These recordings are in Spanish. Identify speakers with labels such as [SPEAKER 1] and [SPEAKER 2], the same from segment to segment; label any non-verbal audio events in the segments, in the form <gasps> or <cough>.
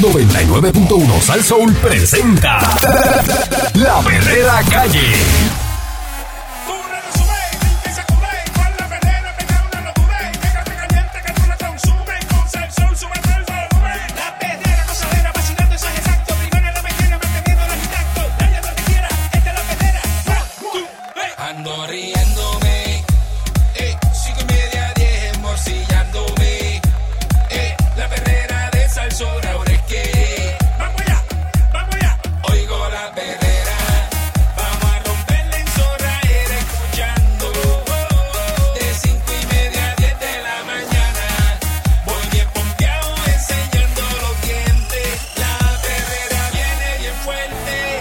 [SPEAKER 1] 99.1 Sal Soul presenta La Verdadera Calle.
[SPEAKER 2] este Ando riéndome, eh, cinco y media, diez, morcillándome, eh, la perrera de Salsón, ahora es que, vamos allá, vamos allá, oigo la perrera, vamos a romperla en zorra, era escuchando, de cinco y media a diez de la mañana, voy bien pompeado enseñando los dientes, la perrera viene bien fuerte.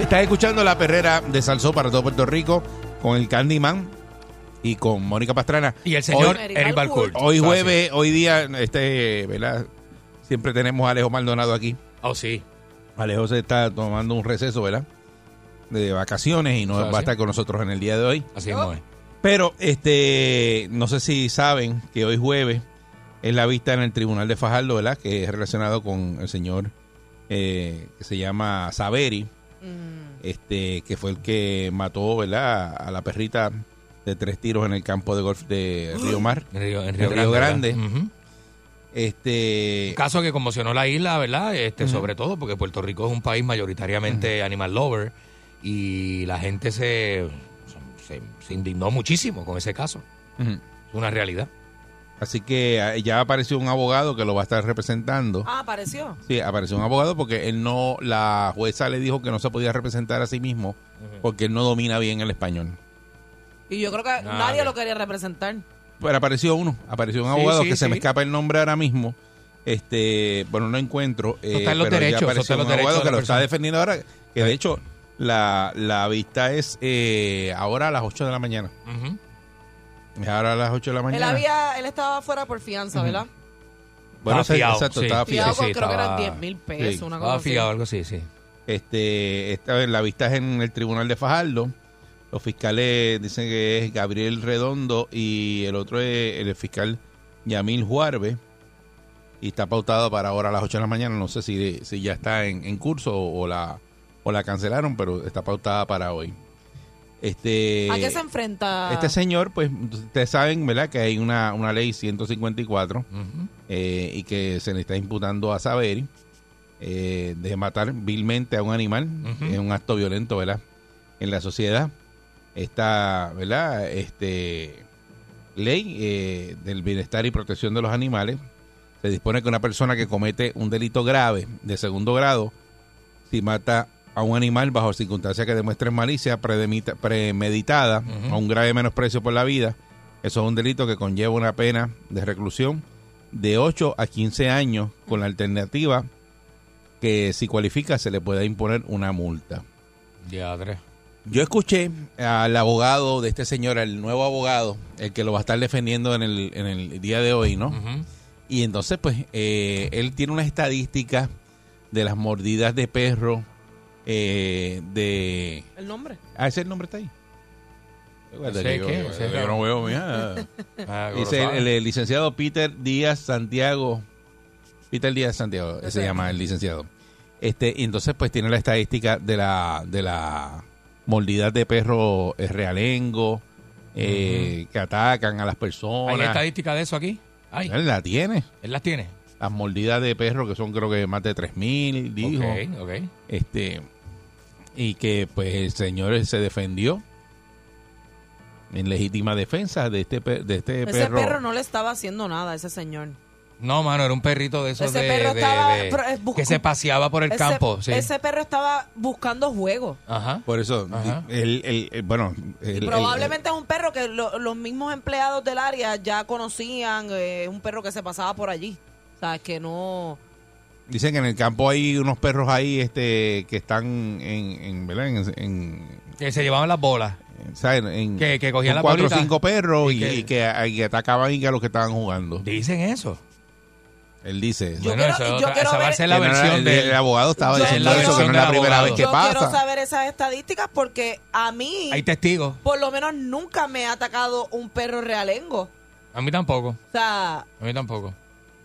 [SPEAKER 3] Estás escuchando la perrera de Salsó para todo Puerto Rico con el Candyman y con Mónica Pastrana.
[SPEAKER 4] Y el señor
[SPEAKER 3] Hoy,
[SPEAKER 4] Eric Eric Balcourt.
[SPEAKER 3] hoy jueves, hoy día, este, ¿verdad? Siempre tenemos a Alejo Maldonado aquí.
[SPEAKER 4] Oh, sí.
[SPEAKER 3] Alejo se está tomando un receso, ¿verdad? De vacaciones y no
[SPEAKER 4] Eso es
[SPEAKER 3] va a
[SPEAKER 4] así.
[SPEAKER 3] estar con nosotros en el día de hoy.
[SPEAKER 4] Así mismo es.
[SPEAKER 3] Pero, este, no sé si saben que hoy jueves es la vista en el Tribunal de Fajardo, ¿verdad? Que es relacionado con el señor eh, que se llama Saveri, este, que fue el que mató, ¿verdad? A la perrita de tres tiros en el campo de golf de Río Mar.
[SPEAKER 4] En Río, en
[SPEAKER 3] En
[SPEAKER 4] Río
[SPEAKER 3] Río
[SPEAKER 4] Grande.
[SPEAKER 3] Grande.
[SPEAKER 4] ¿verdad? Ujú.
[SPEAKER 3] Este,
[SPEAKER 4] Caso que conmocionó la isla, ¿verdad? Este, Sobre todo porque Puerto Rico es un país mayoritariamente animal lover y la gente se, se, se indignó muchísimo con ese caso.
[SPEAKER 3] ujú.
[SPEAKER 4] Es una realidad.
[SPEAKER 3] así que ah, ya apareció un abogado que lo va a estar representando.
[SPEAKER 5] Ah, apareció.
[SPEAKER 3] Sí, apareció un abogado porque él no, la jueza le dijo que no se podía representar a sí mismo porque él no domina bien el español.
[SPEAKER 5] Y yo creo que
[SPEAKER 4] Nadie.
[SPEAKER 5] nadie lo quería representar.
[SPEAKER 3] Pero apareció uno, apareció un
[SPEAKER 4] Sí,
[SPEAKER 3] abogado
[SPEAKER 4] sí,
[SPEAKER 3] que se me
[SPEAKER 4] sí.
[SPEAKER 3] escapa el nombre ahora mismo. Este, bueno, no encuentro. eh,
[SPEAKER 4] está en los
[SPEAKER 3] pero ya
[SPEAKER 4] derechos, eso
[SPEAKER 3] apareció
[SPEAKER 4] está en los
[SPEAKER 3] un
[SPEAKER 4] derechos
[SPEAKER 3] abogado
[SPEAKER 4] de
[SPEAKER 3] que
[SPEAKER 4] la
[SPEAKER 3] lo está
[SPEAKER 4] persona.
[SPEAKER 3] defendiendo ahora. Que de hecho, la, la vista es eh, ahora a las 8 de la mañana.
[SPEAKER 4] Ujú.
[SPEAKER 3] Es ahora a las 8 de la
[SPEAKER 5] Él
[SPEAKER 3] mañana.
[SPEAKER 5] había, él estaba fuera por fianza, ¿verdad?
[SPEAKER 3] bueno,
[SPEAKER 4] Estaba
[SPEAKER 3] sí,
[SPEAKER 4] fiado,
[SPEAKER 3] exacto,
[SPEAKER 4] sí.
[SPEAKER 3] estaba
[SPEAKER 4] Ah, Sí,
[SPEAKER 3] fiado.
[SPEAKER 5] Fiado con- creo que
[SPEAKER 4] estaba-
[SPEAKER 5] eran 10 mil pesos,
[SPEAKER 3] sí.
[SPEAKER 5] una cosa
[SPEAKER 4] Estaba
[SPEAKER 5] así.
[SPEAKER 4] fijado algo así, sí.
[SPEAKER 3] Este, esta vez la vista es en el tribunal de Fajardo. Los fiscales dicen que es Gabriel Redondo y el otro es el fiscal Yamil Juarbe. Y está pautado para ahora a las 8 de la mañana. No sé si, si ya está en, en curso o, o la, o la cancelaron, pero está pautada para hoy. Este,
[SPEAKER 5] ¿A qué se enfrenta?
[SPEAKER 3] este señor, pues ustedes saben, ¿verdad? Que hay una, una ley 154
[SPEAKER 4] Ujú.
[SPEAKER 3] eh, y que se le está imputando a Saveri eh, de matar vilmente a un animal.
[SPEAKER 4] Ujú.
[SPEAKER 3] Es un acto violento, ¿verdad? En la sociedad. Esta, ¿verdad? Este, ley eh, del bienestar y protección de los animales se dispone que una persona que comete un delito grave de segundo grado, si mata a un animal bajo circunstancias que demuestren malicia predemita- premeditada
[SPEAKER 4] Ujú.
[SPEAKER 3] o un grave menosprecio por la vida, eso es un delito que conlleva una pena de reclusión de 8 a 15 años con la alternativa que si cualifica se le pueda imponer una multa.
[SPEAKER 4] Diadre.
[SPEAKER 3] Yo escuché al abogado de este señor, el nuevo abogado, el que lo va a estar defendiendo en el, en el día de hoy, ¿no?
[SPEAKER 4] Ujú.
[SPEAKER 3] Y entonces, pues, eh, él tiene unas estadísticas de las mordidas de perro, eh, de...
[SPEAKER 5] ¿El nombre?
[SPEAKER 3] Ah, ese el nombre está ahí.
[SPEAKER 4] sé
[SPEAKER 3] Pues yo,
[SPEAKER 4] qué,
[SPEAKER 3] yo-
[SPEAKER 4] sé
[SPEAKER 3] yo
[SPEAKER 4] qué.
[SPEAKER 3] no
[SPEAKER 4] <laughs>
[SPEAKER 3] veo mira.
[SPEAKER 4] Ah,
[SPEAKER 3] Dice
[SPEAKER 4] gorosado.
[SPEAKER 3] el, el licenciado Peter Díaz Santiago. Peter Díaz Santiago, eh, se llama el licenciado. Este, y entonces, pues, tiene la estadística de la, de la mordida de perro eh, realengo, eh, que atacan a las
[SPEAKER 4] ¿Hay
[SPEAKER 3] personas.
[SPEAKER 4] estadística de eso aquí? Ay,
[SPEAKER 3] Él la tiene.
[SPEAKER 4] él las tiene.
[SPEAKER 3] las mordidas de perro que son creo que más de 3000 dijo
[SPEAKER 4] Ok, ok.
[SPEAKER 3] este y que pues el señor se defendió en legítima defensa de este pe- de este
[SPEAKER 5] Ese
[SPEAKER 3] perro,
[SPEAKER 5] perro. no le estaba haciendo nada a ese señor.
[SPEAKER 4] No, mano, era un perrito de esos
[SPEAKER 5] Ese
[SPEAKER 4] de,
[SPEAKER 5] perro
[SPEAKER 4] de-
[SPEAKER 5] estaba-
[SPEAKER 4] de-
[SPEAKER 5] pero es busco-
[SPEAKER 4] que se paseaba por el
[SPEAKER 5] ese,
[SPEAKER 4] campo. Sí.
[SPEAKER 5] ese perro estaba buscando juego.
[SPEAKER 4] Ajá.
[SPEAKER 3] por eso
[SPEAKER 4] Ajá.
[SPEAKER 3] di- el, el- el- bueno el- el-
[SPEAKER 5] Probablemente es un perro que lo- los mismos empleados del área ya conocían, eh, un perro que se pasaba por allí. O sea, que no...
[SPEAKER 3] dicen que en el campo hay unos perros ahí este que están en en, ¿verdad? en, en-
[SPEAKER 4] Que se llevaban las bolas.
[SPEAKER 3] en- ¿saben? En-
[SPEAKER 4] Que- que cogían
[SPEAKER 3] con
[SPEAKER 4] las
[SPEAKER 3] cuatro o
[SPEAKER 4] bolitas.
[SPEAKER 3] cinco perros
[SPEAKER 4] Y
[SPEAKER 3] y,
[SPEAKER 4] que-
[SPEAKER 3] y que, y que atacaban y a los que estaban jugando
[SPEAKER 4] Dicen eso.
[SPEAKER 3] él dice eso.
[SPEAKER 5] Yo quiero-
[SPEAKER 4] esa es
[SPEAKER 5] yo
[SPEAKER 4] otra-
[SPEAKER 5] quiero
[SPEAKER 4] esa va a
[SPEAKER 5] ver-
[SPEAKER 4] ser la
[SPEAKER 3] Que no era-
[SPEAKER 4] versión
[SPEAKER 3] el-
[SPEAKER 4] del
[SPEAKER 3] el abogado estaba
[SPEAKER 5] Yo
[SPEAKER 3] diciendo
[SPEAKER 5] quiero-
[SPEAKER 3] eso que no es la
[SPEAKER 4] del
[SPEAKER 3] primera
[SPEAKER 4] abogado.
[SPEAKER 3] vez que
[SPEAKER 5] yo quiero
[SPEAKER 3] pasa
[SPEAKER 5] saber esas estadísticas porque a mí...
[SPEAKER 4] Hay testigos.
[SPEAKER 5] por lo menos nunca me ha atacado un perro realengo.
[SPEAKER 4] A mí tampoco.
[SPEAKER 5] O sea,
[SPEAKER 4] A mí tampoco.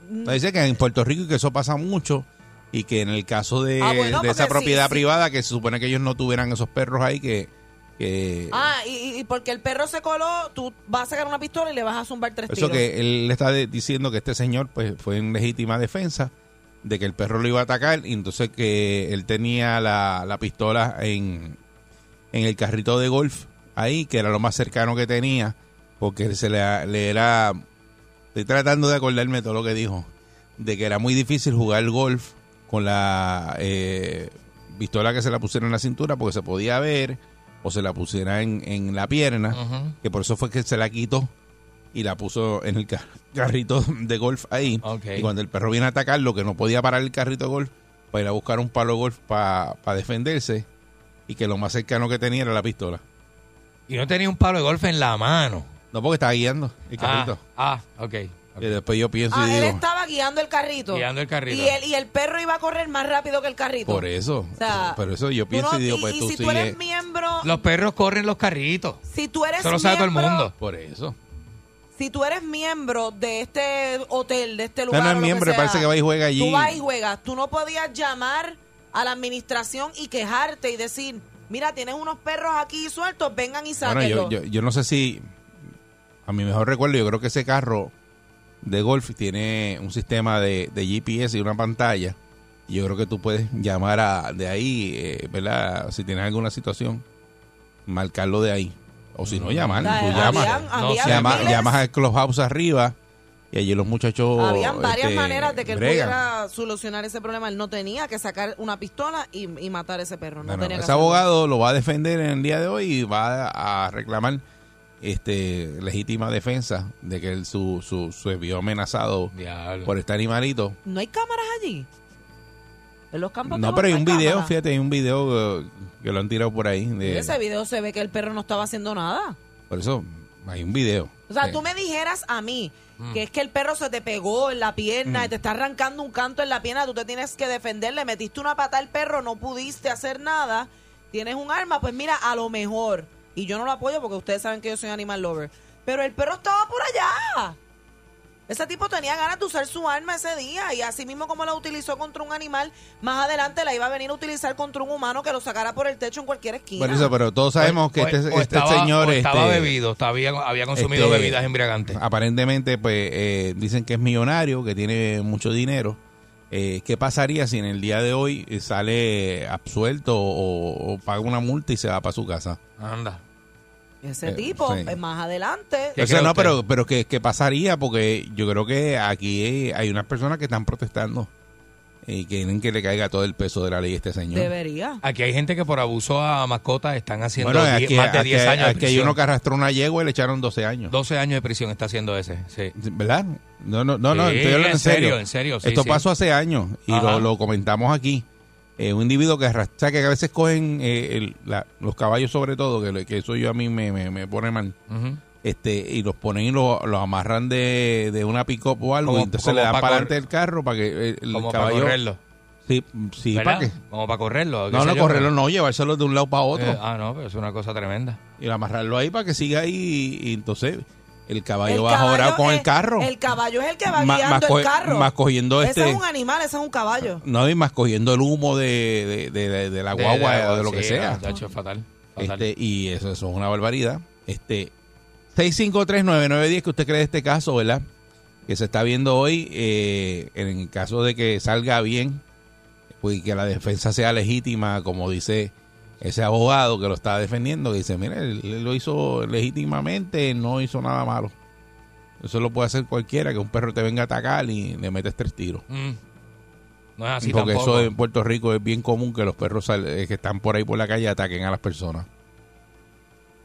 [SPEAKER 3] Nos dice que en Puerto Rico y que eso pasa mucho y que en el caso de,
[SPEAKER 5] Ah, bueno,
[SPEAKER 3] de esa
[SPEAKER 5] porque sí,
[SPEAKER 3] propiedad
[SPEAKER 5] sí.
[SPEAKER 3] privada que se supone que ellos no tuvieran esos perros ahí que... que
[SPEAKER 5] Ah, y, y porque el perro se coló, tú vas a sacar una pistola y le vas a zumbar tres
[SPEAKER 3] eso
[SPEAKER 5] tiros.
[SPEAKER 3] que él le está de- diciendo que este señor pues fue en legítima defensa de que el perro lo iba a atacar y entonces que él tenía la, la pistola en, en el carrito de golf ahí, que era lo más cercano que tenía, porque se le, le era... Estoy tratando de acordarme de todo lo que dijo, de que era muy difícil jugar golf con la eh, pistola que se la pusiera en la cintura porque se podía ver o se la pusiera en, en la pierna,
[SPEAKER 4] Ujú.
[SPEAKER 3] que por eso fue que se la quitó y la puso en el ca- <laughs> carrito de golf ahí.
[SPEAKER 4] Ok.
[SPEAKER 3] Y cuando el perro viene a atacar, lo que no podía parar el carrito de golf, para ir a buscar un palo de golf para defenderse y que lo más cercano que tenía era la pistola.
[SPEAKER 4] Y no tenía un palo de golf en la mano.
[SPEAKER 3] No porque estaba guiando el
[SPEAKER 4] Ah,
[SPEAKER 3] carrito.
[SPEAKER 4] ah, ok. ok.
[SPEAKER 3] Y después yo pienso
[SPEAKER 5] Ah,
[SPEAKER 3] y
[SPEAKER 5] él
[SPEAKER 3] digo,
[SPEAKER 5] estaba guiando el carrito.
[SPEAKER 4] Guiando el carrito.
[SPEAKER 5] Y el, y el perro iba a correr más rápido que el carrito.
[SPEAKER 3] por eso.
[SPEAKER 5] O sea,
[SPEAKER 3] por eso yo
[SPEAKER 5] tú
[SPEAKER 3] pienso
[SPEAKER 5] no-
[SPEAKER 3] y digo, pues tú
[SPEAKER 5] si tú
[SPEAKER 3] sigues.
[SPEAKER 5] eres miembro,
[SPEAKER 4] Los perros corren los carritos.
[SPEAKER 5] si tú eres
[SPEAKER 4] Eso lo sabe todo el
[SPEAKER 5] miembro-
[SPEAKER 4] mundo.
[SPEAKER 3] Por eso.
[SPEAKER 5] si tú eres miembro de este hotel, de este
[SPEAKER 3] No,
[SPEAKER 5] lugar.
[SPEAKER 3] no es
[SPEAKER 5] o lo que
[SPEAKER 3] miembro,
[SPEAKER 5] sea,
[SPEAKER 3] parece que va y juega allí.
[SPEAKER 5] Tú vas y juegas. Tú no podías llamar a la administración y quejarte y decir, mira, tienes unos perros aquí sueltos, vengan y
[SPEAKER 3] Bueno,
[SPEAKER 5] sáquenlos.
[SPEAKER 3] yo, yo, yo no sé si, a mi mejor recuerdo, yo creo que ese carro de golf tiene un sistema de, de GPS y una pantalla. Y Yo creo que tú puedes llamar a, de ahí, eh, ¿verdad? Si tienes alguna situación, marcarlo de ahí. O si no, llamar.
[SPEAKER 5] O sea,
[SPEAKER 3] Tú
[SPEAKER 5] habían-
[SPEAKER 3] llamas,
[SPEAKER 5] habían
[SPEAKER 3] Llama-
[SPEAKER 5] miles-
[SPEAKER 3] llamas al clubhouse arriba y allí los muchachos.
[SPEAKER 5] Habían varias
[SPEAKER 3] este,
[SPEAKER 5] maneras de que él
[SPEAKER 3] bregan.
[SPEAKER 5] pudiera solucionar ese problema. Él no tenía que sacar una pistola y, y matar a ese perro. No,
[SPEAKER 3] No, no,
[SPEAKER 5] tenía que
[SPEAKER 3] ese
[SPEAKER 5] hacerlo.
[SPEAKER 3] abogado lo va a defender en el día de hoy y va a reclamar este legítima defensa de que él su, su, se vio amenazado
[SPEAKER 4] Diablo.
[SPEAKER 3] por este animalito.
[SPEAKER 5] ¿No hay cámaras allí? En los campos
[SPEAKER 3] No, pero hay un video,
[SPEAKER 5] cámaras.
[SPEAKER 3] fíjate, hay un video eh, que lo han tirado por ahí. de-
[SPEAKER 5] En ese video se ve que el perro no estaba haciendo nada.
[SPEAKER 3] por eso hay un video.
[SPEAKER 5] O sea,
[SPEAKER 3] Eh,
[SPEAKER 5] tú me dijeras a mí que es que el perro se te pegó en la pierna y te está arrancando un canto en la pierna, tú te tienes que defender, le metiste una pata al perro, no pudiste hacer nada, tienes un arma, pues mira, a lo mejor, y yo no lo apoyo porque ustedes saben que yo soy animal lover, pero el perro estaba por allá. Ese tipo tenía ganas de usar su arma ese día y así mismo como la utilizó contra un animal, más adelante la iba a venir a utilizar contra un humano que lo sacara por el techo en cualquier esquina.
[SPEAKER 3] por eso, pero todos sabemos que
[SPEAKER 4] O-
[SPEAKER 3] este,
[SPEAKER 4] o
[SPEAKER 3] este
[SPEAKER 4] estaba-
[SPEAKER 3] señor
[SPEAKER 4] o estaba
[SPEAKER 3] este,
[SPEAKER 4] bebido, estaba- había, había consumido
[SPEAKER 3] este,
[SPEAKER 4] bebidas embriagantes.
[SPEAKER 3] Aparentemente, pues eh, dicen que es millonario, que tiene mucho dinero. Eh, ¿Qué pasaría si en el día de hoy eh, sale absuelto o, o paga una multa y se va para su casa?
[SPEAKER 4] Anda.
[SPEAKER 5] Ese
[SPEAKER 3] Eh,
[SPEAKER 5] tipo,
[SPEAKER 3] sí.
[SPEAKER 5] eh, más adelante,
[SPEAKER 4] ¿Qué
[SPEAKER 3] O sea,
[SPEAKER 4] cree
[SPEAKER 3] no,
[SPEAKER 4] usted?
[SPEAKER 3] pero, pero ¿qué, qué pasaría? Porque yo creo que aquí eh, hay unas personas que están protestando eh, y quieren que le caiga todo el peso de la ley a este señor.
[SPEAKER 5] debería.
[SPEAKER 4] Aquí hay gente que por abuso a mascotas están haciendo
[SPEAKER 3] Bueno,
[SPEAKER 4] die-
[SPEAKER 3] aquí,
[SPEAKER 4] más de
[SPEAKER 3] aquí-
[SPEAKER 4] 10 años de
[SPEAKER 3] aquí hay
[SPEAKER 4] prisión.
[SPEAKER 3] uno que arrastró una yegua y le echaron 12 años.
[SPEAKER 4] 12 años de prisión está haciendo ese. Sí.
[SPEAKER 3] ¿Verdad? No, no, no, no
[SPEAKER 4] Sí,
[SPEAKER 3] estoy hablando en
[SPEAKER 4] en
[SPEAKER 3] serio.
[SPEAKER 4] serio, en serio, sí,
[SPEAKER 3] Esto
[SPEAKER 4] sí.
[SPEAKER 3] pasó hace años y
[SPEAKER 4] Ajá.
[SPEAKER 3] lo, lo comentamos aquí. Eh, un individuo que arrastra, que a veces cogen eh, el- la- los caballos sobre todo, que, lo- que eso yo a mí me, me, me pone mal,
[SPEAKER 4] Ujú.
[SPEAKER 3] este y los ponen y lo- los amarran de, de una pick o algo,
[SPEAKER 4] Como-
[SPEAKER 3] y entonces
[SPEAKER 4] como
[SPEAKER 3] le dan
[SPEAKER 4] pa'
[SPEAKER 3] para
[SPEAKER 4] cor-
[SPEAKER 3] adelante el carro para que eh, el
[SPEAKER 4] Como para
[SPEAKER 3] caballo...
[SPEAKER 4] correrlo.
[SPEAKER 3] sí, sí
[SPEAKER 4] ¿Verdad?
[SPEAKER 3] ¿para qué?
[SPEAKER 4] Como para correrlo. qué
[SPEAKER 3] No,
[SPEAKER 4] sé
[SPEAKER 3] no,
[SPEAKER 4] yo,
[SPEAKER 3] correrlo
[SPEAKER 4] pero-
[SPEAKER 3] no, llevárselo de un lado para otro
[SPEAKER 4] Eh, ah, no, pero es una cosa tremenda.
[SPEAKER 3] y amarrarlo ahí para que siga ahí y, y entonces el caballo
[SPEAKER 5] El
[SPEAKER 3] va ahora
[SPEAKER 5] caballo
[SPEAKER 3] con
[SPEAKER 5] es-
[SPEAKER 3] el carro.
[SPEAKER 5] El caballo es el que va
[SPEAKER 3] Ma-
[SPEAKER 5] guiando
[SPEAKER 3] más co-
[SPEAKER 5] el carro.
[SPEAKER 3] más cogiendo
[SPEAKER 5] Ese
[SPEAKER 3] este-
[SPEAKER 5] es un animal, ese es un caballo.
[SPEAKER 3] No, y más cogiendo el humo de, de- de- de- de la
[SPEAKER 4] De-
[SPEAKER 3] guagua
[SPEAKER 4] de-
[SPEAKER 3] o de lo que
[SPEAKER 4] sí,
[SPEAKER 3] sea.
[SPEAKER 4] muchacho, fatal. fatal.
[SPEAKER 3] Este, y eso, eso es una barbaridad. Este 6539910, que usted cree de este caso, ¿verdad? Que se está viendo hoy, eh, en el caso de que salga bien, pues y que la defensa sea legítima, como dice ese abogado que lo está defendiendo, que dice, mire, él, él lo hizo legítimamente, no hizo nada malo. Eso lo puede hacer cualquiera, que un perro te venga a atacar y le metes tres tiros.
[SPEAKER 4] Mm. No es así
[SPEAKER 3] Porque
[SPEAKER 4] tampoco.
[SPEAKER 3] eso en Puerto Rico es bien común que los perros sal- eh, que están por ahí por la calle ataquen a las personas.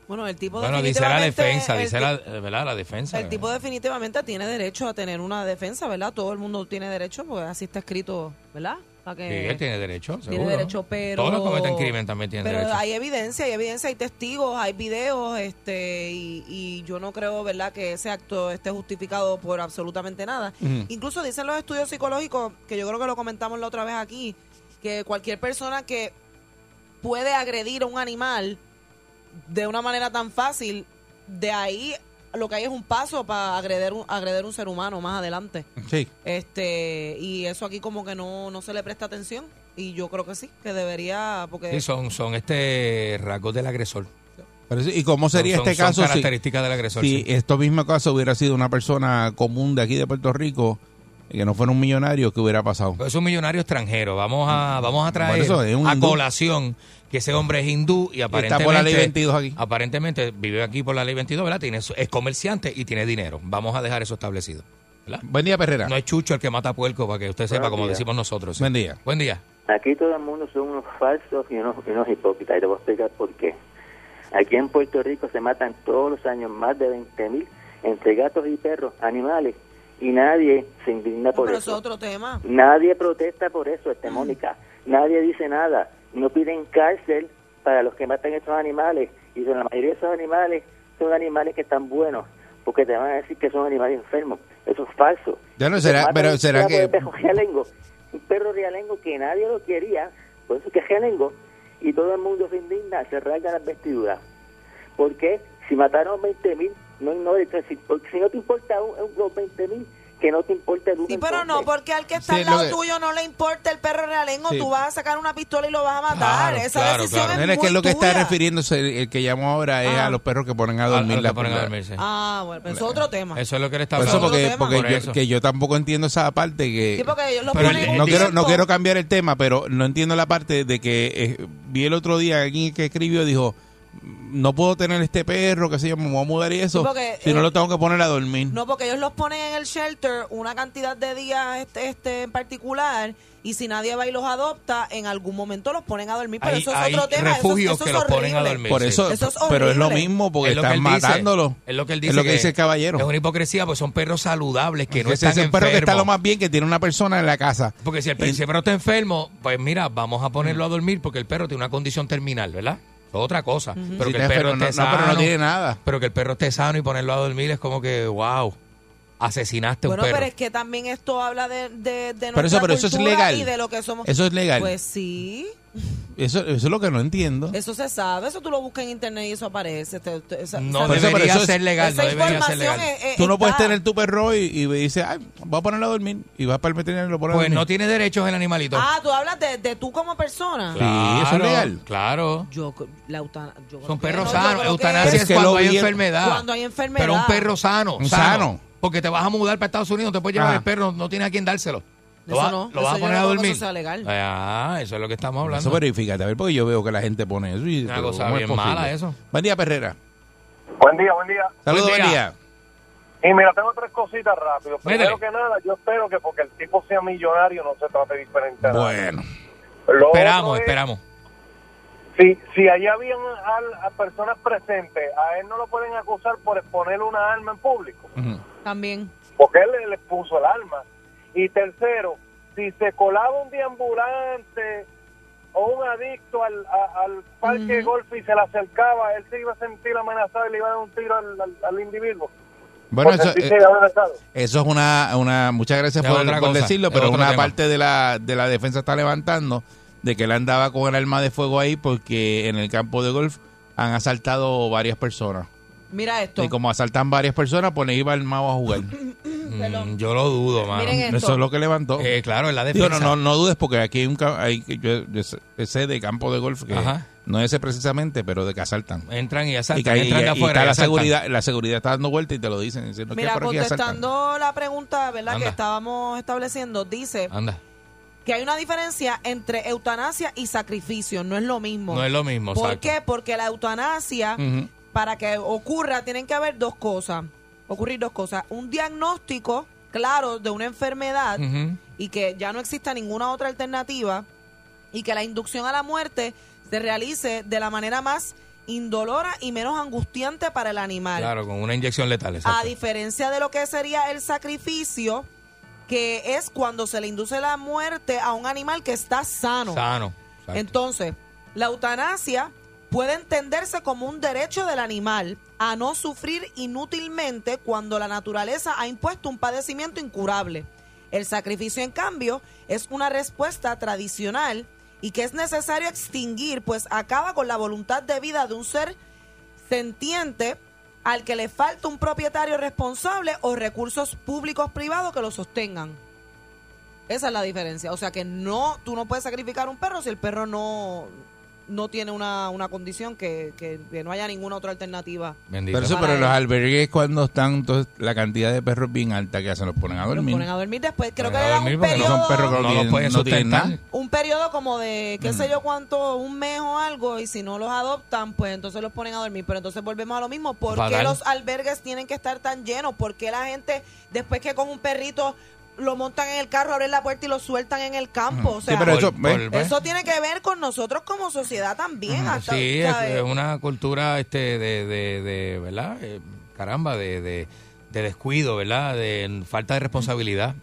[SPEAKER 5] Bueno, el tipo
[SPEAKER 4] Bueno, dice la
[SPEAKER 5] definitivamente-
[SPEAKER 4] defensa,
[SPEAKER 5] el
[SPEAKER 4] dice
[SPEAKER 5] ti-
[SPEAKER 4] la, eh, ¿verdad? la defensa.
[SPEAKER 5] El tipo definitivamente tiene derecho a tener una defensa, ¿verdad? Todo el mundo tiene derecho, porque así está escrito, ¿verdad? Para
[SPEAKER 4] Sí,
[SPEAKER 5] que
[SPEAKER 4] él tiene derecho,
[SPEAKER 5] tiene
[SPEAKER 4] seguro.
[SPEAKER 5] derecho, pero...
[SPEAKER 4] Todos los que cometen crimen también tienen
[SPEAKER 5] pero
[SPEAKER 4] derecho.
[SPEAKER 5] hay evidencia, hay evidencia, hay testigos, hay videos, este, y, y yo no creo, ¿verdad?, que ese acto esté justificado por absolutamente nada. Incluso dicen los estudios psicológicos, que yo creo que lo comentamos la otra vez aquí, que cualquier persona que puede agredir a un animal de una manera tan fácil, de ahí lo que hay es un paso para agreder un, agreder un ser humano más adelante.
[SPEAKER 3] Sí.
[SPEAKER 5] Este, y eso aquí como que no, no se le presta atención. Y yo creo que sí, que debería, porque
[SPEAKER 4] Sí, son, son este rasgos del agresor.
[SPEAKER 3] Pero sí, ¿Y cómo sería
[SPEAKER 4] Son-
[SPEAKER 3] este
[SPEAKER 4] son-
[SPEAKER 3] caso
[SPEAKER 4] son
[SPEAKER 3] si,
[SPEAKER 4] características del agresor?
[SPEAKER 3] si
[SPEAKER 4] sí.
[SPEAKER 3] esto mismo caso hubiera sido una persona común de aquí de Puerto Rico, eh, que no fuera un millonario, ¿qué hubiera pasado?
[SPEAKER 4] Pero Pues es un millonario extranjero. Vamos a, vamos a traer
[SPEAKER 3] Por Mm. eso, es un
[SPEAKER 4] a
[SPEAKER 3] hindú.
[SPEAKER 4] colación que ese hombre es hindú y aparentemente.
[SPEAKER 3] por la ley 22 aquí.
[SPEAKER 4] Aparentemente vive aquí por la ley 22, ¿verdad? Tiene, su- es comerciante y tiene dinero. Vamos a dejar eso establecido. ¿verdad?
[SPEAKER 3] Buen día, Perrera.
[SPEAKER 4] No es chucho el que mata puerco, para que usted sepa,
[SPEAKER 6] Buenos
[SPEAKER 4] como
[SPEAKER 6] días.
[SPEAKER 4] decimos nosotros. sí.
[SPEAKER 3] Buen día.
[SPEAKER 4] Buen día.
[SPEAKER 6] Aquí todo el mundo son unos falsos y unos, y unos hipócritas, y te voy a explicar por qué. Aquí en Puerto Rico se matan todos los años más de 20.000 entre gatos y perros, animales, y nadie se indigna
[SPEAKER 5] No,
[SPEAKER 6] por
[SPEAKER 5] pero eso
[SPEAKER 6] eso.
[SPEAKER 5] es otro tema.
[SPEAKER 6] Nadie protesta por eso, este Mónica. Nadie dice nada. No piden cárcel para los que matan estos animales. Y son- la mayoría de esos animales son animales que están buenos, porque te van a decir que son animales enfermos. Eso es falso.
[SPEAKER 3] Ya no
[SPEAKER 6] Te
[SPEAKER 3] será-
[SPEAKER 6] matan
[SPEAKER 3] pero
[SPEAKER 6] un
[SPEAKER 3] será
[SPEAKER 6] perro
[SPEAKER 3] que-
[SPEAKER 6] de perro realengo. un perro realengo que nadie lo quería, por eso es que es realengo, y todo el mundo se indigna, se rasga las vestiduras. Porque si mataron 20.000, no ignores, si, porque si no te importa un, un, los 20.000, que no te importe el uno
[SPEAKER 5] Sí, pero no,
[SPEAKER 6] entonces.
[SPEAKER 5] porque al que está
[SPEAKER 3] Sí,
[SPEAKER 5] al
[SPEAKER 3] lo
[SPEAKER 5] lado
[SPEAKER 3] que-
[SPEAKER 5] tuyo no le importa el perro realengo,
[SPEAKER 3] Sí.
[SPEAKER 5] tú vas a sacar una pistola y lo vas a matar.
[SPEAKER 4] Claro,
[SPEAKER 5] Esa
[SPEAKER 4] claro,
[SPEAKER 5] decisión
[SPEAKER 4] claro.
[SPEAKER 5] es muy
[SPEAKER 3] que es lo que está
[SPEAKER 5] tuya.
[SPEAKER 3] refiriéndose el, el que llamó ahora es
[SPEAKER 5] Ah.
[SPEAKER 3] a los perros que ponen a
[SPEAKER 4] Al- al
[SPEAKER 3] dormir
[SPEAKER 4] que
[SPEAKER 3] la
[SPEAKER 4] ponen a
[SPEAKER 3] la-
[SPEAKER 4] dormirse.
[SPEAKER 5] Ah, bueno, pero eso es otro tema.
[SPEAKER 4] Eso es lo que le está
[SPEAKER 3] Por eso,
[SPEAKER 5] Otro
[SPEAKER 4] hablando.
[SPEAKER 3] porque,
[SPEAKER 5] tema.
[SPEAKER 3] porque
[SPEAKER 4] Por
[SPEAKER 3] yo,
[SPEAKER 4] eso.
[SPEAKER 3] que yo tampoco entiendo esa parte que...
[SPEAKER 5] Sí, porque ellos lo
[SPEAKER 4] Pero
[SPEAKER 5] ponen
[SPEAKER 4] el-
[SPEAKER 5] en
[SPEAKER 3] no
[SPEAKER 5] un
[SPEAKER 3] quiero, no
[SPEAKER 5] tiempo.
[SPEAKER 3] quiero cambiar el tema, pero no entiendo la parte de que eh, vi el otro día alguien que escribió dijo, no puedo tener este perro, que sé yo, me voy a mudar y eso,
[SPEAKER 5] Sí, porque,
[SPEAKER 3] si no
[SPEAKER 5] eh,
[SPEAKER 3] lo tengo que poner a dormir.
[SPEAKER 5] No, porque ellos los ponen en el shelter una cantidad de días este, este en particular y si nadie va y los adopta, en algún momento los ponen a dormir. Pero
[SPEAKER 4] Hay,
[SPEAKER 5] eso es
[SPEAKER 4] hay
[SPEAKER 5] otro tema. eso-
[SPEAKER 4] refugios
[SPEAKER 5] eso
[SPEAKER 4] que
[SPEAKER 5] es
[SPEAKER 4] los ponen a
[SPEAKER 5] horrible.
[SPEAKER 4] dormir.
[SPEAKER 3] Por
[SPEAKER 4] sí.
[SPEAKER 3] eso,
[SPEAKER 5] Eso es
[SPEAKER 3] pero es lo
[SPEAKER 5] horrible.
[SPEAKER 3] mismo porque
[SPEAKER 4] Es lo que
[SPEAKER 3] están
[SPEAKER 4] él dice.
[SPEAKER 3] matándolo.
[SPEAKER 4] Es lo que él dice.
[SPEAKER 3] que dice el caballero.
[SPEAKER 4] Es una hipocresía, pues son perros saludables que no
[SPEAKER 3] Ese
[SPEAKER 4] están
[SPEAKER 3] es el perro que está
[SPEAKER 4] enfermos.
[SPEAKER 3] lo más bien que tiene una persona en la casa.
[SPEAKER 4] Porque si el, per-
[SPEAKER 3] Y-
[SPEAKER 4] si el perro está enfermo, pues mira, vamos a ponerlo a dormir porque el perro tiene una condición terminal, ¿verdad? Es Otra cosa. Pero
[SPEAKER 3] Si
[SPEAKER 4] que
[SPEAKER 3] está
[SPEAKER 4] el perro
[SPEAKER 3] enfermo,
[SPEAKER 4] esté
[SPEAKER 3] no- no,
[SPEAKER 4] sano.
[SPEAKER 3] pero no tiene nada.
[SPEAKER 4] Pero que el perro esté sano y ponerlo a dormir es como que, wow, asesinaste a un
[SPEAKER 5] Bueno,
[SPEAKER 4] perro.
[SPEAKER 5] pero es que también esto habla de, de, de
[SPEAKER 3] Pero eso,
[SPEAKER 5] nuestra
[SPEAKER 3] pero eso es
[SPEAKER 5] cultura
[SPEAKER 3] legal.
[SPEAKER 5] y de lo que somos.
[SPEAKER 3] Eso es legal.
[SPEAKER 5] Pues sí,
[SPEAKER 3] eso, eso es lo que no entiendo.
[SPEAKER 5] eso se sabe, eso tú lo buscas en internet y eso aparece. te- te- esa-
[SPEAKER 4] no
[SPEAKER 5] esa-
[SPEAKER 3] Por eso, pero
[SPEAKER 4] debería
[SPEAKER 3] eso es-
[SPEAKER 4] ser legal, no
[SPEAKER 5] esa
[SPEAKER 4] debería ser
[SPEAKER 5] información
[SPEAKER 4] legal.
[SPEAKER 5] es- es-
[SPEAKER 3] Tú no puedes
[SPEAKER 5] está.
[SPEAKER 3] tener tu perro y, y dices, ay, voy a ponerlo a dormir. Y vas para el veterinario y lo pones a
[SPEAKER 4] Pues
[SPEAKER 3] dormir.
[SPEAKER 4] no tiene derechos el animalito.
[SPEAKER 5] Ah, tú hablas de, de tú como persona.
[SPEAKER 3] Sí. eso es legal.
[SPEAKER 4] Claro.
[SPEAKER 5] Yo, la eutana- yo creo
[SPEAKER 4] Son
[SPEAKER 5] que
[SPEAKER 4] perros
[SPEAKER 5] no, yo
[SPEAKER 4] sanos.
[SPEAKER 5] creo que-
[SPEAKER 4] Eutanasia
[SPEAKER 3] es
[SPEAKER 4] es
[SPEAKER 3] que
[SPEAKER 4] cuando
[SPEAKER 3] lo
[SPEAKER 4] hay
[SPEAKER 3] vi-
[SPEAKER 4] enfermedad.
[SPEAKER 5] Cuando hay enfermedad.
[SPEAKER 4] Pero un perro sano.
[SPEAKER 3] Un sano.
[SPEAKER 4] Porque te vas a mudar para Estados Unidos, te puedes llevar
[SPEAKER 3] Ajá.
[SPEAKER 4] el perro, no tienes a quién dárselo. Lo,
[SPEAKER 5] Eso
[SPEAKER 4] va-
[SPEAKER 5] no,
[SPEAKER 4] lo
[SPEAKER 5] eso
[SPEAKER 4] vas a
[SPEAKER 5] yo
[SPEAKER 4] poner
[SPEAKER 5] no
[SPEAKER 4] a
[SPEAKER 5] creo que
[SPEAKER 4] dormir.
[SPEAKER 5] eso sea legal.
[SPEAKER 4] Ah, eso es lo que estamos hablando.
[SPEAKER 3] Eso verifícate, a ver, porque yo veo que la gente pone eso. Y,
[SPEAKER 4] Una
[SPEAKER 3] pero,
[SPEAKER 4] cosa
[SPEAKER 3] ¿cómo es
[SPEAKER 4] bien
[SPEAKER 3] posible?
[SPEAKER 4] mala eso.
[SPEAKER 3] Buen día, Perrera.
[SPEAKER 7] Buen día, buen día.
[SPEAKER 3] Saludos,
[SPEAKER 4] Buen
[SPEAKER 3] buen
[SPEAKER 4] día.
[SPEAKER 3] día.
[SPEAKER 7] Y mira, tengo tres cositas rápido.
[SPEAKER 4] Métele.
[SPEAKER 7] Primero que nada, yo espero que porque el tipo sea millonario no se trate diferente. a nadie.
[SPEAKER 3] Bueno,
[SPEAKER 7] Lo
[SPEAKER 4] Esperamos,
[SPEAKER 7] otro es,
[SPEAKER 4] esperamos.
[SPEAKER 7] Si, si allí habían al- a personas presentes, a él no lo pueden acusar por exponer una arma en público,
[SPEAKER 3] ujú.
[SPEAKER 5] También.
[SPEAKER 7] porque él le, le puso el arma. Y tercero, si se colaba un deambulante o un adicto al, a- al parque de golf y se le acercaba, él se iba a sentir amenazado y le iba a dar un tiro al, al- al individuo.
[SPEAKER 3] bueno
[SPEAKER 7] por
[SPEAKER 3] eso,
[SPEAKER 7] sentirse
[SPEAKER 3] eh,
[SPEAKER 7] amenazado.
[SPEAKER 3] eso es una, una. Muchas gracias
[SPEAKER 4] Es
[SPEAKER 3] por,
[SPEAKER 4] otra
[SPEAKER 3] por
[SPEAKER 4] cosa,
[SPEAKER 3] decirlo,
[SPEAKER 4] es
[SPEAKER 3] pero
[SPEAKER 4] otro
[SPEAKER 3] una
[SPEAKER 4] tema.
[SPEAKER 3] parte de la, de la defensa está levantando de que él andaba con el arma de fuego ahí porque en el campo de golf han asaltado varias personas.
[SPEAKER 5] Mira esto.
[SPEAKER 3] Y como asaltan varias personas, pues le iba el mago a jugar.
[SPEAKER 4] Mm, yo lo dudo, mano.
[SPEAKER 5] Miren esto.
[SPEAKER 3] Eso es lo que levantó.
[SPEAKER 4] Eh, claro, en la defensa.
[SPEAKER 3] Digo, no, no, no dudes porque aquí hay un ca- hay, yo, yo sé- sé de campo de golf que
[SPEAKER 4] Ajá. Eh,
[SPEAKER 3] no es ese precisamente, pero de que asaltan.
[SPEAKER 4] Entran y
[SPEAKER 3] y,
[SPEAKER 4] asaltan.
[SPEAKER 3] que-
[SPEAKER 4] entran
[SPEAKER 3] y-
[SPEAKER 4] de
[SPEAKER 3] y
[SPEAKER 4] afuera.
[SPEAKER 3] está
[SPEAKER 4] y
[SPEAKER 3] la
[SPEAKER 4] asaltan.
[SPEAKER 3] seguridad, la seguridad está dando vueltas y te lo dicen. diciendo que
[SPEAKER 5] Mira,
[SPEAKER 3] por aquí asaltan.
[SPEAKER 5] contestando la pregunta, ¿verdad?
[SPEAKER 4] Anda. Ah.
[SPEAKER 5] Que estábamos estableciendo, dice
[SPEAKER 4] Anda.
[SPEAKER 5] que hay una diferencia entre eutanasia y sacrificio, no es lo mismo.
[SPEAKER 4] No es lo mismo,
[SPEAKER 5] ¿Por
[SPEAKER 4] exacto. Mm.
[SPEAKER 5] qué? Porque la eutanasia,
[SPEAKER 3] Ujú.
[SPEAKER 5] para que ocurra, tienen que haber dos cosas, ocurrir dos cosas. Un diagnóstico claro de una enfermedad
[SPEAKER 4] Ujú.
[SPEAKER 5] y que ya no exista ninguna otra alternativa y que la inducción a la muerte se realice de la manera más indolora y menos angustiante para el animal.
[SPEAKER 4] Claro, con una inyección letal.
[SPEAKER 5] A
[SPEAKER 4] exacto.
[SPEAKER 5] diferencia de lo que sería el sacrificio, que es cuando se le induce la muerte a un animal que está sano.
[SPEAKER 4] Sano. exacto.
[SPEAKER 5] Entonces, la eutanasia puede entenderse como un derecho del animal a no sufrir inútilmente cuando la naturaleza ha impuesto un padecimiento incurable. El sacrificio, en cambio, es una respuesta tradicional y que es necesario extinguir, pues acaba con la voluntad de vida de un ser sentiente al que le falta un propietario responsable o recursos públicos privados que lo sostengan. Esa es la diferencia. O sea que no, tú no puedes sacrificar un perro si el perro no, no tiene una, una condición que, que- que no haya ninguna otra alternativa.
[SPEAKER 4] Bendito.
[SPEAKER 3] Pero eso,
[SPEAKER 5] Para
[SPEAKER 3] pero los
[SPEAKER 5] él.
[SPEAKER 3] albergues cuando están, entonces, la cantidad de perros bien alta que hacen, los ponen a
[SPEAKER 5] Los
[SPEAKER 3] dormir.
[SPEAKER 5] ponen a dormir después. Creo que
[SPEAKER 4] Ponen a
[SPEAKER 5] le dan
[SPEAKER 4] dormir
[SPEAKER 5] un
[SPEAKER 4] porque
[SPEAKER 3] no son perros
[SPEAKER 5] periodo,
[SPEAKER 3] que Mm.
[SPEAKER 4] No los
[SPEAKER 3] no, tienen-
[SPEAKER 4] pueden
[SPEAKER 3] no tienen
[SPEAKER 4] sustentar.
[SPEAKER 3] nada.
[SPEAKER 5] un periodo como de, qué sé yo cuánto, un mes o algo. Y si no los adoptan, pues entonces los ponen a dormir. Pero entonces volvemos a lo mismo. ¿Por
[SPEAKER 4] Fatal.
[SPEAKER 5] qué los albergues tienen que estar tan llenos? ¿Por qué la gente, después que con un perrito lo montan en el carro, abren la puerta y lo sueltan en el campo? O sea,
[SPEAKER 3] sí, pero
[SPEAKER 4] por-
[SPEAKER 3] eso,
[SPEAKER 4] por-
[SPEAKER 3] ve,
[SPEAKER 4] pues.
[SPEAKER 5] Eso tiene que ver con nosotros como sociedad también. hasta-
[SPEAKER 4] Sí, es,
[SPEAKER 5] ¿sabes?
[SPEAKER 4] es una cultura este de, de, de ¿verdad? Eh, caramba, de, de, de descuido, ¿verdad? De falta de responsabilidad.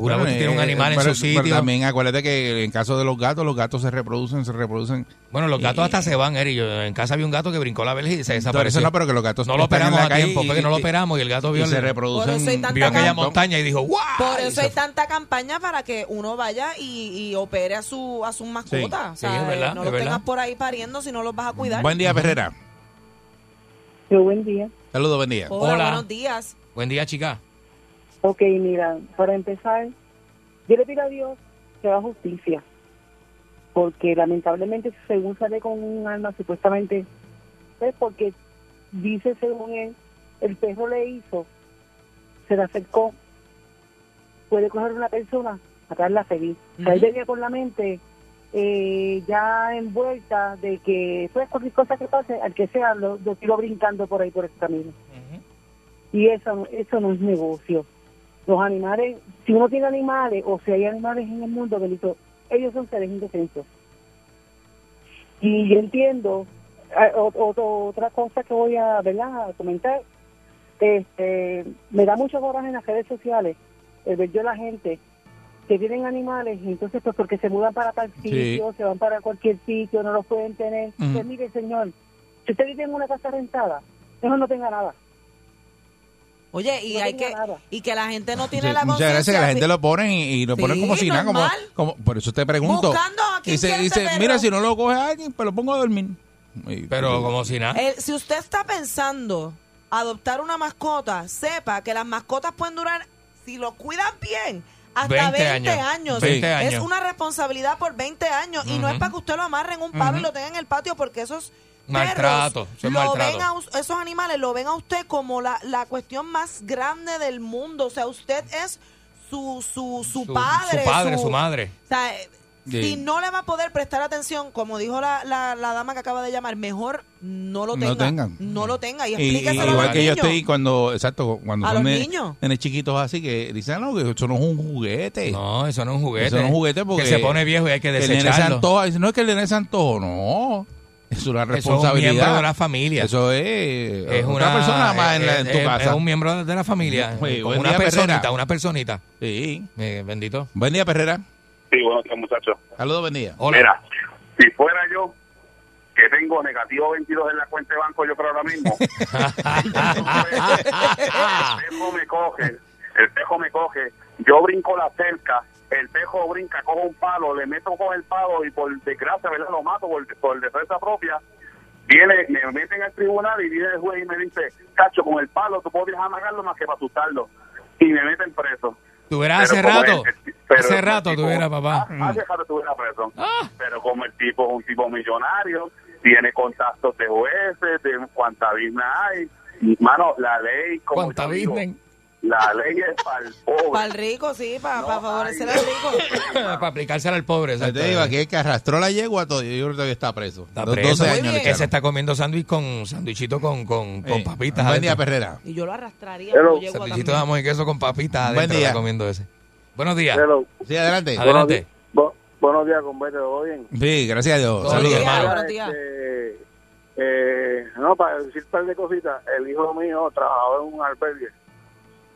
[SPEAKER 4] Una
[SPEAKER 3] Bueno,
[SPEAKER 4] vez tú tienes un
[SPEAKER 3] eh,
[SPEAKER 4] animal en
[SPEAKER 3] pero-
[SPEAKER 4] su sitio.
[SPEAKER 3] Pero también acuérdate que en caso de los gatos, los gatos se reproducen, se reproducen.
[SPEAKER 4] bueno, los gatos
[SPEAKER 3] y-
[SPEAKER 4] hasta se van, Eri. Yo en casa había un gato que brincó la verja y se
[SPEAKER 3] Entonces,
[SPEAKER 4] desapareció.
[SPEAKER 3] no, pero que los gatos
[SPEAKER 4] No lo
[SPEAKER 3] están en
[SPEAKER 4] operamos
[SPEAKER 3] la
[SPEAKER 4] a
[SPEAKER 3] calle
[SPEAKER 4] tiempo,
[SPEAKER 3] y-
[SPEAKER 4] porque no lo
[SPEAKER 3] y-
[SPEAKER 4] operamos y el gato
[SPEAKER 3] y
[SPEAKER 4] vio,
[SPEAKER 3] se
[SPEAKER 4] el-
[SPEAKER 5] Por eso hay
[SPEAKER 3] reproducen.
[SPEAKER 5] tanta
[SPEAKER 4] vio aquella
[SPEAKER 5] Acá-
[SPEAKER 4] montaña y dijo ¡guau!
[SPEAKER 5] Por
[SPEAKER 4] Y
[SPEAKER 5] eso
[SPEAKER 4] se
[SPEAKER 5] hay tanta campaña para que uno vaya y, y opere a su a sus mascotas.
[SPEAKER 4] sí,
[SPEAKER 5] o sea, eh,
[SPEAKER 4] es verdad,
[SPEAKER 5] no
[SPEAKER 4] es
[SPEAKER 5] los
[SPEAKER 4] verdad.
[SPEAKER 5] tengas por ahí pariendo si no los vas a cuidar.
[SPEAKER 3] Buen día, Ferrera.
[SPEAKER 8] Yo, buen día.
[SPEAKER 3] Saludos, buen día.
[SPEAKER 5] Hola,
[SPEAKER 4] Hola.
[SPEAKER 5] buenos días.
[SPEAKER 4] Buen día, chica.
[SPEAKER 8] Ok, mira, para empezar, yo le pido a Dios que haga justicia, porque lamentablemente según sale con un alma supuestamente, es porque dice según él, el perro le hizo, se le acercó, puede coger una persona, sacarla feliz. O sea, él venía con la mente eh, ya envuelta de que eso es cualquier cosa que pase, al que sea, lo, lo tiro brincando por ahí, por ese camino. Y eso, eso no es negocio los animales, si uno tiene animales o si hay animales en el mundo, bendito, ellos son seres indefensos. Y yo entiendo, ah, o- o- otra cosa que voy a, ¿verdad? a comentar, este, me da mucho coraje en las redes sociales el ver yo la gente que tienen animales y entonces pues porque se mudan para tal sitio, se van para cualquier sitio, no los pueden tener.
[SPEAKER 3] Ujú.
[SPEAKER 8] Pues, mire, señor, si usted vive en una casa rentada, eso no tenga nada.
[SPEAKER 5] Oye, y
[SPEAKER 8] No
[SPEAKER 5] hay
[SPEAKER 8] tenía
[SPEAKER 5] que
[SPEAKER 8] nada.
[SPEAKER 5] y que la gente no tiene
[SPEAKER 3] Sí,
[SPEAKER 5] la
[SPEAKER 3] muchas gracias que
[SPEAKER 5] conciencia.
[SPEAKER 3] la gente lo pone y, y lo
[SPEAKER 5] Sí,
[SPEAKER 3] ponen como si nada, como,
[SPEAKER 5] normal.
[SPEAKER 3] como- por eso te pregunto.
[SPEAKER 5] Buscando a quien
[SPEAKER 3] dice,
[SPEAKER 5] quiera
[SPEAKER 3] dice,
[SPEAKER 5] este
[SPEAKER 3] mira,
[SPEAKER 5] perro".
[SPEAKER 3] si no lo coge alguien, pues lo pongo a dormir. Y-
[SPEAKER 4] Pero como si nada.
[SPEAKER 5] Eh, si usted está pensando adoptar una mascota, sepa que las mascotas pueden durar, si lo cuidan bien, hasta 20,
[SPEAKER 4] 20 años.
[SPEAKER 5] años.
[SPEAKER 4] 20
[SPEAKER 5] Es
[SPEAKER 4] años.
[SPEAKER 5] una responsabilidad por 20 años y no es para que usted lo amarre en un palo y lo tenga en el patio porque esos
[SPEAKER 4] Maltrato,
[SPEAKER 5] perros
[SPEAKER 4] eso es
[SPEAKER 5] lo
[SPEAKER 4] maltrato.
[SPEAKER 5] ven a us- esos animales lo ven a usted como la, la cuestión más grande del mundo. O sea, usted es su, su, su, padre.
[SPEAKER 4] su padre, su madre.
[SPEAKER 5] O sea, eh,
[SPEAKER 3] Sí.
[SPEAKER 5] si no le va a poder prestar atención, como dijo la, la, la dama que acaba de llamar, mejor no lo
[SPEAKER 3] No
[SPEAKER 5] tenga.
[SPEAKER 3] tengan.
[SPEAKER 5] No lo tenga. Y
[SPEAKER 3] Y- y
[SPEAKER 5] explíqueselo a
[SPEAKER 3] igual
[SPEAKER 5] los
[SPEAKER 3] que yo
[SPEAKER 5] niños.
[SPEAKER 3] estoy cuando, exacto, cuando
[SPEAKER 5] A
[SPEAKER 3] son
[SPEAKER 5] los
[SPEAKER 3] nene-
[SPEAKER 5] niños.
[SPEAKER 3] nenes chiquitos así que dicen, "Ah, no, que eso no es un juguete.
[SPEAKER 4] No, eso no es un juguete.
[SPEAKER 3] Eso no es un juguete porque
[SPEAKER 4] Que se pone viejo y hay que
[SPEAKER 3] el nene se
[SPEAKER 4] desecharlo.
[SPEAKER 3] antoja. Dice, no es que el nene se antoja, no.
[SPEAKER 4] Eso es
[SPEAKER 3] Es una
[SPEAKER 4] un miembro de
[SPEAKER 3] responsabilidad.
[SPEAKER 4] la familia.
[SPEAKER 3] Eso es,
[SPEAKER 4] es
[SPEAKER 3] otra
[SPEAKER 4] una
[SPEAKER 3] persona más en, la-
[SPEAKER 4] es-
[SPEAKER 3] en tu
[SPEAKER 4] es-
[SPEAKER 3] casa.
[SPEAKER 4] Es un miembro de la familia.
[SPEAKER 3] Sí,
[SPEAKER 4] como
[SPEAKER 3] buen
[SPEAKER 4] una
[SPEAKER 3] día,
[SPEAKER 4] personita,
[SPEAKER 3] Perrera.
[SPEAKER 4] una personita.
[SPEAKER 3] Sí.
[SPEAKER 4] Eh, bendito.
[SPEAKER 3] Buen día, Perrera.
[SPEAKER 9] Sí, buenos días, muchachos.
[SPEAKER 3] Saludos, buen día.
[SPEAKER 4] Hola.
[SPEAKER 9] Mira, si fuera yo, que tengo negativo 22 en la cuenta de banco, yo creo ahora mismo. el pejo me coge, el pejo me coge, yo brinco la cerca, el pejo brinca, cojo un palo, le meto con el palo y por desgracia, ¿verdad? Lo mato por, por defensa propia. Viene, me meten al tribunal y viene el juez y me dice, cacho, con el palo tú podías amagarlo más que para asustarlo. Y me meten preso.
[SPEAKER 4] Tuviera hace
[SPEAKER 9] Pero como
[SPEAKER 4] rato.
[SPEAKER 9] el- pero
[SPEAKER 4] hace
[SPEAKER 9] el
[SPEAKER 4] rato
[SPEAKER 9] tipo-
[SPEAKER 4] tuviera, papá. Ah,
[SPEAKER 9] Ah, Hace rato tuviera preso. Ah. Pero como el tipo es un tipo millonario, tiene contactos de jueces, de cuanta bisna hay. Mano, la ley, como
[SPEAKER 4] Cuánta
[SPEAKER 9] yo digo,
[SPEAKER 4] virgen. <laughs>
[SPEAKER 9] la ley es para el
[SPEAKER 5] <laughs> Para el
[SPEAKER 9] pobre.
[SPEAKER 5] rico, sí, para,
[SPEAKER 9] No
[SPEAKER 5] favorecer
[SPEAKER 9] hay-
[SPEAKER 5] al rico.
[SPEAKER 4] Para aplicársela al pobre.
[SPEAKER 3] Yo
[SPEAKER 4] exacto.
[SPEAKER 3] te digo, aquel que arrastró la yegua, todo, yo creo que está preso.
[SPEAKER 4] Está
[SPEAKER 3] Dos-
[SPEAKER 4] preso.
[SPEAKER 3] 12
[SPEAKER 5] Muy
[SPEAKER 3] años le
[SPEAKER 5] bien.
[SPEAKER 4] Que se
[SPEAKER 3] echaron.
[SPEAKER 4] está comiendo sándwich con sándwichito con, con, con
[SPEAKER 3] Eh,
[SPEAKER 4] papitas.
[SPEAKER 3] Buen día,
[SPEAKER 4] adentro.
[SPEAKER 3] Perrera.
[SPEAKER 5] Y yo lo arrastraría.
[SPEAKER 7] Hello.
[SPEAKER 5] no llego a
[SPEAKER 4] Sándwichito de
[SPEAKER 5] también.
[SPEAKER 4] jamón y queso con papitas.
[SPEAKER 3] Buen
[SPEAKER 4] Adentro
[SPEAKER 3] día.
[SPEAKER 4] está comiendo ese. Buenos días.
[SPEAKER 7] Hello.
[SPEAKER 3] Sí, adelante.
[SPEAKER 4] Adelante.
[SPEAKER 7] Bu- buenos días, compadre, ¿todo bien?
[SPEAKER 3] Sí, gracias a Dios.
[SPEAKER 4] Todo
[SPEAKER 5] Buenos
[SPEAKER 3] Saludos.
[SPEAKER 4] bien.
[SPEAKER 5] días,
[SPEAKER 4] hermano.
[SPEAKER 5] buenos días.
[SPEAKER 7] Este, eh, no, para decir un par de cositas, el hijo mío trabajaba en un albergue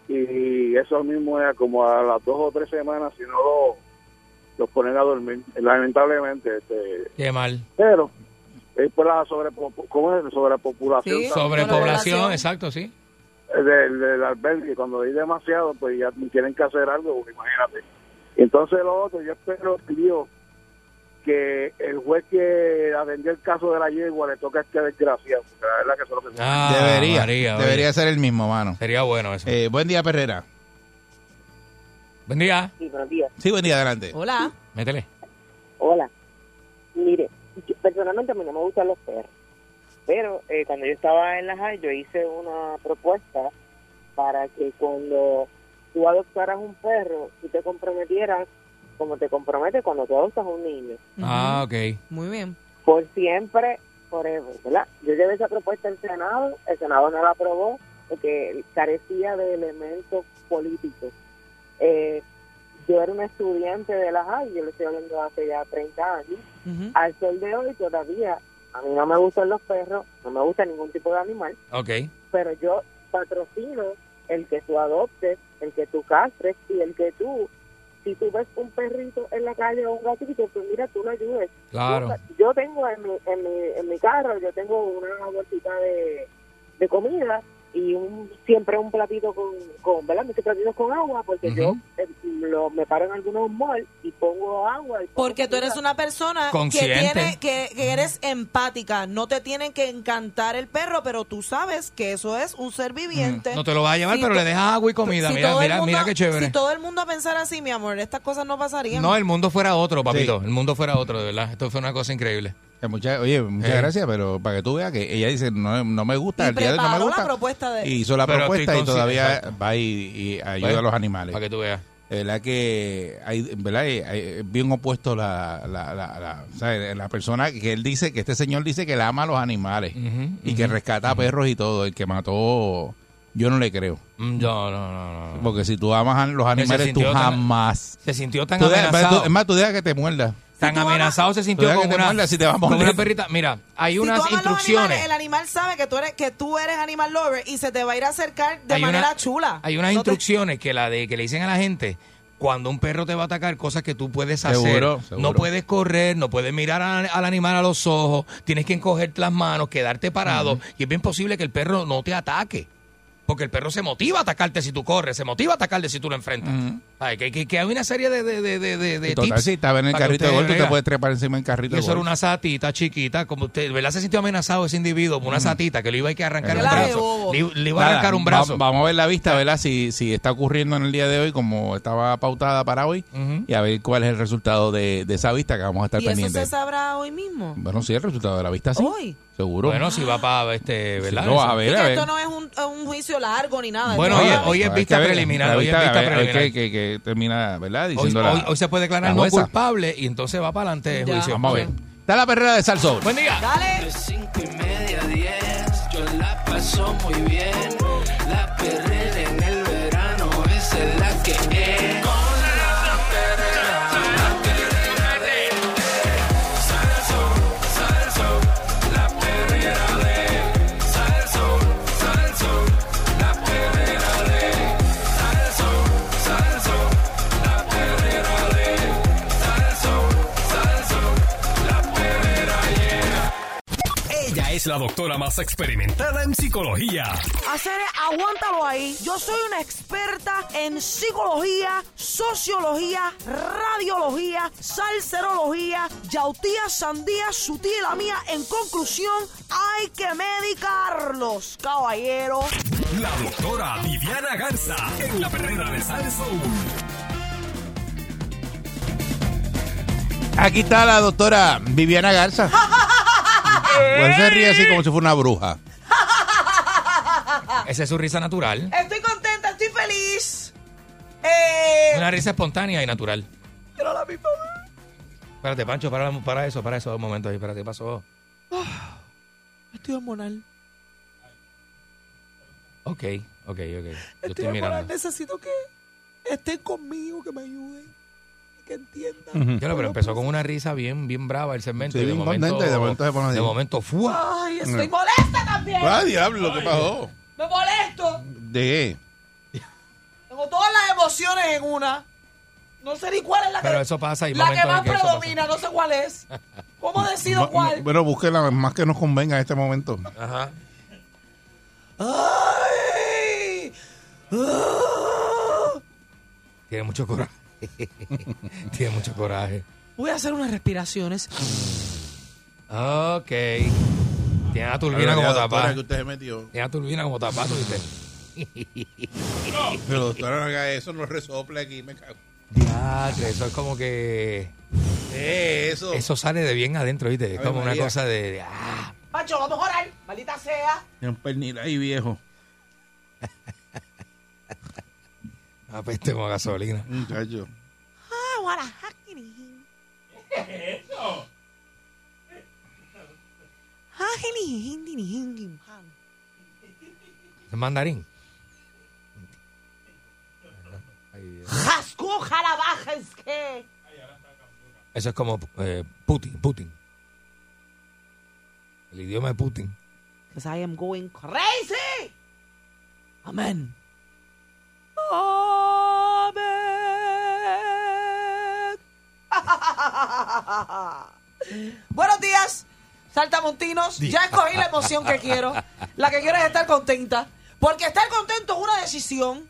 [SPEAKER 7] y eso mismo era como a las dos o tres semanas, si no lo, los ponen a dormir, lamentablemente. Este,
[SPEAKER 4] Qué mal.
[SPEAKER 7] pero es por la sobrepo- ¿cómo es? sobrepopulación
[SPEAKER 5] Sí.
[SPEAKER 7] también
[SPEAKER 4] Sobrepoblación,
[SPEAKER 5] Sobrepoblación.
[SPEAKER 4] exacto, sí.
[SPEAKER 7] del, del albergue. Cuando hay demasiado, pues ya tienen que hacer algo, porque imagínate. Entonces lo otro, yo espero, Dios, que el juez que atendió el caso de la yegua le toca a este desgraciado. porque La verdad que eso es lo que se-
[SPEAKER 4] Ah,
[SPEAKER 3] debería.
[SPEAKER 4] María, oye.
[SPEAKER 3] debería ser el mismo, mano.
[SPEAKER 4] Sería bueno eso.
[SPEAKER 3] Eh, buen día, Perrera.
[SPEAKER 4] Buen día.
[SPEAKER 10] Sí, buenos días.
[SPEAKER 3] Sí, buen día, adelante.
[SPEAKER 5] Hola.
[SPEAKER 4] Métele.
[SPEAKER 10] Hola. Mire, yo- personalmente a mí no me gustan los perros, pero eh, cuando yo estaba en la high yo hice una propuesta para que cuando tú adoptaras un perro, tú te comprometieras como te comprometes cuando tú adoptas un niño,
[SPEAKER 4] Ah, ok.
[SPEAKER 5] Muy bien.
[SPEAKER 10] por siempre, forever, ¿verdad? Yo llevé esa propuesta al Senado, el Senado no la aprobó porque carecía de elementos políticos. Eh, yo era una estudiante de la high, yo le estoy hablando hace ya 30 años,
[SPEAKER 5] Ujú.
[SPEAKER 10] al sol de hoy todavía a mí no me gustan los perros, no me gusta ningún tipo de animal,
[SPEAKER 4] Ok.
[SPEAKER 10] pero yo patrocino el que tú adoptes, el que tú castres y el que tú, si tú ves un perrito en la calle o un gatito, pues mira, tú lo ayudes.
[SPEAKER 4] Claro.
[SPEAKER 10] Yo, yo tengo en mi, en, mi, en mi carro, yo tengo una bolsita de, de comida y un, siempre un platito con, con ¿verdad? Muchos platitos con agua porque yo
[SPEAKER 4] Ujú.
[SPEAKER 10] eh, lo, me paro en algunos malls y pongo agua. y pongo
[SPEAKER 5] Porque tú eres
[SPEAKER 10] comida.
[SPEAKER 5] una persona
[SPEAKER 4] Consciente.
[SPEAKER 5] que tiene que, que eres empática. No te tienen que encantar el perro, pero tú sabes que eso es un ser viviente.
[SPEAKER 4] No te lo vas a llevar,
[SPEAKER 5] Si
[SPEAKER 4] pero
[SPEAKER 5] to-
[SPEAKER 4] le dejas agua y comida.
[SPEAKER 5] Si
[SPEAKER 4] mira,
[SPEAKER 5] todo el
[SPEAKER 4] mira,
[SPEAKER 5] mundo-
[SPEAKER 4] mira qué chévere.
[SPEAKER 5] Si todo el mundo pensara así, mi amor, estas cosas no pasarían.
[SPEAKER 4] No, el mundo fuera otro, papito.
[SPEAKER 3] Sí.
[SPEAKER 4] El mundo fuera otro, de verdad. Esto fue una cosa increíble.
[SPEAKER 3] Eh, mucha- oye, muchas
[SPEAKER 4] Eh.
[SPEAKER 3] gracias, pero para que tú veas que ella dice, no, no me gusta,
[SPEAKER 5] Y
[SPEAKER 3] el día de hoy no me
[SPEAKER 5] preparó la
[SPEAKER 3] gusta.
[SPEAKER 5] propuesta de-
[SPEAKER 3] y hizo la
[SPEAKER 4] Pero estoy
[SPEAKER 3] propuesta y
[SPEAKER 4] consciente,
[SPEAKER 3] todavía
[SPEAKER 4] exacto.
[SPEAKER 3] va y, y ayuda
[SPEAKER 4] Bueno,
[SPEAKER 3] a los animales.
[SPEAKER 4] Para que tú veas.
[SPEAKER 3] De verdad que hay, ¿verdad? Eh, hay- bien opuesto la, la, la, la- o sea, la persona que él dice, que este señor dice que le ama a los animales
[SPEAKER 4] Ujú,
[SPEAKER 3] y que rescata perros y todo. El que mató, yo no le creo.
[SPEAKER 4] Mm, No, no, no. no.
[SPEAKER 3] Porque si tú amas a los animales, tú
[SPEAKER 4] sintió tan-
[SPEAKER 3] jamás.
[SPEAKER 4] Se sintió tan
[SPEAKER 3] Tú dejas-
[SPEAKER 4] amenazado.
[SPEAKER 3] tú- es más, tú dejas que te muerda.
[SPEAKER 4] Tan
[SPEAKER 5] tú amas-
[SPEAKER 4] amenazado se sintió
[SPEAKER 3] dejas
[SPEAKER 4] con
[SPEAKER 3] que te
[SPEAKER 4] una,
[SPEAKER 3] muerda, si te va a
[SPEAKER 4] con
[SPEAKER 3] morder.
[SPEAKER 4] una perrita. Mira, hay
[SPEAKER 5] Si tú
[SPEAKER 4] unas
[SPEAKER 5] amas los animales,
[SPEAKER 4] instrucciones.
[SPEAKER 5] el animal sabe que tú eres que tú eres animal lover y se te va a ir a acercar de
[SPEAKER 4] Hay
[SPEAKER 5] manera
[SPEAKER 4] una-
[SPEAKER 5] chula.
[SPEAKER 4] Hay unas
[SPEAKER 5] No te-
[SPEAKER 4] instrucciones que la de que le dicen a la gente cuando un perro te va a atacar, cosas que tú puedes hacer.
[SPEAKER 3] Seguro, seguro.
[SPEAKER 4] No puedes correr, no puedes mirar a- al animal a los ojos, tienes que encoger las manos, quedarte parado y es bien posible que el perro no te ataque. Porque el perro se motiva a atacarte si tú corres, se motiva a atacarte si tú lo enfrentas. Ay, que, que- que hay una serie de, de, de, de, de- de
[SPEAKER 3] Y total,
[SPEAKER 4] tips
[SPEAKER 3] si estaba en el
[SPEAKER 4] para que
[SPEAKER 3] carrito de
[SPEAKER 4] usted
[SPEAKER 3] golf, tú te
[SPEAKER 4] vea.
[SPEAKER 3] puedes trepar encima del
[SPEAKER 4] Y
[SPEAKER 3] carrito de
[SPEAKER 4] eso era
[SPEAKER 3] golf.
[SPEAKER 4] una satita chiquita, como usted, ¿verdad? Se sintió amenazado ese individuo por una satita que le iba a hay que arrancar un
[SPEAKER 5] Claro,
[SPEAKER 4] brazo.
[SPEAKER 5] bobo.
[SPEAKER 4] Le, le iba a
[SPEAKER 3] Nada,
[SPEAKER 4] arrancar un
[SPEAKER 3] va-
[SPEAKER 4] brazo.
[SPEAKER 3] vamos a ver la vista, ¿verdad? Si, si está ocurriendo en el día de hoy, como estaba pautada para hoy,
[SPEAKER 4] Ujú.
[SPEAKER 3] y a ver cuál es el resultado de, de esa vista que vamos a estar
[SPEAKER 5] y eso se Oh.
[SPEAKER 3] pendientes.
[SPEAKER 5] sabrá hoy mismo.
[SPEAKER 3] Bueno, sí, el resultado de la
[SPEAKER 4] ¿Ah,
[SPEAKER 3] vista sí.
[SPEAKER 5] Hoy.
[SPEAKER 3] Seguro.
[SPEAKER 4] Bueno, si va para este,
[SPEAKER 3] Sí,
[SPEAKER 4] ¿verdad?
[SPEAKER 3] lo vas a
[SPEAKER 4] Eso.
[SPEAKER 5] Y
[SPEAKER 3] ver,
[SPEAKER 5] que
[SPEAKER 3] a ver.
[SPEAKER 5] esto no es un, un juicio largo ni nada.
[SPEAKER 4] Bueno,
[SPEAKER 5] Esto
[SPEAKER 4] oye,
[SPEAKER 5] es-
[SPEAKER 4] hoy es
[SPEAKER 3] a ver
[SPEAKER 4] vista
[SPEAKER 3] qué ve.
[SPEAKER 4] preliminar,
[SPEAKER 3] La
[SPEAKER 4] hoy es vista
[SPEAKER 3] a ver, a ver qué-
[SPEAKER 4] preliminar.
[SPEAKER 3] Que, que termina, ¿verdad?
[SPEAKER 4] Hoy,
[SPEAKER 3] Diciendo la-
[SPEAKER 4] hoy- hoy se puede declarar
[SPEAKER 3] la
[SPEAKER 4] no
[SPEAKER 3] jueza.
[SPEAKER 4] culpable y entonces va para adelante de
[SPEAKER 5] Ya.
[SPEAKER 4] juicio.
[SPEAKER 3] Vamos a ver. Está la perrera de Salsón.
[SPEAKER 4] Buen día.
[SPEAKER 5] Dale.
[SPEAKER 2] Cinco y media, diez, yo la paso muy bien. La perrera en el verano, esa es la que es. Con la perrera, la perrera de Salsón, Salsón, la perrera de Salsón, Salsón, la perrera de Salsón, Salsón, la perrera de Salsón, Salsón, la perrera llega.
[SPEAKER 1] Ella es la doctora más experimentada en psicología.
[SPEAKER 5] Hacer, aguántalo ahí. Yo soy una experta en psicología, sociología, radiología, salserología, yautía, sandía, su tía y la mía. En conclusión, hay que medicarlos, caballero.
[SPEAKER 1] La doctora Viviana Garza en la perrera de Salsón.
[SPEAKER 3] Aquí está la doctora Viviana Garza. Pues se ríe así como si fuera una bruja.
[SPEAKER 4] Ah. Esa es su risa natural.
[SPEAKER 5] Estoy contenta, estoy feliz. Eh,
[SPEAKER 4] Una risa espontánea y natural.
[SPEAKER 5] pero la misma
[SPEAKER 4] Espérate, Pancho, para, para eso, para eso, un momento ahí, espérate, ¿qué pasó?
[SPEAKER 5] Estoy hormonal.
[SPEAKER 4] Ok, ok, ok. Yo estoy mirando.
[SPEAKER 5] Necesito que estén conmigo, que me ayuden, que entiendan.
[SPEAKER 4] Claro, pero empezó con una risa bien, bien brava el segmento.
[SPEAKER 3] Sí,
[SPEAKER 4] y de
[SPEAKER 3] bien
[SPEAKER 4] momento,
[SPEAKER 3] contenta y de momento se pone así.
[SPEAKER 4] De momento, ¡fua!
[SPEAKER 5] Ay, estoy molesta también.
[SPEAKER 3] ¡Ah, diablo! ¿Qué pasó?
[SPEAKER 5] Me molesto.
[SPEAKER 3] ¿De
[SPEAKER 5] Tengo todas las emociones en una. No sé ni cuál es la
[SPEAKER 4] Pero
[SPEAKER 5] que,
[SPEAKER 4] eso pasa, hay
[SPEAKER 5] Ah. la que
[SPEAKER 4] momentos en
[SPEAKER 5] más
[SPEAKER 4] que eso
[SPEAKER 5] predomina, no sé cuál es.
[SPEAKER 4] <laughs>
[SPEAKER 5] ¿Cómo
[SPEAKER 3] qué?
[SPEAKER 5] decido cuál?
[SPEAKER 3] Bueno, busque la más que nos convenga en este momento.
[SPEAKER 4] Ajá.
[SPEAKER 5] ¡Ay! ¡Ah!
[SPEAKER 4] <laughs> Tiene mucho coraje. Tiene mucho coraje.
[SPEAKER 5] Voy a hacer unas respiraciones.
[SPEAKER 4] Ok. Tiene la turbina
[SPEAKER 3] Mira
[SPEAKER 4] como
[SPEAKER 3] doctora
[SPEAKER 4] tapada.
[SPEAKER 3] que usted se metió.
[SPEAKER 4] Tiene la turbina como tapada, ¿viste?
[SPEAKER 3] Pero doctora, no haga eso, no resople aquí, me cago.
[SPEAKER 4] Diatre, eso es como que.
[SPEAKER 3] Eh, eso.
[SPEAKER 4] Eso sale de bien adentro, ¿viste? Es
[SPEAKER 3] Ave
[SPEAKER 4] como una
[SPEAKER 3] María.
[SPEAKER 4] cosa de. de- ah.
[SPEAKER 5] Pacho, vamos a orar. Maldita sea.
[SPEAKER 3] Tiene un pernil ahí, viejo.
[SPEAKER 4] Apeste como a gasolina.
[SPEAKER 3] Muchacho.
[SPEAKER 4] Es mandarín.
[SPEAKER 5] Jasco, la baja, es que.
[SPEAKER 4] Eso es como eh, Putin, Putin. El idioma de Putin.
[SPEAKER 5] Because I am going crazy. Amén. Amén. <laughs> Buenos días, saltamontinos. Ya escogí la emoción que quiero. La que quiero es estar contenta. Porque estar contento es una decisión.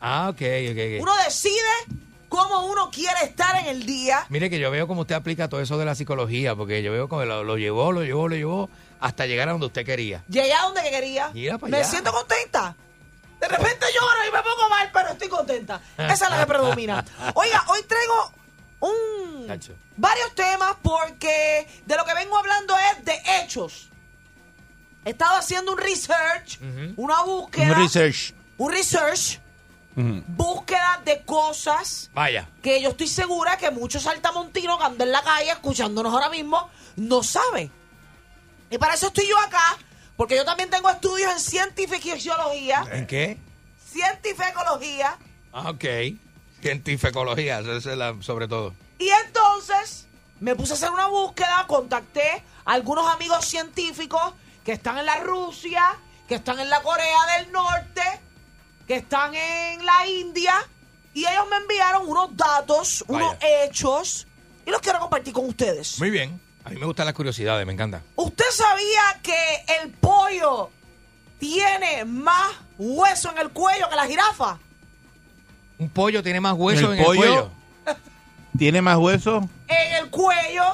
[SPEAKER 4] Ah, ok, ok, ok.
[SPEAKER 5] Uno decide cómo uno quiere estar en el día.
[SPEAKER 4] Mire que yo veo cómo usted aplica todo eso de la psicología, porque yo veo como lo, lo llevó, lo llevó, lo llevó, hasta llegar a donde usted quería.
[SPEAKER 5] Llegué a donde quería.
[SPEAKER 4] Mira pa'
[SPEAKER 5] me
[SPEAKER 4] allá.
[SPEAKER 5] siento contenta. De repente lloro y me pongo mal, pero estoy contenta. Esa es la que
[SPEAKER 4] <laughs>
[SPEAKER 5] predomina. Oiga, hoy traigo un
[SPEAKER 4] Cacho.
[SPEAKER 5] varios temas porque de lo que vengo hablando es de hechos. He estado haciendo un research, una búsqueda,
[SPEAKER 3] Un research.
[SPEAKER 5] un research, búsqueda de cosas
[SPEAKER 4] Vaya.
[SPEAKER 5] que yo estoy segura que muchos saltamontinos que andan en la calle escuchándonos ahora mismo no saben. Y para eso estoy yo acá, porque yo también tengo estudios en cientificología,
[SPEAKER 4] ¿En qué?
[SPEAKER 5] cientificología,
[SPEAKER 4] Ah, ok. Cientificología, eso es la, sobre todo.
[SPEAKER 5] y entonces me puse a hacer una búsqueda, contacté a algunos amigos científicos que están en la Rusia, que están en la Corea del Norte, que están en la India, y ellos me enviaron unos datos, unos
[SPEAKER 4] Vaya.
[SPEAKER 5] hechos, y los quiero compartir con ustedes.
[SPEAKER 4] Muy bien. A mí me gustan las curiosidades, me encanta.
[SPEAKER 5] ¿Usted sabía que el pollo tiene más hueso en el cuello que la jirafa?
[SPEAKER 4] Un pollo tiene más hueso
[SPEAKER 3] ¿El
[SPEAKER 4] en
[SPEAKER 3] pollo?
[SPEAKER 4] el cuello.
[SPEAKER 3] ¿Tiene más huesos?
[SPEAKER 5] En el cuello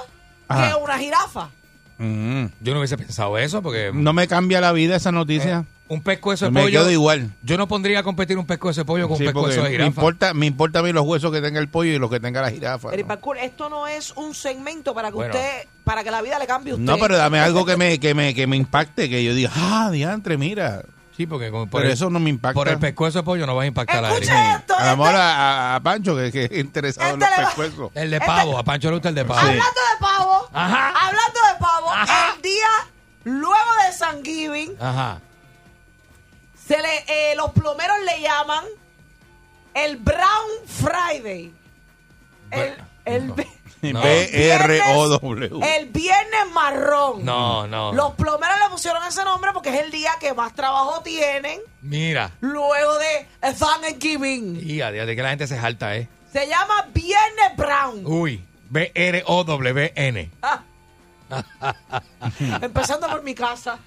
[SPEAKER 5] que
[SPEAKER 3] Ajá.
[SPEAKER 5] una jirafa.
[SPEAKER 3] Mm.
[SPEAKER 4] Yo no hubiese pensado eso porque
[SPEAKER 3] No me cambia la vida esa noticia.
[SPEAKER 4] un pescuezo de
[SPEAKER 3] me
[SPEAKER 4] Eh, pollo.
[SPEAKER 3] quedo igual.
[SPEAKER 4] Yo no pondría a competir un pescuezo de pollo con
[SPEAKER 3] Sí,
[SPEAKER 4] un
[SPEAKER 3] porque
[SPEAKER 4] pescuezo de
[SPEAKER 3] me
[SPEAKER 4] jirafa.
[SPEAKER 3] importa, me importa a mí los huesos que tenga el pollo y los que tenga la jirafa.
[SPEAKER 5] Eric
[SPEAKER 3] ¿no?
[SPEAKER 5] Parkour, esto no es un segmento para que
[SPEAKER 4] Bueno.
[SPEAKER 5] usted, para que la vida le cambie a usted.
[SPEAKER 3] No, pero dame algo que me, que me, que me impacte, que yo diga, ah, diantre, mira.
[SPEAKER 4] Sí, porque con- por,
[SPEAKER 3] Pero
[SPEAKER 4] el,
[SPEAKER 3] eso no me impacta.
[SPEAKER 4] por el pescuezo de pollo no va a impactar a Eric.
[SPEAKER 5] Escuche esto.
[SPEAKER 3] A lo mejor
[SPEAKER 5] este-
[SPEAKER 3] a, a- a Pancho, que, que es interesado en los
[SPEAKER 5] Este le va-
[SPEAKER 3] pescuezos.
[SPEAKER 4] El de pavo, a Pancho le gusta el de pavo.
[SPEAKER 5] <laughs> Hablando de pavo,
[SPEAKER 4] Ajá.
[SPEAKER 5] hablando de pavo,
[SPEAKER 4] Ajá.
[SPEAKER 5] el día luego de San Giving,
[SPEAKER 4] Ajá.
[SPEAKER 5] se le, eh, los plomeros le llaman el Brown Friday. El, el,
[SPEAKER 4] No.
[SPEAKER 3] E B-R-O-W.
[SPEAKER 5] Este El viernes marrón.
[SPEAKER 4] No, no.
[SPEAKER 5] Los plomeros le pusieron ese nombre porque es el día que más trabajo tienen
[SPEAKER 4] Mira.
[SPEAKER 5] luego de Thanksgiving.
[SPEAKER 4] Y a Dios de que la gente se jalta, ¿eh?
[SPEAKER 5] Se llama Viernes Brown.
[SPEAKER 4] Uy. B-R-O-W-N.
[SPEAKER 5] Ah. <laughs> Empezando por mi casa.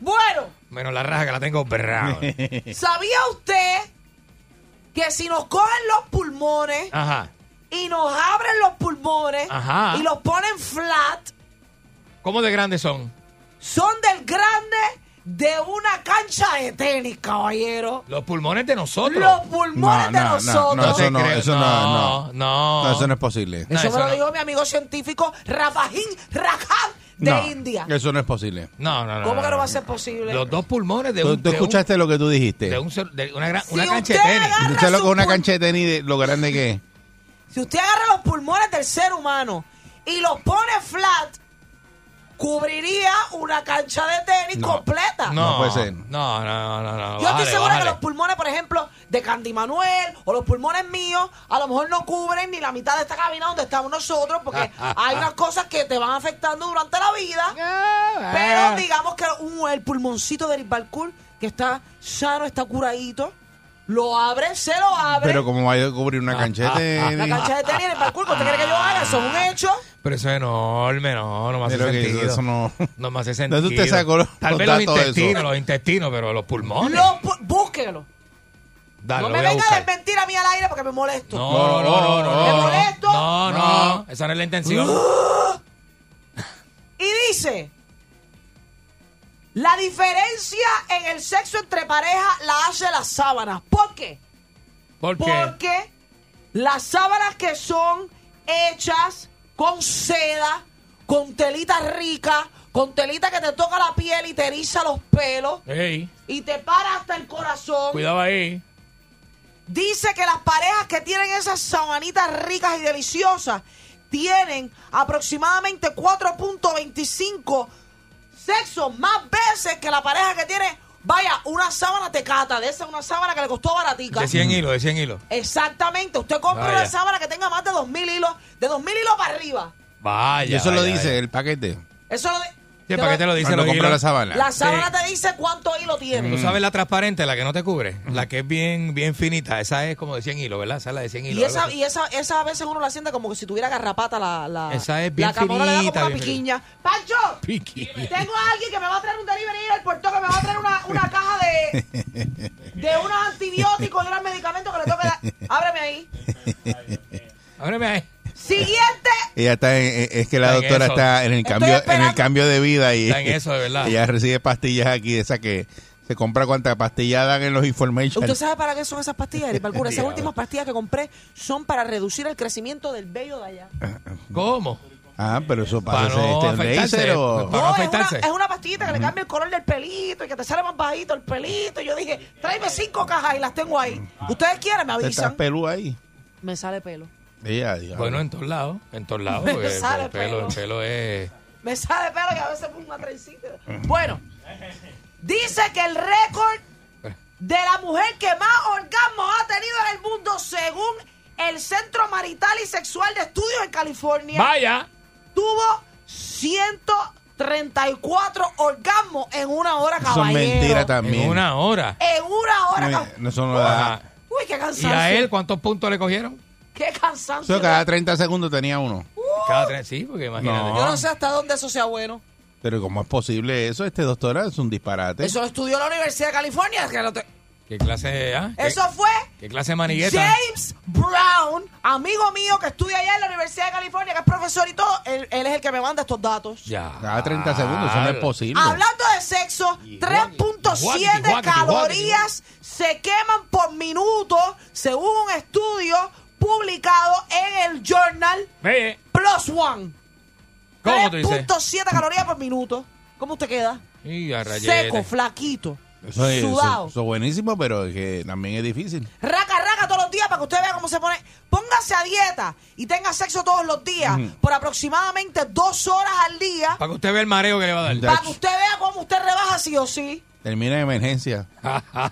[SPEAKER 5] Bueno,
[SPEAKER 4] Menos la raja que la tengo
[SPEAKER 3] <laughs>
[SPEAKER 4] brown.
[SPEAKER 5] ¿sabía usted que si nos cogen los pulmones
[SPEAKER 4] Ajá.
[SPEAKER 5] y nos abren los pulmones
[SPEAKER 4] Ajá.
[SPEAKER 5] y los ponen flat,
[SPEAKER 4] ¿Cómo de grandes son?
[SPEAKER 5] son del grande de una cancha de tenis, caballero?
[SPEAKER 4] Los pulmones de nosotros.
[SPEAKER 5] Los pulmones
[SPEAKER 3] No,
[SPEAKER 5] de
[SPEAKER 3] no, no,
[SPEAKER 5] nosotros.
[SPEAKER 3] no, eso
[SPEAKER 4] te
[SPEAKER 3] no,
[SPEAKER 4] creo.
[SPEAKER 3] eso no,
[SPEAKER 4] no.
[SPEAKER 3] no.
[SPEAKER 4] no.
[SPEAKER 3] No, eso no es posible.
[SPEAKER 4] No,
[SPEAKER 5] eso
[SPEAKER 4] eso
[SPEAKER 5] me lo
[SPEAKER 4] no.
[SPEAKER 5] dijo mi amigo científico Rafajín Rajab de
[SPEAKER 3] No,
[SPEAKER 5] India.
[SPEAKER 3] Eso no es posible.
[SPEAKER 4] No, no, no.
[SPEAKER 5] ¿Cómo que no va a ser
[SPEAKER 4] no.
[SPEAKER 5] posible?
[SPEAKER 4] Los dos pulmones de
[SPEAKER 3] ¿Tú,
[SPEAKER 4] un.
[SPEAKER 3] tú
[SPEAKER 4] de un-
[SPEAKER 3] escuchaste lo que tú dijiste?
[SPEAKER 4] de un sol- de una, gran,
[SPEAKER 5] Si
[SPEAKER 4] una cancha de
[SPEAKER 5] usted
[SPEAKER 4] tenis.
[SPEAKER 5] agarra-
[SPEAKER 3] ¿Tú sabes lo que es una
[SPEAKER 5] Razón,
[SPEAKER 3] cancha de tenis, de lo grande que es?
[SPEAKER 5] Si usted agarra los pulmones del ser humano y los pone flat, cubriría una cancha de tenis
[SPEAKER 3] No.
[SPEAKER 5] completa.
[SPEAKER 4] No,
[SPEAKER 3] No puede ser.
[SPEAKER 4] No, no, no, no.
[SPEAKER 5] Yo estoy
[SPEAKER 4] Ah, bájale,
[SPEAKER 5] segura que
[SPEAKER 4] bájale.
[SPEAKER 5] los pulmones, por ejemplo, de Candy Manuel o los pulmones míos, a lo mejor no cubren ni la mitad de esta cabina donde estamos nosotros,
[SPEAKER 4] <laughs>
[SPEAKER 5] porque hay unas cosas que te van afectando durante la vida. Pero digamos que un- el pulmoncito del Balcour, que está sano, está curadito, lo abre, se lo abre.
[SPEAKER 3] Pero como va a cubrir
[SPEAKER 4] Ah,
[SPEAKER 3] una cancha de
[SPEAKER 5] la
[SPEAKER 3] tenis.
[SPEAKER 5] cancha de tenis en el Balcour, ¿qué ¿usted quiere que yo haga? Eso es un hecho.
[SPEAKER 4] Pero eso es enorme, no, no me ah, hace
[SPEAKER 3] Pero que
[SPEAKER 4] sentido. <laughs>
[SPEAKER 3] eso no-
[SPEAKER 4] No me hace sentido.
[SPEAKER 3] ¿Dónde usted sacó los-
[SPEAKER 4] Tal
[SPEAKER 3] los
[SPEAKER 4] vez los
[SPEAKER 3] datos de eso?
[SPEAKER 4] intestinos, los intestinos, pero los pulmones.
[SPEAKER 5] Lo pu- búsquelo.
[SPEAKER 4] Dale,
[SPEAKER 5] no
[SPEAKER 4] Ah, lo
[SPEAKER 5] me
[SPEAKER 4] voy a
[SPEAKER 5] venga a
[SPEAKER 4] buscar.
[SPEAKER 5] desmentir a mí al aire porque me molesto.
[SPEAKER 4] No, no, no, no, no,
[SPEAKER 5] ¿Me
[SPEAKER 4] no.
[SPEAKER 5] molesto?
[SPEAKER 4] No, no,
[SPEAKER 3] No,
[SPEAKER 4] Esa no es la intención.
[SPEAKER 5] <gasps> Y dice, la diferencia en el sexo entre parejas la hace las sábanas. ¿Por qué?
[SPEAKER 4] ¿Por qué?
[SPEAKER 5] Porque las sábanas que son hechas con seda, con telita rica, con telita que te toca la piel y te eriza los pelos
[SPEAKER 4] Ey,
[SPEAKER 5] y te para hasta el corazón.
[SPEAKER 4] cuidado ahí.
[SPEAKER 5] Dice que las parejas que tienen esas sabanitas ricas y deliciosas tienen aproximadamente 4.25 sexos más veces que la pareja que tiene, vaya, una sábana tecata, de esa una sábana que le costó baratica.
[SPEAKER 4] De 100 hilos, de 100 hilos.
[SPEAKER 5] Exactamente, usted compra
[SPEAKER 4] Vaya.
[SPEAKER 5] una sábana que tenga más de 2.000 hilos, de 2.000 hilos para arriba.
[SPEAKER 4] Vaya.
[SPEAKER 3] Y eso lo
[SPEAKER 4] vaya,
[SPEAKER 3] dice
[SPEAKER 4] vaya.
[SPEAKER 3] el paquete.
[SPEAKER 5] Eso lo de-
[SPEAKER 4] Sí, ¿Para qué te lo dice?
[SPEAKER 3] Cuando
[SPEAKER 4] los
[SPEAKER 3] compra la
[SPEAKER 4] hilos?
[SPEAKER 3] sábana. Mm.
[SPEAKER 5] La sábana
[SPEAKER 4] Sí.
[SPEAKER 5] te dice cuántos hilos tiene.
[SPEAKER 4] Tú sabes la transparente, la que no te cubre, la que es bien, bien finita. Esa es como de 100 hilos, ¿verdad? Esa es la de 100 hilos.
[SPEAKER 5] Y esa,
[SPEAKER 4] algo así.
[SPEAKER 5] y esa, esa a veces uno la siente como que si tuviera garrapata la, la
[SPEAKER 4] Esa es bien
[SPEAKER 5] la camora le da
[SPEAKER 4] finita,
[SPEAKER 5] como una
[SPEAKER 4] bien
[SPEAKER 5] piquiña. ¡Pancho! Tengo a alguien que me va a traer un delivery del puerto que me va a traer una, una caja de, de unos antibióticos, de unos medicamentos que le tengo que dar. Ábreme ahí.
[SPEAKER 4] Ábreme ahí.
[SPEAKER 5] Siguiente.
[SPEAKER 3] Ella está en- en- es que la
[SPEAKER 4] Está en
[SPEAKER 3] doctora
[SPEAKER 4] eso.
[SPEAKER 3] está en el
[SPEAKER 5] Estoy
[SPEAKER 3] cambio en el
[SPEAKER 5] esperando.
[SPEAKER 3] cambio de vida y
[SPEAKER 4] Está
[SPEAKER 3] <laughs>
[SPEAKER 4] en eso, de verdad.
[SPEAKER 3] ella recibe pastillas aquí de esas que se compra cuantas pastillas dan en los information.
[SPEAKER 5] ¿Usted sabe para qué son esas pastillas, Eric Balcura? Esas últimas pastillas que compré son para reducir el crecimiento del vello de allá.
[SPEAKER 4] ¿Cómo?
[SPEAKER 3] Ah, pero eso
[SPEAKER 4] Para
[SPEAKER 3] pasa
[SPEAKER 4] no
[SPEAKER 3] este
[SPEAKER 4] afectarse.
[SPEAKER 3] laser
[SPEAKER 4] Para
[SPEAKER 3] o-
[SPEAKER 5] es,
[SPEAKER 4] no
[SPEAKER 5] una,
[SPEAKER 4] afeitarse.
[SPEAKER 5] es una pastillita que le cambia el color del pelito y que te sale más bajito el pelito. Y Yo dije, tráeme cinco cajas y las tengo ahí. Ustedes quieren, me
[SPEAKER 3] Usted está
[SPEAKER 5] avisan.
[SPEAKER 3] pelú ahí.
[SPEAKER 5] Me sale pelo.
[SPEAKER 3] Ella, diablo.
[SPEAKER 4] Bueno, en todos lados, en todos lados,
[SPEAKER 5] Me
[SPEAKER 4] porque el,
[SPEAKER 5] sale
[SPEAKER 4] el pelo,
[SPEAKER 5] pelo.
[SPEAKER 4] el pelo es...
[SPEAKER 5] Me sale pelo y a veces pongo una trencita. Bueno, dice que el récord de la mujer que más orgasmos ha tenido en el mundo, según el Centro Marital y Sexual de Estudios en California,
[SPEAKER 4] ¡Vaya!
[SPEAKER 5] tuvo 134 orgasmos en una hora,
[SPEAKER 3] Eso es
[SPEAKER 5] caballero.
[SPEAKER 3] mentira también.
[SPEAKER 4] En una hora.
[SPEAKER 5] En una hora.
[SPEAKER 3] No,
[SPEAKER 5] cab-
[SPEAKER 3] no, eso no
[SPEAKER 4] Ajá.
[SPEAKER 3] da.
[SPEAKER 5] Uy, qué
[SPEAKER 4] ¿Y
[SPEAKER 5] cansancio.
[SPEAKER 4] a él cuántos puntos le cogieron?
[SPEAKER 5] Qué cansancio.
[SPEAKER 3] Eso cada 30 segundos tenía uno.
[SPEAKER 4] Cada tres, sí, porque imagínate.
[SPEAKER 3] No.
[SPEAKER 5] Yo no sé hasta dónde eso sea bueno.
[SPEAKER 3] Pero ¿cómo es posible eso? Este doctora es un disparate.
[SPEAKER 5] Eso lo estudió la Universidad de California. que lo te-
[SPEAKER 4] ¿Qué clase, ah? ¿Qué-
[SPEAKER 5] Eso fue
[SPEAKER 4] ¿Qué clase de manigueta?
[SPEAKER 5] James Brown, amigo mío que estudia allá en la Universidad de California, que es profesor y todo, él, él es el que me manda estos datos.
[SPEAKER 4] Ya.
[SPEAKER 3] Cada 30 segundos, eso no
[SPEAKER 4] Ah.
[SPEAKER 3] es posible.
[SPEAKER 5] Hablando de sexo,
[SPEAKER 4] guáquete, guáquete,
[SPEAKER 5] 3.7
[SPEAKER 4] guáquete.
[SPEAKER 5] calorías se queman por minuto, según un estudio publicado en el journal
[SPEAKER 4] Ve,
[SPEAKER 5] Plus One.
[SPEAKER 4] ¿Cómo tú dices?
[SPEAKER 5] 3.7 calorías por minuto. ¿Cómo usted queda?
[SPEAKER 4] Y a rayete.
[SPEAKER 5] Seco, flaquito,
[SPEAKER 3] Eso es, eso,
[SPEAKER 5] sudado.
[SPEAKER 3] eso es buenísimo, pero es que también es difícil.
[SPEAKER 5] Raca, raca todos los días para que usted vea cómo se pone. Póngase a dieta y tenga sexo todos los días por aproximadamente dos horas al día
[SPEAKER 4] Para que usted vea el mareo que le va a dar.
[SPEAKER 3] Ya.
[SPEAKER 5] para que usted vea cómo usted rebaja sí o sí.
[SPEAKER 3] Termina
[SPEAKER 4] <laughs>
[SPEAKER 3] en emergencia.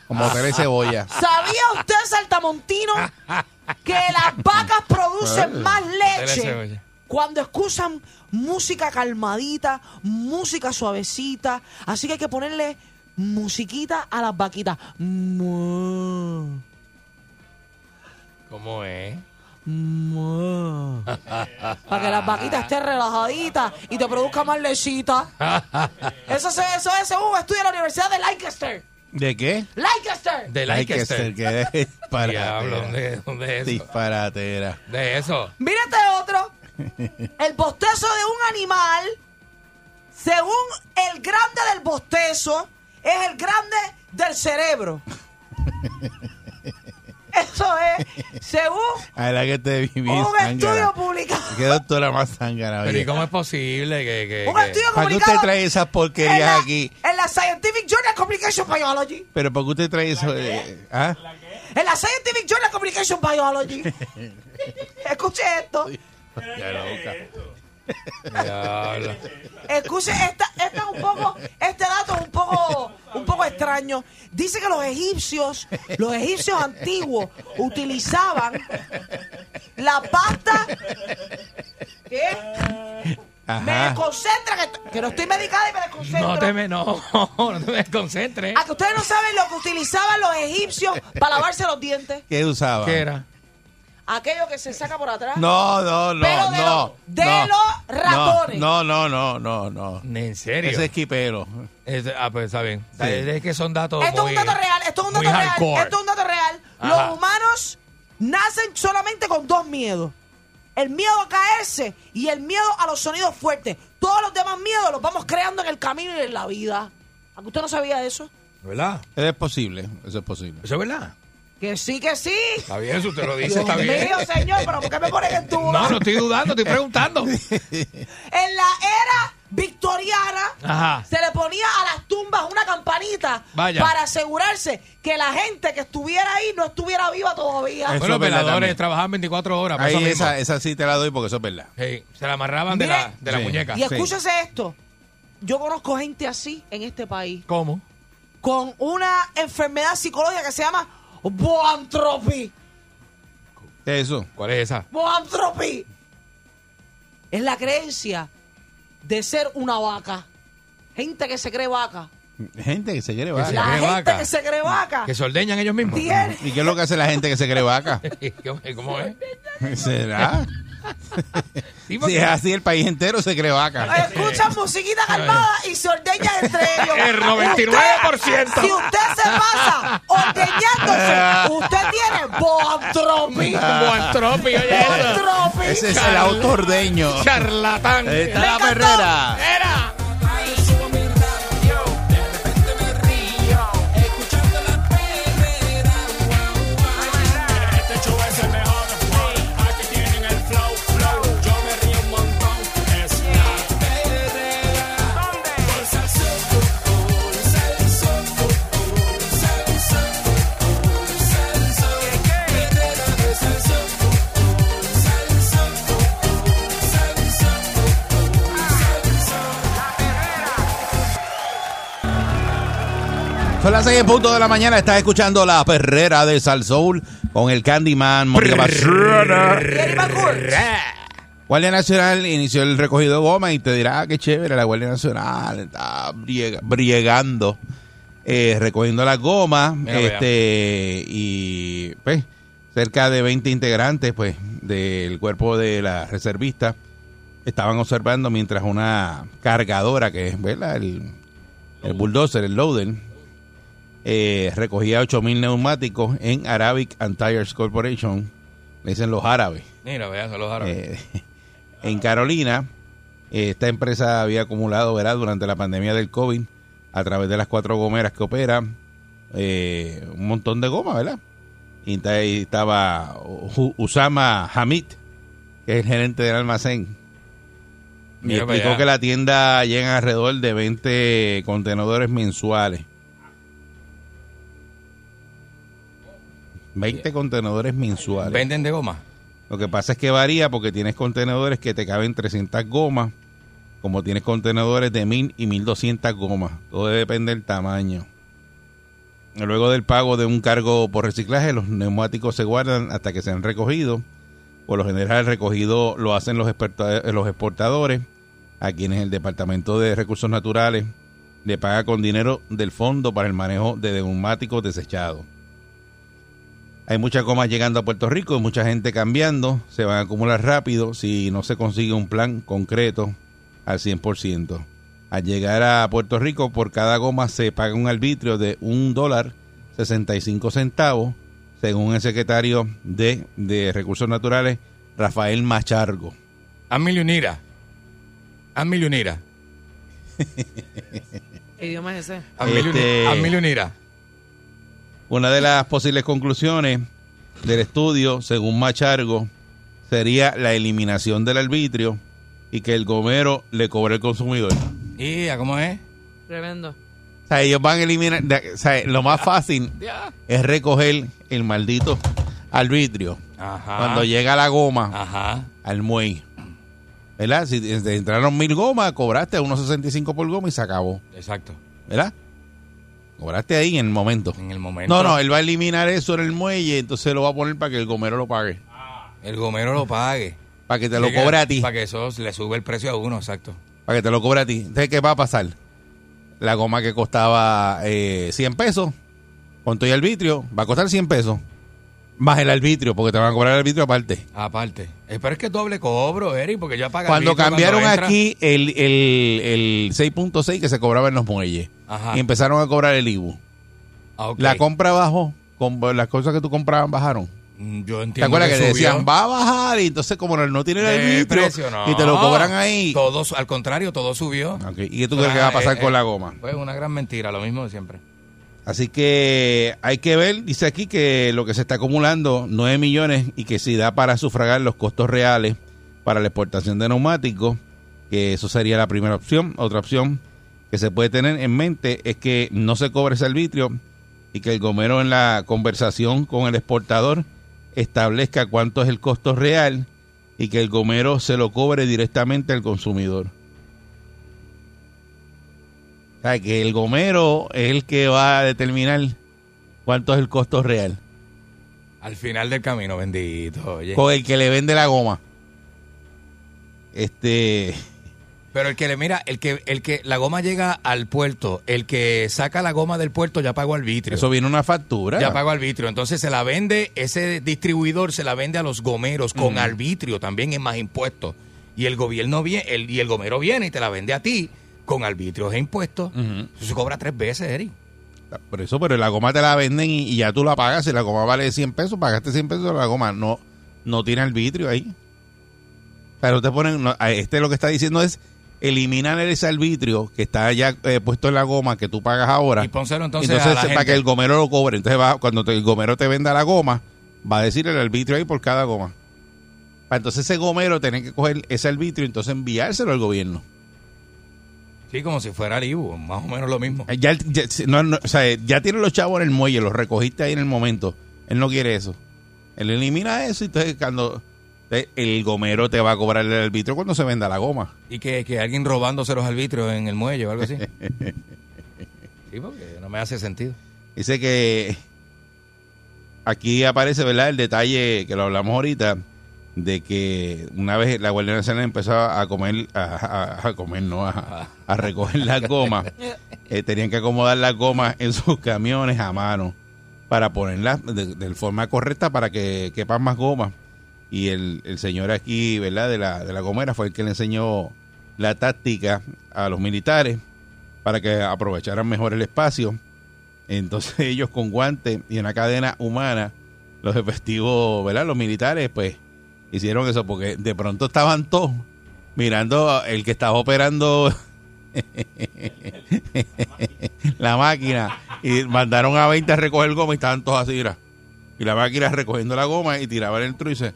[SPEAKER 3] Como tres cebollas.
[SPEAKER 5] ¿Sabía usted,
[SPEAKER 3] <laughs>
[SPEAKER 5] saltamontino, que las vacas producen más leche
[SPEAKER 4] cebolla.
[SPEAKER 5] cuando escuchan música calmadita, música suavecita? Así que hay que ponerle musiquita a las vaquitas. Muah,
[SPEAKER 4] ¿Cómo es?
[SPEAKER 5] muah. Para que las vaquitas estén relajaditas y te produzcan más lechita. Eso, se, eso es según un estudio de la Universidad de Lancaster.
[SPEAKER 3] ¿De qué?
[SPEAKER 5] ¡Lancaster!
[SPEAKER 4] De
[SPEAKER 3] Hay que ser
[SPEAKER 4] Lancaster.
[SPEAKER 3] que <laughs> eres
[SPEAKER 4] Diablo,
[SPEAKER 3] disparatera.
[SPEAKER 4] ¿dónde, dónde es eso?
[SPEAKER 3] Disparatera.
[SPEAKER 4] De eso.
[SPEAKER 5] Mírate este otro. El bostezo de un animal, según el grande del bostezo, es el grande del cerebro. Eso es, según
[SPEAKER 3] A la que te vi bien
[SPEAKER 5] un
[SPEAKER 3] zángana.
[SPEAKER 5] estudio publicado.
[SPEAKER 3] Qué doctora más zángana,
[SPEAKER 4] Pero ¿y
[SPEAKER 3] oye.
[SPEAKER 4] cómo es posible que... que-
[SPEAKER 5] Un
[SPEAKER 4] que-
[SPEAKER 5] estudio
[SPEAKER 3] ¿Para qué
[SPEAKER 5] publicado
[SPEAKER 3] usted trae esas
[SPEAKER 5] en la,
[SPEAKER 3] porquerías aquí?
[SPEAKER 5] en la Scientific Journal Communication Biology.
[SPEAKER 3] ¿Pero por qué usted trae eso? eh, ¿Ah?
[SPEAKER 5] En la Scientific Journal Communication Biology. Escuche esto.
[SPEAKER 3] Ya lo busca.
[SPEAKER 4] Diablo.
[SPEAKER 5] Escuche, esta, esta es un poco, este dato es un poco, un poco extraño. Dice que los egipcios, los egipcios antiguos utilizaban la pasta. ¿Qué? Me
[SPEAKER 3] Ajá.
[SPEAKER 5] desconcentra, que, que no estoy medicada y me desconcentro.
[SPEAKER 4] No te me... No, <laughs> no te me concentres.
[SPEAKER 5] A que ustedes no saben lo que utilizaban los egipcios para lavarse los dientes.
[SPEAKER 3] ¿Qué usaba?
[SPEAKER 4] ¿Qué era?
[SPEAKER 5] Aquello que se saca por atrás.
[SPEAKER 3] No, no, no,
[SPEAKER 5] Pero de
[SPEAKER 3] no.
[SPEAKER 5] los- de
[SPEAKER 3] no.
[SPEAKER 5] los ratones.
[SPEAKER 3] No, no, no, no, no. no.
[SPEAKER 4] ¿En serio?
[SPEAKER 3] Ese es quipero.
[SPEAKER 4] Es- ah, pues está bien.
[SPEAKER 3] Sí.
[SPEAKER 4] Es que son datos
[SPEAKER 5] Esto
[SPEAKER 4] muy-
[SPEAKER 5] es un dato real, esto es un
[SPEAKER 4] muy
[SPEAKER 5] dato real,
[SPEAKER 4] hardcore.
[SPEAKER 5] esto es un dato real.
[SPEAKER 4] Ajá.
[SPEAKER 5] Los humanos nacen solamente con dos miedos. el miedo a caerse y el miedo a los sonidos fuertes. Todos los demás miedos los vamos creando en el camino y en la vida. ¿A que usted no sabía eso?
[SPEAKER 4] ¿Verdad?
[SPEAKER 3] Eso es posible, eso es posible.
[SPEAKER 4] Eso es verdad.
[SPEAKER 5] Que sí, que sí.
[SPEAKER 4] Está bien, si usted lo
[SPEAKER 5] Dios
[SPEAKER 4] dice, está bien.
[SPEAKER 5] mío, señor, pero ¿por qué me ponen en duda?
[SPEAKER 4] No, no estoy dudando, estoy
[SPEAKER 3] <laughs>
[SPEAKER 4] preguntando.
[SPEAKER 5] En la era victoriana
[SPEAKER 4] Ajá.
[SPEAKER 5] se le ponía a las tumbas una campanita
[SPEAKER 4] Vaya.
[SPEAKER 5] para asegurarse que la gente que estuviera ahí no estuviera viva todavía.
[SPEAKER 3] Eso
[SPEAKER 4] Bueno,
[SPEAKER 3] es verdad
[SPEAKER 4] veladores
[SPEAKER 3] también.
[SPEAKER 4] trabajaban 24 horas. por
[SPEAKER 3] Ahí
[SPEAKER 4] eso mismo.
[SPEAKER 3] esa, esa sí te la doy porque eso es verdad.
[SPEAKER 4] Sí, se la amarraban de
[SPEAKER 5] Mire,
[SPEAKER 4] la, de la
[SPEAKER 3] sí.
[SPEAKER 4] muñeca.
[SPEAKER 5] Y escúchese esto. Yo conozco gente así en este país
[SPEAKER 4] ¿Cómo?
[SPEAKER 5] con una enfermedad psicológica que se llama boantropía.
[SPEAKER 3] Eso.
[SPEAKER 4] ¿Cuál es esa?
[SPEAKER 5] Boantropía. Es la creencia de ser una vaca. Gente que se cree vaca.
[SPEAKER 3] Gente que se cree
[SPEAKER 4] se
[SPEAKER 5] la
[SPEAKER 3] vaca.
[SPEAKER 4] cree
[SPEAKER 5] gente
[SPEAKER 4] vaca.
[SPEAKER 5] que se cree vaca
[SPEAKER 4] ¿Que se ordeñan ellos mismos? <laughs>
[SPEAKER 5] tiene
[SPEAKER 3] ¿Y qué es lo que hace la gente que se cree vaca?
[SPEAKER 4] ¿Cómo es?
[SPEAKER 3] <laughs> ¿Será?
[SPEAKER 4] Sí,
[SPEAKER 3] Si
[SPEAKER 4] porque-
[SPEAKER 3] es así, el país entero se cree vaca.
[SPEAKER 5] Escuchan musiquita calmada y se ordeñan
[SPEAKER 4] <laughs>
[SPEAKER 5] entre ellos.
[SPEAKER 4] El 99%.
[SPEAKER 5] Usted, si usted se pasa
[SPEAKER 4] <laughs>
[SPEAKER 5] ordeñándose, usted tiene boantropi.
[SPEAKER 4] Boantropi,
[SPEAKER 3] <laughs>
[SPEAKER 4] oye eso.
[SPEAKER 5] Boantropi.
[SPEAKER 3] Ese es el autordeño.
[SPEAKER 4] Charlatán.
[SPEAKER 3] Está la perrera.
[SPEAKER 4] Era.
[SPEAKER 3] Son las 6 en punto de la mañana. Estás escuchando la perrera de Salsoul con el Candyman. Mónica Pastrana.
[SPEAKER 5] Gary McCourt.
[SPEAKER 3] Guardia Nacional inició el recogido de goma y te dirá, ah, qué chévere, la Guardia Nacional está briega- briegando, eh, recogiendo las gomas.
[SPEAKER 4] Mira, vea.
[SPEAKER 3] este, y pues, cerca de 20 integrantes pues, del cuerpo de la reservista estaban observando mientras una cargadora, que es ¿verdad? El, el bulldozer, el loader, eh, recogía 8.000 neumáticos en Arabic and Tires Corporation, le dicen los árabes.
[SPEAKER 4] Mira, vea, se los árabes.
[SPEAKER 3] Eh, <laughs> en Carolina, eh, esta empresa había acumulado, ¿verdad?, durante la pandemia del COVID, a través de las cuatro gomeras que operan, eh, un montón de goma, ¿verdad? Y está- ahí estaba U- Usama Hamid, que es el gerente del almacén. Y
[SPEAKER 4] Mira para
[SPEAKER 3] explicó
[SPEAKER 4] allá.
[SPEAKER 3] que la tienda llega alrededor de 20 contenedores mensuales. 20 contenedores mensuales.
[SPEAKER 4] Venden de goma.
[SPEAKER 3] Lo que pasa es que varía porque tienes contenedores que te caben 300 gomas, como tienes contenedores de 1000 y 1200 gomas. Todo depende del tamaño. Luego del pago de un cargo por reciclaje, los neumáticos se guardan hasta que se han recogido. Por lo general, el recogido lo hacen los, experta- los exportadores, a quienes el Departamento de Recursos Naturales le paga con dinero del Fondo para el Manejo de Neumáticos Desechados. Hay muchas gomas llegando a Puerto Rico y mucha gente cambiando. Se van a acumular rápido si no se consigue un plan concreto al 100%. Al llegar a Puerto Rico, por cada goma se paga un arbitrio de un dólar 65 centavos, según el secretario de, de Recursos Naturales, Rafael Machargo.
[SPEAKER 4] Haz mil y unira. Haz mil y unira.
[SPEAKER 5] ¿Qué idioma es ese?
[SPEAKER 4] Haz mil y
[SPEAKER 3] Este-
[SPEAKER 4] unira. Haz mil y unira.
[SPEAKER 3] Una de las posibles conclusiones del estudio, según Machargo, sería la eliminación del arbitrio y que el gomero le cobre al consumidor.
[SPEAKER 4] ¿Y cómo es?
[SPEAKER 5] Tremendo.
[SPEAKER 3] O sea, ellos van a eliminar. de- o sea, lo más fácil es recoger el maldito arbitrio
[SPEAKER 4] Ajá.
[SPEAKER 3] cuando llega la goma
[SPEAKER 4] Ajá.
[SPEAKER 3] al muelle. ¿Verdad? Si te entraron mil gomas, cobraste 1.65 por goma y se acabó.
[SPEAKER 4] Exacto.
[SPEAKER 3] ¿Verdad? Cobraste ahí en el momento.
[SPEAKER 4] En el momento.
[SPEAKER 3] No, no, él va a eliminar eso en el muelle, entonces lo va a poner para que el gomero lo pague.
[SPEAKER 4] El gomero lo pague.
[SPEAKER 3] Para que te lo cobre a ti.
[SPEAKER 4] Para que eso le sube el precio a uno, exacto.
[SPEAKER 3] Para que te lo cobre a ti. Entonces, ¿qué va a pasar? La goma que costaba eh, 100 pesos, con todo y arbitrio, va a costar 100 pesos. Más el arbitrio, porque te van a cobrar el arbitrio aparte.
[SPEAKER 4] Aparte. Eh, Pero es que es doble cobro, Eri, porque ya pagan.
[SPEAKER 3] Cuando
[SPEAKER 4] litro
[SPEAKER 3] cambiaron
[SPEAKER 4] entra.
[SPEAKER 3] aquí el, el, el 6.6 que se cobraba en los muelles
[SPEAKER 4] Ajá.
[SPEAKER 3] y empezaron a cobrar el IBU,
[SPEAKER 4] Ah, ok.
[SPEAKER 3] la compra bajó, con- las cosas que tú comprabas bajaron.
[SPEAKER 4] Mm, Yo entiendo
[SPEAKER 3] ¿Te acuerdas que,
[SPEAKER 4] que
[SPEAKER 3] le
[SPEAKER 4] subió.
[SPEAKER 3] decían, va a bajar? Y entonces, como no, no tiene el
[SPEAKER 4] De
[SPEAKER 3] arbitrio,
[SPEAKER 4] precio, no.
[SPEAKER 3] y te lo cobran ahí.
[SPEAKER 4] Todo, su- al contrario, todo subió.
[SPEAKER 3] Ok, ¿Y qué tú crees que va a pasar
[SPEAKER 4] Eh,
[SPEAKER 3] con
[SPEAKER 4] eh,
[SPEAKER 3] la goma?
[SPEAKER 4] Pues una gran mentira, lo mismo de siempre.
[SPEAKER 3] Así que hay que ver, dice aquí que lo que se está acumulando, 9 millones, y que si da para sufragar los costos reales para la exportación de neumáticos, que eso sería la primera opción. Otra opción que se puede tener en mente es que no se cobre ese arbitrio y que el gomero en la conversación con el exportador establezca cuánto es el costo real y que el gomero se lo cobre directamente al consumidor. O sea, que el gomero es el que va a determinar cuánto es el costo real.
[SPEAKER 4] Al final del camino, bendito. Oye.
[SPEAKER 3] Con el que le vende la goma. Este.
[SPEAKER 4] Pero el que le mira, el que, el que la goma llega al puerto, el que saca la goma del puerto ya pagó arbitrio.
[SPEAKER 3] Eso viene una factura.
[SPEAKER 4] Ya pagó arbitrio. Entonces se la vende, ese distribuidor se la vende a los gomeros con arbitrio también en más impuestos. Y el gobierno viene, el, y el gomero viene y te la vende a ti con arbitrios e impuestos.
[SPEAKER 3] Ujú.
[SPEAKER 4] Eso se cobra tres veces, Eric.
[SPEAKER 3] Por eso, pero la goma te la venden y, y ya tú la pagas. Si la goma vale 100 pesos, pagaste 100 pesos la goma. No, no tiene arbitrio ahí. Pero te ponen. no, a este lo que está diciendo es eliminar ese arbitrio que está ya eh, puesto en la goma que tú pagas ahora.
[SPEAKER 4] Y pónselo entonces a la
[SPEAKER 3] para
[SPEAKER 4] gente.
[SPEAKER 3] que el gomero lo cobre. Entonces, va, cuando te- el gomero te venda la goma, va a decir el arbitrio ahí por cada goma. Para entonces ese gomero tener que coger ese arbitrio y entonces enviárselo al gobierno.
[SPEAKER 4] Sí, como si fuera el IBU, más o menos lo mismo.
[SPEAKER 3] Eh, Ya, el- ya- si- no, no, o sea, eh, ya tiene los chavos en el muelle, los recogiste ahí en el momento. Él no quiere eso. Él elimina eso y entonces cuando eh, el gomero te va a cobrar el arbitrio cuando se venda la goma.
[SPEAKER 4] Y que, que alguien robándose los arbitrios en el muelle o algo
[SPEAKER 3] <laughs>
[SPEAKER 4] así. sí, porque no me hace sentido.
[SPEAKER 3] Dice que aquí aparece, ¿verdad? El detalle que lo hablamos ahorita de que una vez la Guardia Nacional empezó a comer, a, a- a comer, no, a, a recoger las gomas, eh, tenían que acomodar las gomas en sus camiones a mano para ponerlas de, de forma correcta para que quepan más gomas. Y el, el señor aquí, ¿verdad? De la, de la Gomera fue el que le enseñó la táctica a los militares para que aprovecharan mejor el espacio. Entonces <laughs> ellos con guantes y una cadena humana, los efectivos, ¿verdad? Los militares, pues, hicieron eso porque de pronto estaban todos mirando a- el que estaba operando <laughs> la máquina y mandaron a 20 a recoger goma y estaban todos así, mira. Y la máquina recogiendo la goma y tiraban el truco y dice,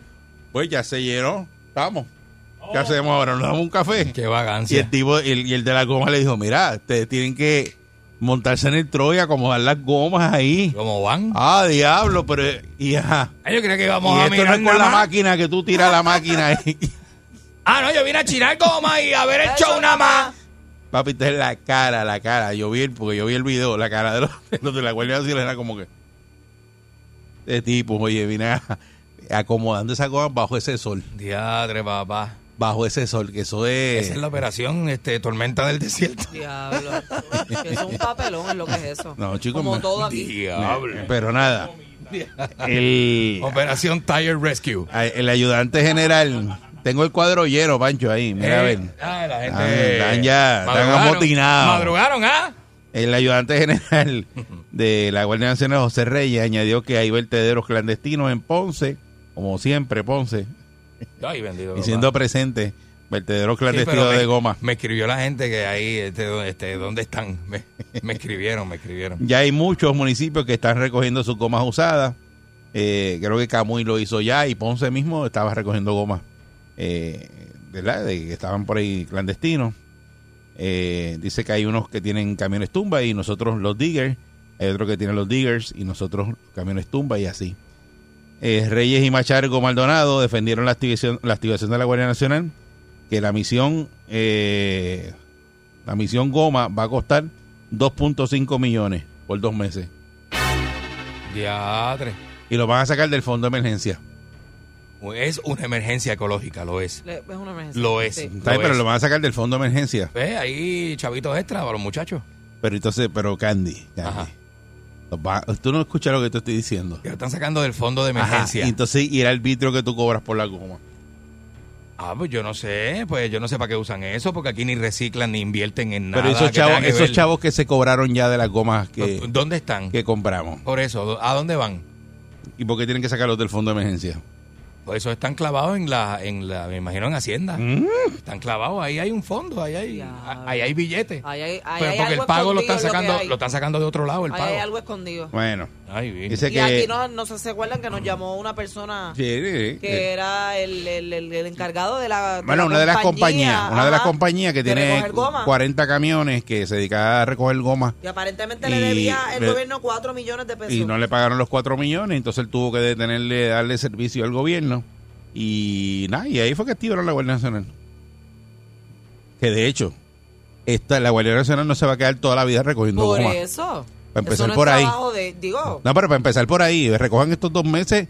[SPEAKER 3] pues ya se llenó, estamos. ¿Qué hacemos ahora? ¿Nos damos un café?
[SPEAKER 4] Qué
[SPEAKER 3] Y el
[SPEAKER 4] vagancia.
[SPEAKER 3] tipo, y el, y el de la goma le dijo, mira, ustedes tienen que montarse en el Troya, acomodar las gomas ahí.
[SPEAKER 4] ¿Cómo van?
[SPEAKER 3] Ah, diablo, pero... Y, ajá.
[SPEAKER 4] Ah, yo creo que
[SPEAKER 3] Y
[SPEAKER 4] íbamos a
[SPEAKER 3] esto no
[SPEAKER 4] mirar
[SPEAKER 3] es con
[SPEAKER 4] nada
[SPEAKER 3] la
[SPEAKER 4] más.
[SPEAKER 3] máquina que tú tiras la máquina ahí. <laughs>
[SPEAKER 4] Ah, no, yo vine a chirar goma y haber hecho una más.
[SPEAKER 3] Papi, te la cara, la cara. Yo vi el, porque yo vi el video, la cara de los <laughs> de, los de la Guardia Nacional era como que. Este tipo, oye, vine a- acomodando esa goma bajo ese sol.
[SPEAKER 4] Diadre, papá.
[SPEAKER 3] Bajo ese sol, que eso
[SPEAKER 4] Esa es la operación este, Tormenta del
[SPEAKER 3] <laughs>
[SPEAKER 4] Desierto.
[SPEAKER 5] Diablo. es un papelón es lo que es eso.
[SPEAKER 3] No, chicos,
[SPEAKER 5] Como
[SPEAKER 3] me-
[SPEAKER 5] todo aquí.
[SPEAKER 4] Diablo.
[SPEAKER 3] Pero nada. El,
[SPEAKER 4] Operación Tire Rescue.
[SPEAKER 3] Ay, El ayudante general. Tengo el cuadro lleno, Pancho, ahí. Mira, a ver.
[SPEAKER 4] Eh, ah, la gente.
[SPEAKER 3] Ah, están ya- están
[SPEAKER 4] madrugaron.
[SPEAKER 3] amotinados.
[SPEAKER 4] Madrugaron, ¿ah?
[SPEAKER 3] El ayudante general de la Guardia Nacional, José Reyes, añadió que hay vertederos clandestinos en Ponce, como siempre, Ponce,
[SPEAKER 4] Ay, bendito.
[SPEAKER 3] y
[SPEAKER 4] papá.
[SPEAKER 3] siendo presente, vertederos
[SPEAKER 4] Sí, pero
[SPEAKER 3] clandestinos
[SPEAKER 4] me-
[SPEAKER 3] de goma.
[SPEAKER 4] Me escribió la gente que ahí, este, do- este, ¿dónde están? Me, me escribieron, me escribieron.
[SPEAKER 3] Ya hay muchos municipios que están recogiendo sus gomas usadas. Eh, creo que Camuy lo hizo ya y Ponce mismo estaba recogiendo gomas. eh, ¿verdad? De que estaban por ahí clandestinos. Eh, dice que hay unos que tienen camiones tumba y nosotros los diggers. Hay otros que tienen los diggers y nosotros los camiones tumba y así. Eh, Reyes y Machargo Maldonado defendieron la activación, la activación de la Guardia Nacional. Que la misión eh, la misión Goma va a costar 2.5 millones por dos meses.
[SPEAKER 4] Diadre.
[SPEAKER 3] Y lo van a sacar del fondo de emergencia.
[SPEAKER 4] Es una emergencia ecológica, lo es.
[SPEAKER 5] Le- Es una emergencia.
[SPEAKER 4] Lo es.
[SPEAKER 5] Sí.
[SPEAKER 3] ¿Sabes?
[SPEAKER 4] Lo
[SPEAKER 3] Pero
[SPEAKER 4] es.
[SPEAKER 3] lo van a sacar del fondo de emergencia.
[SPEAKER 4] ¿Ves? Ahí chavitos extra para los muchachos.
[SPEAKER 3] Pero entonces, pero Candy, Candy,
[SPEAKER 4] Ajá.
[SPEAKER 3] los va- tú no escuchas lo que te estoy diciendo.
[SPEAKER 4] Que lo están sacando del fondo de
[SPEAKER 3] Ajá,
[SPEAKER 4] emergencia.
[SPEAKER 3] Y entonces, y el arbitrio que tú cobras por la goma.
[SPEAKER 4] Ah, pues yo no sé, pues yo no sé para qué usan eso, porque aquí ni reciclan ni invierten en nada.
[SPEAKER 3] pero esos
[SPEAKER 4] que tenga
[SPEAKER 3] chavos,
[SPEAKER 4] que
[SPEAKER 3] esos
[SPEAKER 4] ver.
[SPEAKER 3] chavos que se cobraron ya de las gomas que,
[SPEAKER 4] ¿dónde están?
[SPEAKER 3] que compramos.
[SPEAKER 4] Por eso, ¿a dónde van?
[SPEAKER 3] ¿Y por qué tienen que sacarlos del fondo de emergencia?
[SPEAKER 4] Por eso están clavados en la, en la, me imagino en Hacienda.
[SPEAKER 3] Mm.
[SPEAKER 4] Están clavados, ahí hay un fondo, ahí hay, ahí hay billetes.
[SPEAKER 5] Ahí hay- ahí
[SPEAKER 4] Pero
[SPEAKER 5] hay
[SPEAKER 4] porque el
[SPEAKER 5] algo
[SPEAKER 4] pago lo
[SPEAKER 5] escondido
[SPEAKER 4] están
[SPEAKER 5] en que
[SPEAKER 4] sacando,
[SPEAKER 5] hay.
[SPEAKER 4] lo están sacando de otro lado el
[SPEAKER 5] Ahí hay
[SPEAKER 4] pago.
[SPEAKER 5] algo escondido.
[SPEAKER 3] Bueno,
[SPEAKER 4] Ay, bien.
[SPEAKER 3] dice
[SPEAKER 5] Y aquí
[SPEAKER 3] que...
[SPEAKER 5] no, no sé si se acuerdan que nos llamó una persona
[SPEAKER 3] Sí, sí, sí.
[SPEAKER 5] que era el, el- el- el encargado de la. de
[SPEAKER 3] Bueno,
[SPEAKER 5] la
[SPEAKER 3] una de las compañías, una de las
[SPEAKER 5] ajá,
[SPEAKER 3] compañías que
[SPEAKER 5] de
[SPEAKER 3] tiene
[SPEAKER 5] recoger goma.
[SPEAKER 3] 40 camiones que se dedicaba a recoger goma
[SPEAKER 5] Y aparentemente
[SPEAKER 3] Y
[SPEAKER 5] le debía el
[SPEAKER 3] le-
[SPEAKER 5] gobierno 4 millones de pesos.
[SPEAKER 3] y no le pagaron los 4 millones, entonces él tuvo que detenerle, darle servicio al gobierno y nada, y ahí fue que activaron la Guardia Nacional. Que de hecho, esta, la Guardia Nacional no se va a quedar toda la vida recogiendo
[SPEAKER 5] por
[SPEAKER 3] goma.
[SPEAKER 5] eso.
[SPEAKER 3] Para empezar
[SPEAKER 5] Eso no es
[SPEAKER 3] por ahí.
[SPEAKER 5] trabajo de- digo,
[SPEAKER 3] No, pero para empezar por ahí, recojan estos dos meses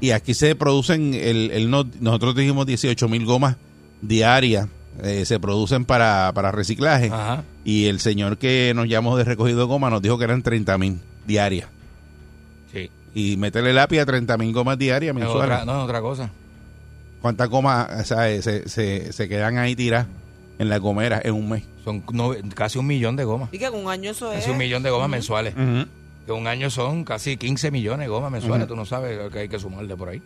[SPEAKER 3] y aquí se producen, el, el no- nosotros dijimos 18 mil gomas diarias, eh, se producen para, para reciclaje.
[SPEAKER 4] Ajá.
[SPEAKER 3] Y el señor que nos llamó de recogido de goma nos dijo que eran 30 mil diarias.
[SPEAKER 4] Sí.
[SPEAKER 3] Y meterle lápiz a 30 mil gomas
[SPEAKER 4] Es
[SPEAKER 3] diarias mensuales.
[SPEAKER 4] otra, no, es otra cosa.
[SPEAKER 3] ¿Cuántas gomas o sea, eh, se, se- se quedan ahí tiradas en la gomera en un mes?
[SPEAKER 4] Son nove- casi un millón de gomas.
[SPEAKER 5] y que con un año eso es.
[SPEAKER 4] Casi un millón de
[SPEAKER 5] Mm.
[SPEAKER 4] gomas mensuales. Que un año son casi 15 millones de gomas mensuales.
[SPEAKER 3] Mm.
[SPEAKER 4] Tú no sabes lo que hay que sumarle por ahí.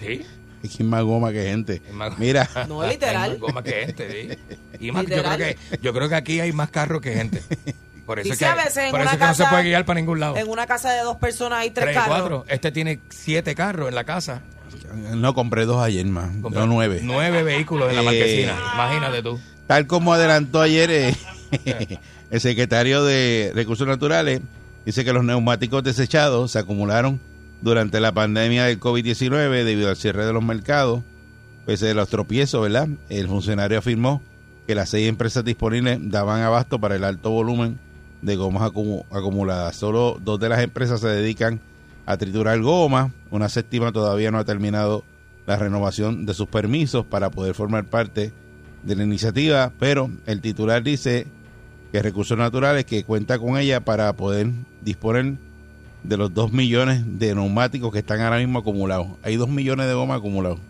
[SPEAKER 4] Sí.
[SPEAKER 3] Hay que más goma que gente.
[SPEAKER 4] Es más- <laughs>
[SPEAKER 3] Mira,
[SPEAKER 5] No,
[SPEAKER 4] Hay
[SPEAKER 5] literal.
[SPEAKER 4] más gomas que gente, sí. Y más, yo, creo
[SPEAKER 5] Literal.
[SPEAKER 4] que, yo creo que aquí hay más carros que gente. Por eso
[SPEAKER 5] Y
[SPEAKER 4] es
[SPEAKER 5] si
[SPEAKER 4] que,
[SPEAKER 5] a veces en
[SPEAKER 4] por eso
[SPEAKER 5] una
[SPEAKER 4] es que no se
[SPEAKER 5] casa-
[SPEAKER 4] puede guiar para ningún lado.
[SPEAKER 5] En una casa de dos personas hay tres,
[SPEAKER 4] Tres,
[SPEAKER 5] carros.
[SPEAKER 4] cuatro. Este tiene siete carros en la casa.
[SPEAKER 3] no compré dos ayer más,
[SPEAKER 4] Compré
[SPEAKER 3] no nueve.
[SPEAKER 4] Nueve vehículos en la
[SPEAKER 3] Eh.
[SPEAKER 4] marquesina.
[SPEAKER 5] Ah.
[SPEAKER 4] Imagínate tú.
[SPEAKER 3] Tal como adelantó ayer eh, <laughs> el secretario de Recursos Naturales, dice que los neumáticos desechados se acumularon durante la pandemia del COVID-19 debido al cierre de los mercados, pese a los tropiezos, ¿verdad? El funcionario afirmó que las seis empresas disponibles daban abasto para el alto volumen de gomas acumu- acumuladas. Solo dos de las empresas se dedican a triturar goma, una séptima todavía no ha terminado la renovación de sus permisos para poder formar parte de la iniciativa, pero el titular dice que Recursos Naturales que cuenta con ella para poder disponer de los 2 millones de neumáticos que están ahora mismo acumulados. Hay 2 millones de gomas acumulados.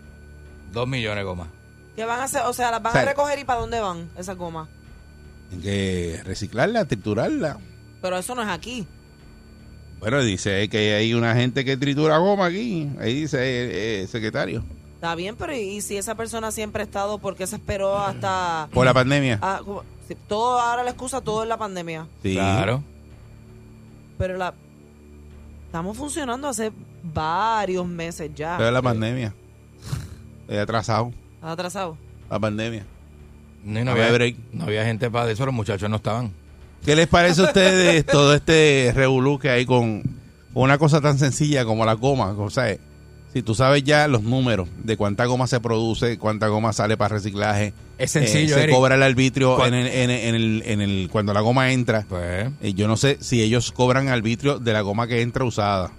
[SPEAKER 4] Dos millones de gomas.
[SPEAKER 5] Que van a hacer, o sea, las van
[SPEAKER 3] O sea,
[SPEAKER 5] a recoger y para dónde van esas gomas.
[SPEAKER 3] Hay que reciclarla, triturarla.
[SPEAKER 5] Pero eso no es aquí.
[SPEAKER 3] Bueno, dice que hay una gente que tritura goma aquí. Ahí dice eh, eh, secretario.
[SPEAKER 5] Está bien, pero ¿y, y si esa persona siempre ha estado, por qué se esperó hasta...
[SPEAKER 3] Por la pandemia.
[SPEAKER 5] a- como- si- todo ahora la excusa, todo es la pandemia.
[SPEAKER 3] Sí.
[SPEAKER 4] Claro.
[SPEAKER 5] Pero la... Estamos funcionando hace varios meses ya.
[SPEAKER 3] Pero la pandemia. He atrasado
[SPEAKER 5] ¿Estás atrasado?
[SPEAKER 3] la pandemia.
[SPEAKER 4] No, y no
[SPEAKER 3] A ver,
[SPEAKER 4] había,
[SPEAKER 3] break.
[SPEAKER 4] no había gente para eso. Los muchachos no estaban.
[SPEAKER 3] ¿Qué les parece a
[SPEAKER 4] <laughs>
[SPEAKER 3] ustedes todo este revolú que hay con con una cosa tan sencilla como la goma? O sea, si tú sabes ya los números de cuánta goma se produce, cuánta goma sale para reciclaje, eh,
[SPEAKER 4] Es sencillo,
[SPEAKER 3] se
[SPEAKER 4] Eric.
[SPEAKER 3] cobra el arbitrio
[SPEAKER 4] Cua-
[SPEAKER 3] en el- en el- en el- en el- cuando la goma entra.
[SPEAKER 4] Pues.
[SPEAKER 3] Eh, yo no sé si ellos cobran arbitrio de la goma que entra usada.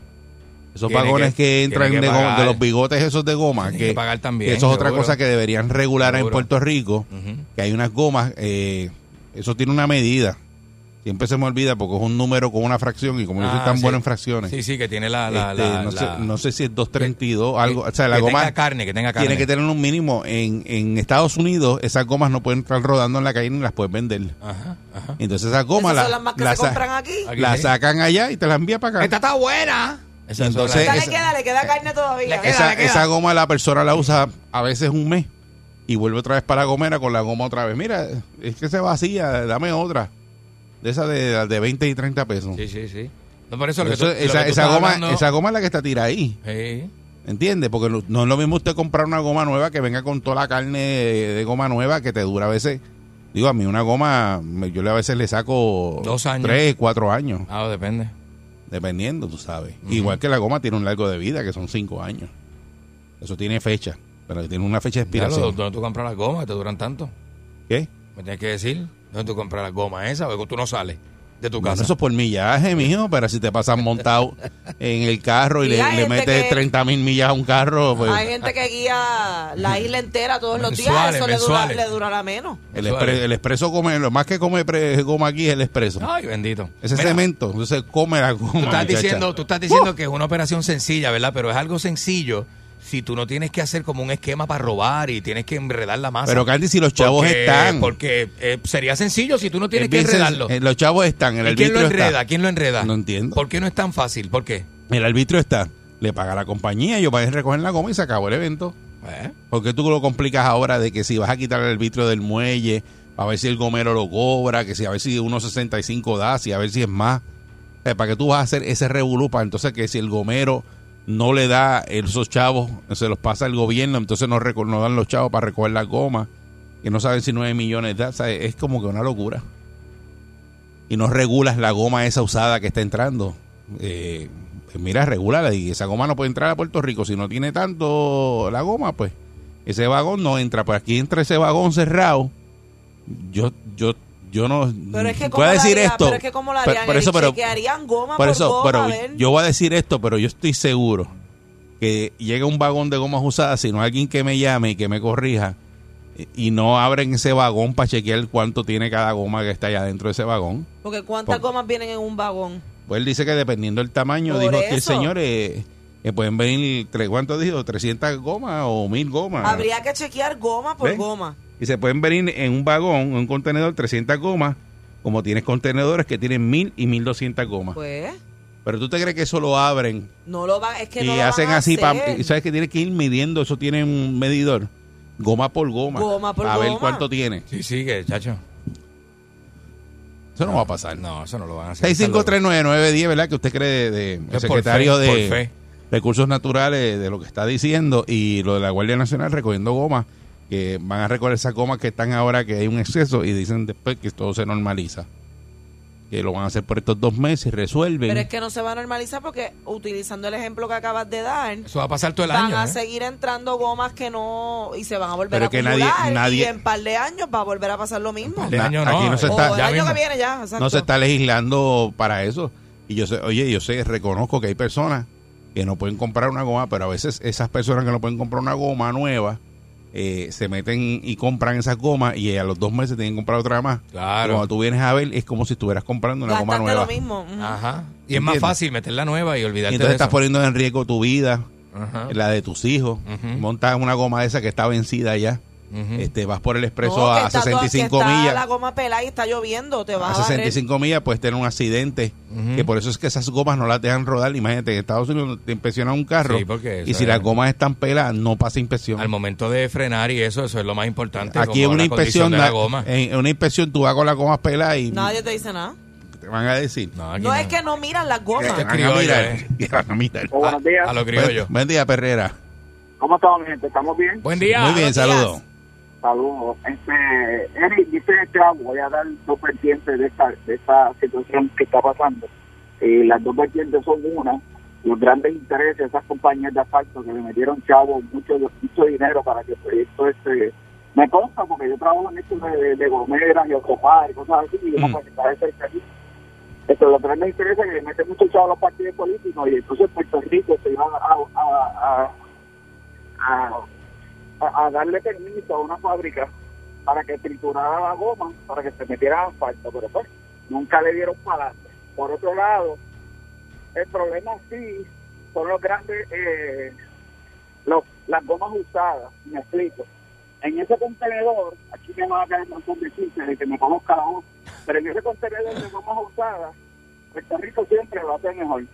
[SPEAKER 3] Esos
[SPEAKER 4] Tiene
[SPEAKER 3] vagones
[SPEAKER 4] que-
[SPEAKER 3] que, entran
[SPEAKER 4] tiene que
[SPEAKER 3] de, goma-
[SPEAKER 4] pagar.
[SPEAKER 3] de los bigotes esos de goma,
[SPEAKER 4] Tiene
[SPEAKER 3] que,
[SPEAKER 4] que pagar también,
[SPEAKER 3] que eso es otra
[SPEAKER 4] seguro.
[SPEAKER 3] cosa que deberían regular en
[SPEAKER 4] Seguro.
[SPEAKER 3] Puerto Rico
[SPEAKER 4] ujú.
[SPEAKER 3] que hay unas gomas, eh, eso tiene una medida. Siempre se me olvida porque es un número con una fracción y como yo soy
[SPEAKER 4] Ah,
[SPEAKER 3] tan
[SPEAKER 4] sí.
[SPEAKER 3] bueno en fracciones,
[SPEAKER 4] Sí, sí, que tiene la. la,
[SPEAKER 3] este,
[SPEAKER 4] la-
[SPEAKER 3] no,
[SPEAKER 4] la-
[SPEAKER 3] sé, no sé si es 232, algo. O sea, la
[SPEAKER 4] que
[SPEAKER 3] goma
[SPEAKER 4] tenga carne, que tenga carne.
[SPEAKER 3] tiene que tener un mínimo. En, en Estados Unidos, esas gomas no pueden estar rodando en la calle ni las puedes vender.
[SPEAKER 4] Ajá, ajá.
[SPEAKER 3] Entonces esas gomas
[SPEAKER 5] Esas
[SPEAKER 3] la-
[SPEAKER 5] son las más que
[SPEAKER 3] las
[SPEAKER 5] se
[SPEAKER 3] sa-
[SPEAKER 5] compran aquí.
[SPEAKER 4] Aquí
[SPEAKER 3] las
[SPEAKER 4] sí.
[SPEAKER 3] sacan allá y te las envía para acá.
[SPEAKER 4] está buena.
[SPEAKER 3] Y entonces-
[SPEAKER 5] Dale,
[SPEAKER 3] Eh, esa-
[SPEAKER 5] queda, le queda carne todavía.
[SPEAKER 4] le queda-
[SPEAKER 3] Esa, esa goma la persona la usa a veces un mes y vuelve otra vez para la gomera con la goma otra vez. Mira, es que se vacía, dame otra. De esa de, de 20 y 30 pesos.
[SPEAKER 4] Sí, sí, sí. No, por eso, lo que
[SPEAKER 3] Eso-
[SPEAKER 4] tú- lo que
[SPEAKER 3] esa,
[SPEAKER 4] tú
[SPEAKER 3] esa
[SPEAKER 4] estás
[SPEAKER 3] goma,
[SPEAKER 4] hablando-
[SPEAKER 3] esa goma es la que está tirada ahí,
[SPEAKER 4] Sí.
[SPEAKER 3] ¿entiendes? Porque no, no es lo mismo usted comprar una goma nueva que venga con toda la carne de, de goma nueva que te dura a veces. Digo, a mí una goma, me- yo le- a veces le saco
[SPEAKER 4] Dos años.
[SPEAKER 3] tres, cuatro años,
[SPEAKER 4] Ah, depende.
[SPEAKER 3] dependiendo, tú sabes.
[SPEAKER 4] Ujú.
[SPEAKER 3] Igual que la goma tiene un largo de vida, que son cinco años. Eso tiene fecha, pero tiene una fecha de
[SPEAKER 4] Mira,
[SPEAKER 3] expiración.
[SPEAKER 4] ¿Dónde tú compras las gomas? ¿Te duran tanto?
[SPEAKER 3] ¿Qué?
[SPEAKER 4] Me tienes que decir. ¿Dónde tú compras las gomas esas? Porque tú no sales de tu
[SPEAKER 3] Bueno,
[SPEAKER 4] casa.
[SPEAKER 3] eso es por millaje, mijo, pero si te pasan montado en el carro y,
[SPEAKER 5] Y
[SPEAKER 3] le,
[SPEAKER 5] hay
[SPEAKER 3] le
[SPEAKER 5] gente
[SPEAKER 3] metes
[SPEAKER 5] que-
[SPEAKER 3] 30 mil millas a un carro, pues
[SPEAKER 5] Hay gente que guía la isla entera todos los días.
[SPEAKER 4] Mensuales,
[SPEAKER 5] Eso le, dura,
[SPEAKER 4] mensuales.
[SPEAKER 5] le durará menos.
[SPEAKER 3] el,
[SPEAKER 4] eso
[SPEAKER 3] expre-
[SPEAKER 4] es.
[SPEAKER 3] el expreso come, lo más que come pre- goma aquí es el expreso.
[SPEAKER 4] Ay, bendito.
[SPEAKER 3] Ese
[SPEAKER 4] Mira,
[SPEAKER 3] cemento, entonces come la goma.
[SPEAKER 4] Tú estás
[SPEAKER 3] muchacha.
[SPEAKER 4] diciendo, tú estás diciendo que es una operación sencilla, ¿verdad? Pero es algo sencillo si tú no tienes que hacer como un esquema para robar y tienes que enredar la masa.
[SPEAKER 3] Pero Candy, si los chavos
[SPEAKER 4] Porque-
[SPEAKER 3] están.
[SPEAKER 4] Porque eh, sería sencillo si tú no
[SPEAKER 3] es
[SPEAKER 4] tienes que
[SPEAKER 3] bien sen-
[SPEAKER 4] enredarlo.
[SPEAKER 3] eh, los chavos están, el
[SPEAKER 4] ¿Y quién lo
[SPEAKER 3] arbitrio está.
[SPEAKER 4] enreda? ¿Quién lo enreda?
[SPEAKER 3] No entiendo.
[SPEAKER 4] ¿Por qué no es tan fácil? ¿Por qué?
[SPEAKER 3] El arbitrio está, le paga a la compañía, ellos van a recoger la goma y se acabó el evento.
[SPEAKER 4] Eh,
[SPEAKER 3] ¿Por qué tú lo complicas ahora de que si vas a quitar el arbitrio del muelle, a ver si el gomero lo cobra, que si a ver si 1.65 da, si a ver si es más? O sea, eh, ¿Para qué tú vas a hacer ese revolú? Para entonces que si el gomero no le da esos chavos, se los pasa al gobierno, entonces no, reco- no dan los chavos para recoger las gomas, que no saben si 9 millones da. O sea, es como que una locura. Y no regulas la goma esa usada que está entrando. Eh, pues mira, regulala y esa goma no puede entrar a Puerto Rico. Si no tiene tanto la goma, pues ese vagón no entra. Pues aquí entra ese vagón cerrado. Yo, yo, yo no
[SPEAKER 5] Pero es que
[SPEAKER 3] voy a
[SPEAKER 5] ¿cómo lo
[SPEAKER 3] Mm, decir
[SPEAKER 5] haría?
[SPEAKER 3] esto.
[SPEAKER 5] Pero es que ¿cómo lo harían?
[SPEAKER 3] por eso, pero,
[SPEAKER 5] Chequearían goma
[SPEAKER 3] por
[SPEAKER 5] por
[SPEAKER 3] eso,
[SPEAKER 5] goma,
[SPEAKER 3] pero
[SPEAKER 5] a ver.
[SPEAKER 3] yo voy a decir esto, pero yo estoy seguro que llega un vagón de gomas usadas, sino alguien que me llame y que me corrija y y no abren ese vagón para chequear cuánto tiene cada goma que está allá dentro de ese vagón.
[SPEAKER 5] Porque cuántas
[SPEAKER 3] Por-
[SPEAKER 5] gomas vienen en un vagón.
[SPEAKER 3] Pues él dice que dependiendo del tamaño,
[SPEAKER 5] Por
[SPEAKER 3] dijo que el
[SPEAKER 5] eso.
[SPEAKER 3] señor eh, eh, pueden venir, tres, ¿cuánto dijo? 300 gomas o 1000 gomas.
[SPEAKER 5] Habría que chequear goma por
[SPEAKER 3] ¿Ven?
[SPEAKER 5] goma.
[SPEAKER 3] Y se pueden venir en un vagón, en un contenedor, 300 gomas, como tienes contenedores que tienen 1000 y 1200 gomas.
[SPEAKER 5] Pues
[SPEAKER 3] Pero tú te crees que eso lo abren
[SPEAKER 5] no lo van, es que
[SPEAKER 3] y
[SPEAKER 5] no lo van
[SPEAKER 3] hacen
[SPEAKER 5] a
[SPEAKER 3] así, pa-
[SPEAKER 5] hacer.
[SPEAKER 3] y sabes que tiene que ir midiendo, eso tiene un medidor, goma por goma,
[SPEAKER 5] Goma por
[SPEAKER 3] a ver
[SPEAKER 5] goma.
[SPEAKER 3] cuánto tiene.
[SPEAKER 4] Sí, sí, que, chacho.
[SPEAKER 3] Eso no, va a pasar.
[SPEAKER 4] No, eso no lo van a hacer.
[SPEAKER 3] 6539910, ¿verdad? Que usted cree de, de-
[SPEAKER 4] Yo
[SPEAKER 3] el
[SPEAKER 4] por
[SPEAKER 3] secretario
[SPEAKER 4] fe, por
[SPEAKER 3] de
[SPEAKER 4] fe.
[SPEAKER 3] Recursos Naturales de lo que está diciendo y lo de la Guardia Nacional recogiendo goma, que van a recoger esas gomas que están ahora que hay un exceso y dicen después que todo se normaliza. Que lo van a hacer por estos dos meses, resuelven.
[SPEAKER 5] Pero es que no se va a normalizar porque utilizando el ejemplo que acabas de dar,
[SPEAKER 4] Eso va a pasar todo el
[SPEAKER 5] van
[SPEAKER 4] año.
[SPEAKER 5] a
[SPEAKER 4] ¿eh?
[SPEAKER 5] seguir entrando gomas que no y se van a volver
[SPEAKER 3] Pero
[SPEAKER 5] a
[SPEAKER 3] que nadie-
[SPEAKER 5] acumular
[SPEAKER 3] nadie-
[SPEAKER 5] y en par de años va a volver a pasar lo mismo.
[SPEAKER 4] de
[SPEAKER 3] Na-
[SPEAKER 4] año no,
[SPEAKER 3] aquí no se
[SPEAKER 4] eh,
[SPEAKER 3] está-
[SPEAKER 5] o el
[SPEAKER 4] ya
[SPEAKER 5] año
[SPEAKER 4] mismo.
[SPEAKER 5] que viene ya, exacto.
[SPEAKER 3] no se está legislando para eso. Y yo sé, oye, yo sé, reconozco que hay personas que no pueden comprar una goma, pero a veces esas personas que no pueden comprar una goma nueva eh, se meten y compran esas gomas y a los dos meses tienen que comprar otra más.
[SPEAKER 4] Claro.
[SPEAKER 3] Y Cuando tú vienes a ver, es como si estuvieras comprando una goma
[SPEAKER 5] Gastarte
[SPEAKER 3] nueva. Ah,
[SPEAKER 5] lo mismo. ujú.
[SPEAKER 4] Ajá. Y es más
[SPEAKER 3] ¿Entiendes?
[SPEAKER 4] fácil meter la nueva y
[SPEAKER 3] Y
[SPEAKER 4] olvidarte
[SPEAKER 3] entonces
[SPEAKER 4] de eso.
[SPEAKER 3] estás poniendo en riesgo tu vida,
[SPEAKER 4] Ajá.
[SPEAKER 3] la de tus hijos.
[SPEAKER 4] Ujú.
[SPEAKER 3] Montas una goma de esa que está vencida ya.
[SPEAKER 4] Ujú.
[SPEAKER 3] este Vas por el expreso
[SPEAKER 5] No, que
[SPEAKER 3] a
[SPEAKER 5] está toda- que
[SPEAKER 3] 65
[SPEAKER 5] está
[SPEAKER 3] millas.
[SPEAKER 5] La goma pelada y está lloviendo, te
[SPEAKER 3] a
[SPEAKER 5] vas a, barrer.
[SPEAKER 3] 65 millas puedes tener un accidente.
[SPEAKER 4] Ujú.
[SPEAKER 3] Que por eso es que esas gomas no las dejan rodar. Imagínate, en Estados Unidos te inspecciona un carro.
[SPEAKER 4] Sí, porque eso
[SPEAKER 3] y si
[SPEAKER 4] es-
[SPEAKER 3] las gomas están peladas, no pasa inspección.
[SPEAKER 4] Al momento de frenar y eso, eso es lo más importante.
[SPEAKER 3] Aquí
[SPEAKER 4] es
[SPEAKER 3] en una inspección, eh,
[SPEAKER 4] de
[SPEAKER 3] la-
[SPEAKER 4] la goma.
[SPEAKER 3] en en una inspección tú vas con las gomas peladas y
[SPEAKER 5] Nadie te dice nada.
[SPEAKER 3] te van a decir.
[SPEAKER 4] No, aquí
[SPEAKER 5] No es que no miran las gomas.
[SPEAKER 3] Te van a
[SPEAKER 4] criollo,
[SPEAKER 3] mirar,
[SPEAKER 4] eh.
[SPEAKER 3] <laughs> te van a mirar.
[SPEAKER 7] Pues,
[SPEAKER 11] Oh, buenos días.
[SPEAKER 4] Ah, A lo criollo.
[SPEAKER 3] Buen día, Perrera.
[SPEAKER 11] ¿Cómo estamos, mi gente? ¿Estamos bien?
[SPEAKER 4] Buen día.
[SPEAKER 3] Muy bien,
[SPEAKER 5] buenos días.
[SPEAKER 3] saludos.
[SPEAKER 11] Saludos. Este, Eric, dice este algo, voy a dar dos vertientes de esta, de esta situación que está pasando. Eh, las dos vertientes son una, los grandes intereses de esas compañías de asfalto que le metieron chavo mucho, mucho dinero para que el proyecto este... Me consta porque yo trabajo en esto de, de gomeras y ocupar y cosas así, y yo
[SPEAKER 3] Mm.
[SPEAKER 11] no participaba de cerca aquí. Esto, los grandes intereses que le meten mucho chavo a los partidos políticos y entonces Puerto Rico se iba a- a- a, a a, a darle permiso a una fábrica para que triturara la goma, para que se metiera asfalto, pero pues nunca le dieron para. Por otro lado, el problema sí son los grandes, eh, los, las gomas usadas, me explico. En ese contenedor, aquí me van a caer un montón de chistes de que me conozca la voz, pero en ese contenedor de gomas usadas, Puerto Rico siempre lo hace mejor.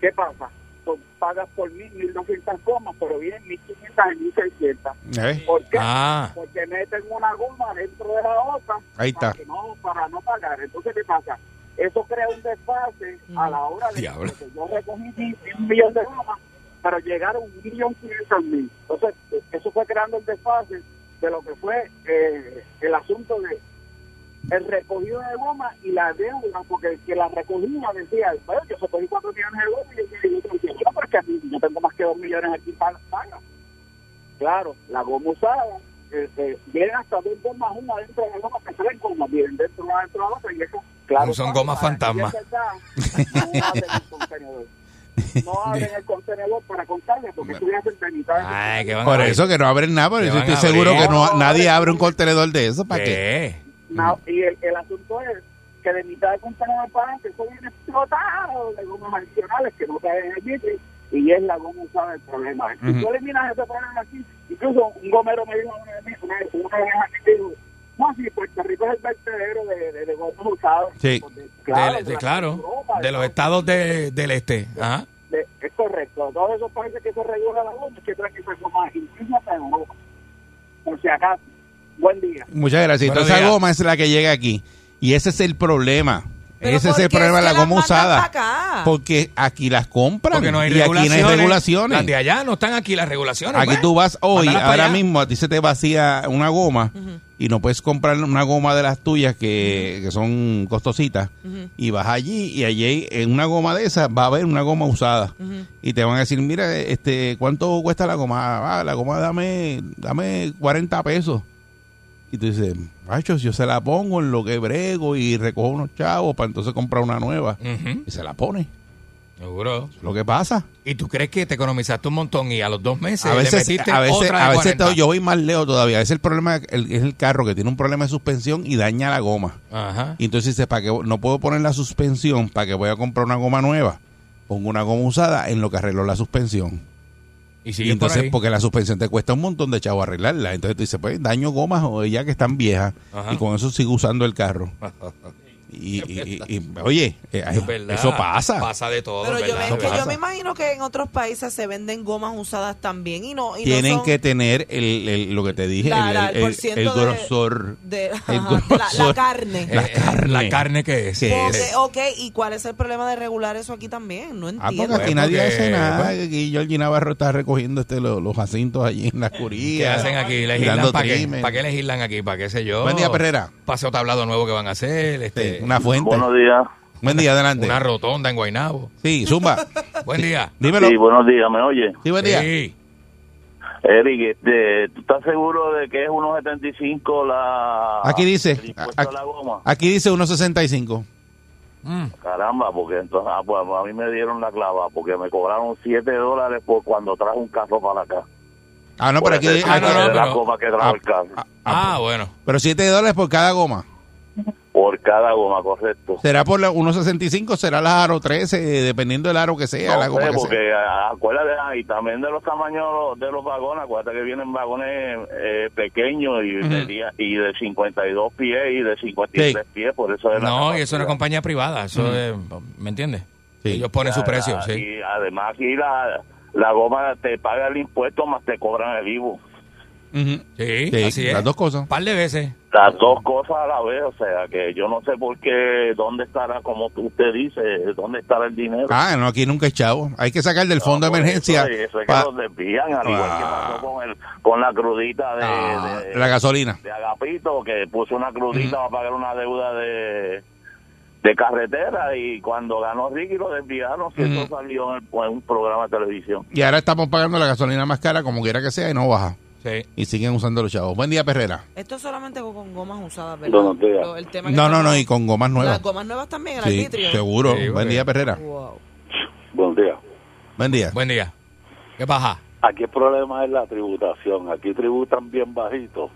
[SPEAKER 11] ¿Qué pasa? Tú pagas por mil, mil doscientas gomas, pero vienen mil quinientas y mil seiscientas.
[SPEAKER 3] A ver,
[SPEAKER 11] ¿Por qué?
[SPEAKER 4] Ah,
[SPEAKER 11] Porque meten una goma dentro de la otra
[SPEAKER 3] Ahí está.
[SPEAKER 11] para, que no, para no pagar. Entonces, ¿qué pasa? Eso crea un desfase a la hora de
[SPEAKER 4] Diablo.
[SPEAKER 11] porque yo recogí mil- un millón de gomas, pero llegaron un millón quinientos mil. Entonces, eso fue creando el desfase de lo que fue eh, el asunto de el recogido de goma y la deuda, porque el que la recogía decía, bueno, yo recogí cuatro millones de goma y yo decía, yo decía, bueno, pero es que a mí yo tengo más que dos millones aquí para pagar. Claro, la goma usada, este, llega hasta dos gomas, una dentro de la goma, que tres gomas, vienen dentro de la dentro de la otra, y eso, claro.
[SPEAKER 4] Son
[SPEAKER 11] claro,
[SPEAKER 4] gomas
[SPEAKER 11] para
[SPEAKER 4] fantasma.
[SPEAKER 11] que ya se da, No abren el contenedor.
[SPEAKER 4] <laughs>
[SPEAKER 11] No abren el contenedor para contarle, porque tú ya de mitad. de-
[SPEAKER 4] Ay, que van
[SPEAKER 3] Por
[SPEAKER 4] a-
[SPEAKER 3] eso que no abren nada, pero
[SPEAKER 4] Te
[SPEAKER 3] yo
[SPEAKER 4] van
[SPEAKER 3] estoy
[SPEAKER 4] a abrir.
[SPEAKER 3] seguro que no,
[SPEAKER 11] No,
[SPEAKER 3] nadie
[SPEAKER 11] no,
[SPEAKER 3] abre un contenedor de eso. ¿Para qué?
[SPEAKER 4] ¿Qué?
[SPEAKER 11] No, y el, el asunto es que de mitad de contenedor para adelante, eso viene explotado de gomas adicionales que no caen en el vitre y es la goma usada el problema. Si tú eliminas ese problema aquí, incluso un gomero me dijo una vez, una vez, una vez aquí, dijo, no, si Puerto Rico es el vertedero de, de, de gomas usadas.
[SPEAKER 3] Sí.
[SPEAKER 11] Porque,
[SPEAKER 4] Del- de-
[SPEAKER 11] de la
[SPEAKER 4] claro,
[SPEAKER 11] Europa,
[SPEAKER 4] de los estados de- del este. Ajá.
[SPEAKER 11] de- todos esos países que se regula la luz, que creen que se toma Argentina hasta Europa. Por si acaso. Buen día.
[SPEAKER 3] Muchas gracias.
[SPEAKER 4] Buenos
[SPEAKER 3] Entonces, esa
[SPEAKER 4] días.
[SPEAKER 3] goma es la que llega aquí. Y ese es el problema.
[SPEAKER 5] Pero
[SPEAKER 3] ese es
[SPEAKER 5] ¿por
[SPEAKER 3] el
[SPEAKER 5] qué
[SPEAKER 3] problema de
[SPEAKER 5] es que
[SPEAKER 3] la goma
[SPEAKER 5] las mandan
[SPEAKER 3] usada.
[SPEAKER 5] pa' acá?
[SPEAKER 3] Porque aquí las compran.
[SPEAKER 4] Porque no hay
[SPEAKER 3] y aquí no hay regulaciones.
[SPEAKER 4] Las de allá no están aquí las regulaciones.
[SPEAKER 3] Aquí
[SPEAKER 4] pues.
[SPEAKER 3] tú vas hoy,
[SPEAKER 4] Mándalas pa'
[SPEAKER 3] ahora
[SPEAKER 4] allá.
[SPEAKER 3] mismo, a ti se te vacía una goma y no puedes comprar una goma de las tuyas que, que son costositas. Y vas allí y allí en una goma de esas va a haber una goma usada. Y te van a decir, mira, este ¿cuánto cuesta la goma? Ah, la goma dame, dame 40 pesos. Y tú dices, machos, yo se la pongo en lo que brego y recojo unos chavos para entonces comprar una nueva.
[SPEAKER 4] Ujú,
[SPEAKER 3] Y se la pone.
[SPEAKER 4] Seguro.
[SPEAKER 3] Lo que pasa.
[SPEAKER 4] ¿Y tú crees que te economizaste un montón y a los dos meses
[SPEAKER 3] a
[SPEAKER 4] le
[SPEAKER 3] veces,
[SPEAKER 4] metiste
[SPEAKER 3] a veces,
[SPEAKER 4] otra de
[SPEAKER 3] a veces
[SPEAKER 4] 40?
[SPEAKER 3] to- yo voy más leo todavía. A veces el problema el- es el carro que tiene un problema de suspensión y daña la goma.
[SPEAKER 4] Ajá.
[SPEAKER 3] Y entonces dice, para que no puedo poner la suspensión para que voy a comprar una goma nueva. Pongo una goma usada en lo que arregló la suspensión.
[SPEAKER 4] Y,
[SPEAKER 3] Y,
[SPEAKER 4] sigue
[SPEAKER 3] entonces,
[SPEAKER 4] por ahí.
[SPEAKER 3] porque la suspensión te cuesta un montón de chavo arreglarla. Entonces tú dices, pues daño gomas o ya que están viejas.
[SPEAKER 4] Ajá.
[SPEAKER 3] Y con eso sigo usando
[SPEAKER 4] <laughs>
[SPEAKER 3] el carro. Y, y- y- y- oye, eh, ay,
[SPEAKER 4] Es verdad.
[SPEAKER 3] eso pasa.
[SPEAKER 4] Pasa de todo.
[SPEAKER 5] Pero
[SPEAKER 4] es
[SPEAKER 5] yo,
[SPEAKER 4] verdad.
[SPEAKER 5] me-
[SPEAKER 3] eso
[SPEAKER 5] es que yo
[SPEAKER 3] pasa.
[SPEAKER 5] me imagino que en otros países se venden gomas usadas también y no y no
[SPEAKER 3] Tienen
[SPEAKER 5] son
[SPEAKER 3] que tener el, el- lo que te dije,
[SPEAKER 5] La- la-
[SPEAKER 3] el,
[SPEAKER 5] el
[SPEAKER 3] el- el-
[SPEAKER 5] porciento
[SPEAKER 3] el
[SPEAKER 5] de-
[SPEAKER 3] grosor.
[SPEAKER 5] de-
[SPEAKER 3] el
[SPEAKER 5] ajá, <laughs> la- la,
[SPEAKER 3] grosor.
[SPEAKER 5] carne.
[SPEAKER 3] La
[SPEAKER 4] Eh, eh,
[SPEAKER 3] carne.
[SPEAKER 4] La carne que es.
[SPEAKER 3] Que
[SPEAKER 5] Porque,
[SPEAKER 3] es.
[SPEAKER 5] ok, ¿y cuál es el problema de regular eso aquí también? No
[SPEAKER 3] Ah,
[SPEAKER 5] entiendo.
[SPEAKER 3] porque aquí nadie
[SPEAKER 4] pues, Porque,
[SPEAKER 3] hace nada.
[SPEAKER 4] pues,
[SPEAKER 3] Aquí Georgie Navarro está recogiendo este, lo- los, jacintos allí en la
[SPEAKER 4] ¿Qué
[SPEAKER 3] curía.
[SPEAKER 4] hacen Oh, aquí?
[SPEAKER 3] dando
[SPEAKER 4] ¿Para qué?
[SPEAKER 3] trimen.
[SPEAKER 4] ¿Para qué legislan aquí? ¿Para qué sé yo?
[SPEAKER 3] Buen día, Perrera.
[SPEAKER 4] Paseo tablado nuevo que van a hacer.
[SPEAKER 3] Sí,
[SPEAKER 4] Este, una,
[SPEAKER 3] una fuente.
[SPEAKER 12] Buenos días.
[SPEAKER 3] Buen día, adelante.
[SPEAKER 4] rotonda en Guaynabo.
[SPEAKER 3] Sí, Zumba.
[SPEAKER 4] Buen día.
[SPEAKER 3] Dímelo.
[SPEAKER 12] Sí, buenos días, ¿me oye?
[SPEAKER 3] Sí, buen día.
[SPEAKER 4] Sí.
[SPEAKER 12] Eric, este, ¿tú estás seguro de que es 1.75 la...
[SPEAKER 3] Aquí dice.
[SPEAKER 12] el impuesto a,
[SPEAKER 3] a-
[SPEAKER 12] la goma?
[SPEAKER 3] Aquí dice 1.65.
[SPEAKER 4] Mm.
[SPEAKER 12] Caramba, porque entonces ah, pues, a mí me dieron la clava, porque me cobraron 7 dólares por cuando traje un carro para acá.
[SPEAKER 3] Ah, no, pero aquí.
[SPEAKER 12] Por el
[SPEAKER 4] ah,
[SPEAKER 3] aquí-
[SPEAKER 4] no, no,
[SPEAKER 12] precio de la
[SPEAKER 4] pero-
[SPEAKER 12] goma que trajo el carro.
[SPEAKER 4] Ah, bueno.
[SPEAKER 3] pues, Pero 7 dólares por cada goma.
[SPEAKER 12] Por cada goma, correcto.
[SPEAKER 3] Será por la 1.65, será la aro 13, dependiendo del aro que sea,
[SPEAKER 12] No
[SPEAKER 3] la goma
[SPEAKER 12] sé,
[SPEAKER 3] que sea.
[SPEAKER 12] porque ah, acuérdate, ah, y también de los tamaños de los vagones, acuérdate que vienen vagones eh, pequeños y, de,
[SPEAKER 3] Ujú.
[SPEAKER 12] día- y de 52 pies y de 53 pies, por eso es la
[SPEAKER 4] No, y
[SPEAKER 12] capacidad.
[SPEAKER 4] eso es una compañía privada. Eso es- ¿Me entiendes?
[SPEAKER 3] Mm. Sí.
[SPEAKER 4] Ellos ponen su precio,
[SPEAKER 12] Ah,
[SPEAKER 4] sí.
[SPEAKER 12] Y además aquí la, la goma te paga el impuesto más te cobran el vivo.
[SPEAKER 3] Ujú.
[SPEAKER 4] Sí,
[SPEAKER 3] Sí,
[SPEAKER 4] así es.
[SPEAKER 3] las dos cosas.
[SPEAKER 4] Un par de veces.
[SPEAKER 12] Las dos cosas a la vez, o sea, que yo no sé por qué, dónde estará, como tú- usted dice, dónde estará el dinero.
[SPEAKER 3] Ah, no, aquí nunca es chavo. Hay que sacar del fondo de
[SPEAKER 12] Por
[SPEAKER 3] emergencia.
[SPEAKER 12] Eso, y eso es
[SPEAKER 3] pa-
[SPEAKER 12] que los desvían, al igual que
[SPEAKER 3] Ah.
[SPEAKER 12] pasó con, el- con la crudita de,
[SPEAKER 3] Ah,
[SPEAKER 12] de-
[SPEAKER 3] la gasolina.
[SPEAKER 12] de Agapito, que puso una crudita para pagar una deuda de, de carretera y cuando ganó Ricky lo desviaron, si eso salió en, el- en un programa de televisión.
[SPEAKER 3] Y ahora estamos pagando la gasolina más cara, como quiera que sea, y no baja.
[SPEAKER 4] Sí.
[SPEAKER 3] Y siguen usando los chavos. Buen día, Perrera.
[SPEAKER 5] Esto es solamente con gomas usadas, ¿verdad?
[SPEAKER 12] Buenos días.
[SPEAKER 5] Lo- el tema que
[SPEAKER 3] No, no,
[SPEAKER 5] estamos-
[SPEAKER 3] no, y con gomas nuevas.
[SPEAKER 5] Las gomas nuevas también, el
[SPEAKER 3] Sí,
[SPEAKER 5] arbitrio.
[SPEAKER 3] seguro.
[SPEAKER 4] Sí,
[SPEAKER 3] Buen
[SPEAKER 4] ok.
[SPEAKER 3] día, Perrera.
[SPEAKER 5] Wow.
[SPEAKER 12] Buenos días.
[SPEAKER 3] Buen día.
[SPEAKER 4] Buen día. ¿Qué pasa?
[SPEAKER 12] Aquí el problema es la tributación. Aquí tributan bien bajito.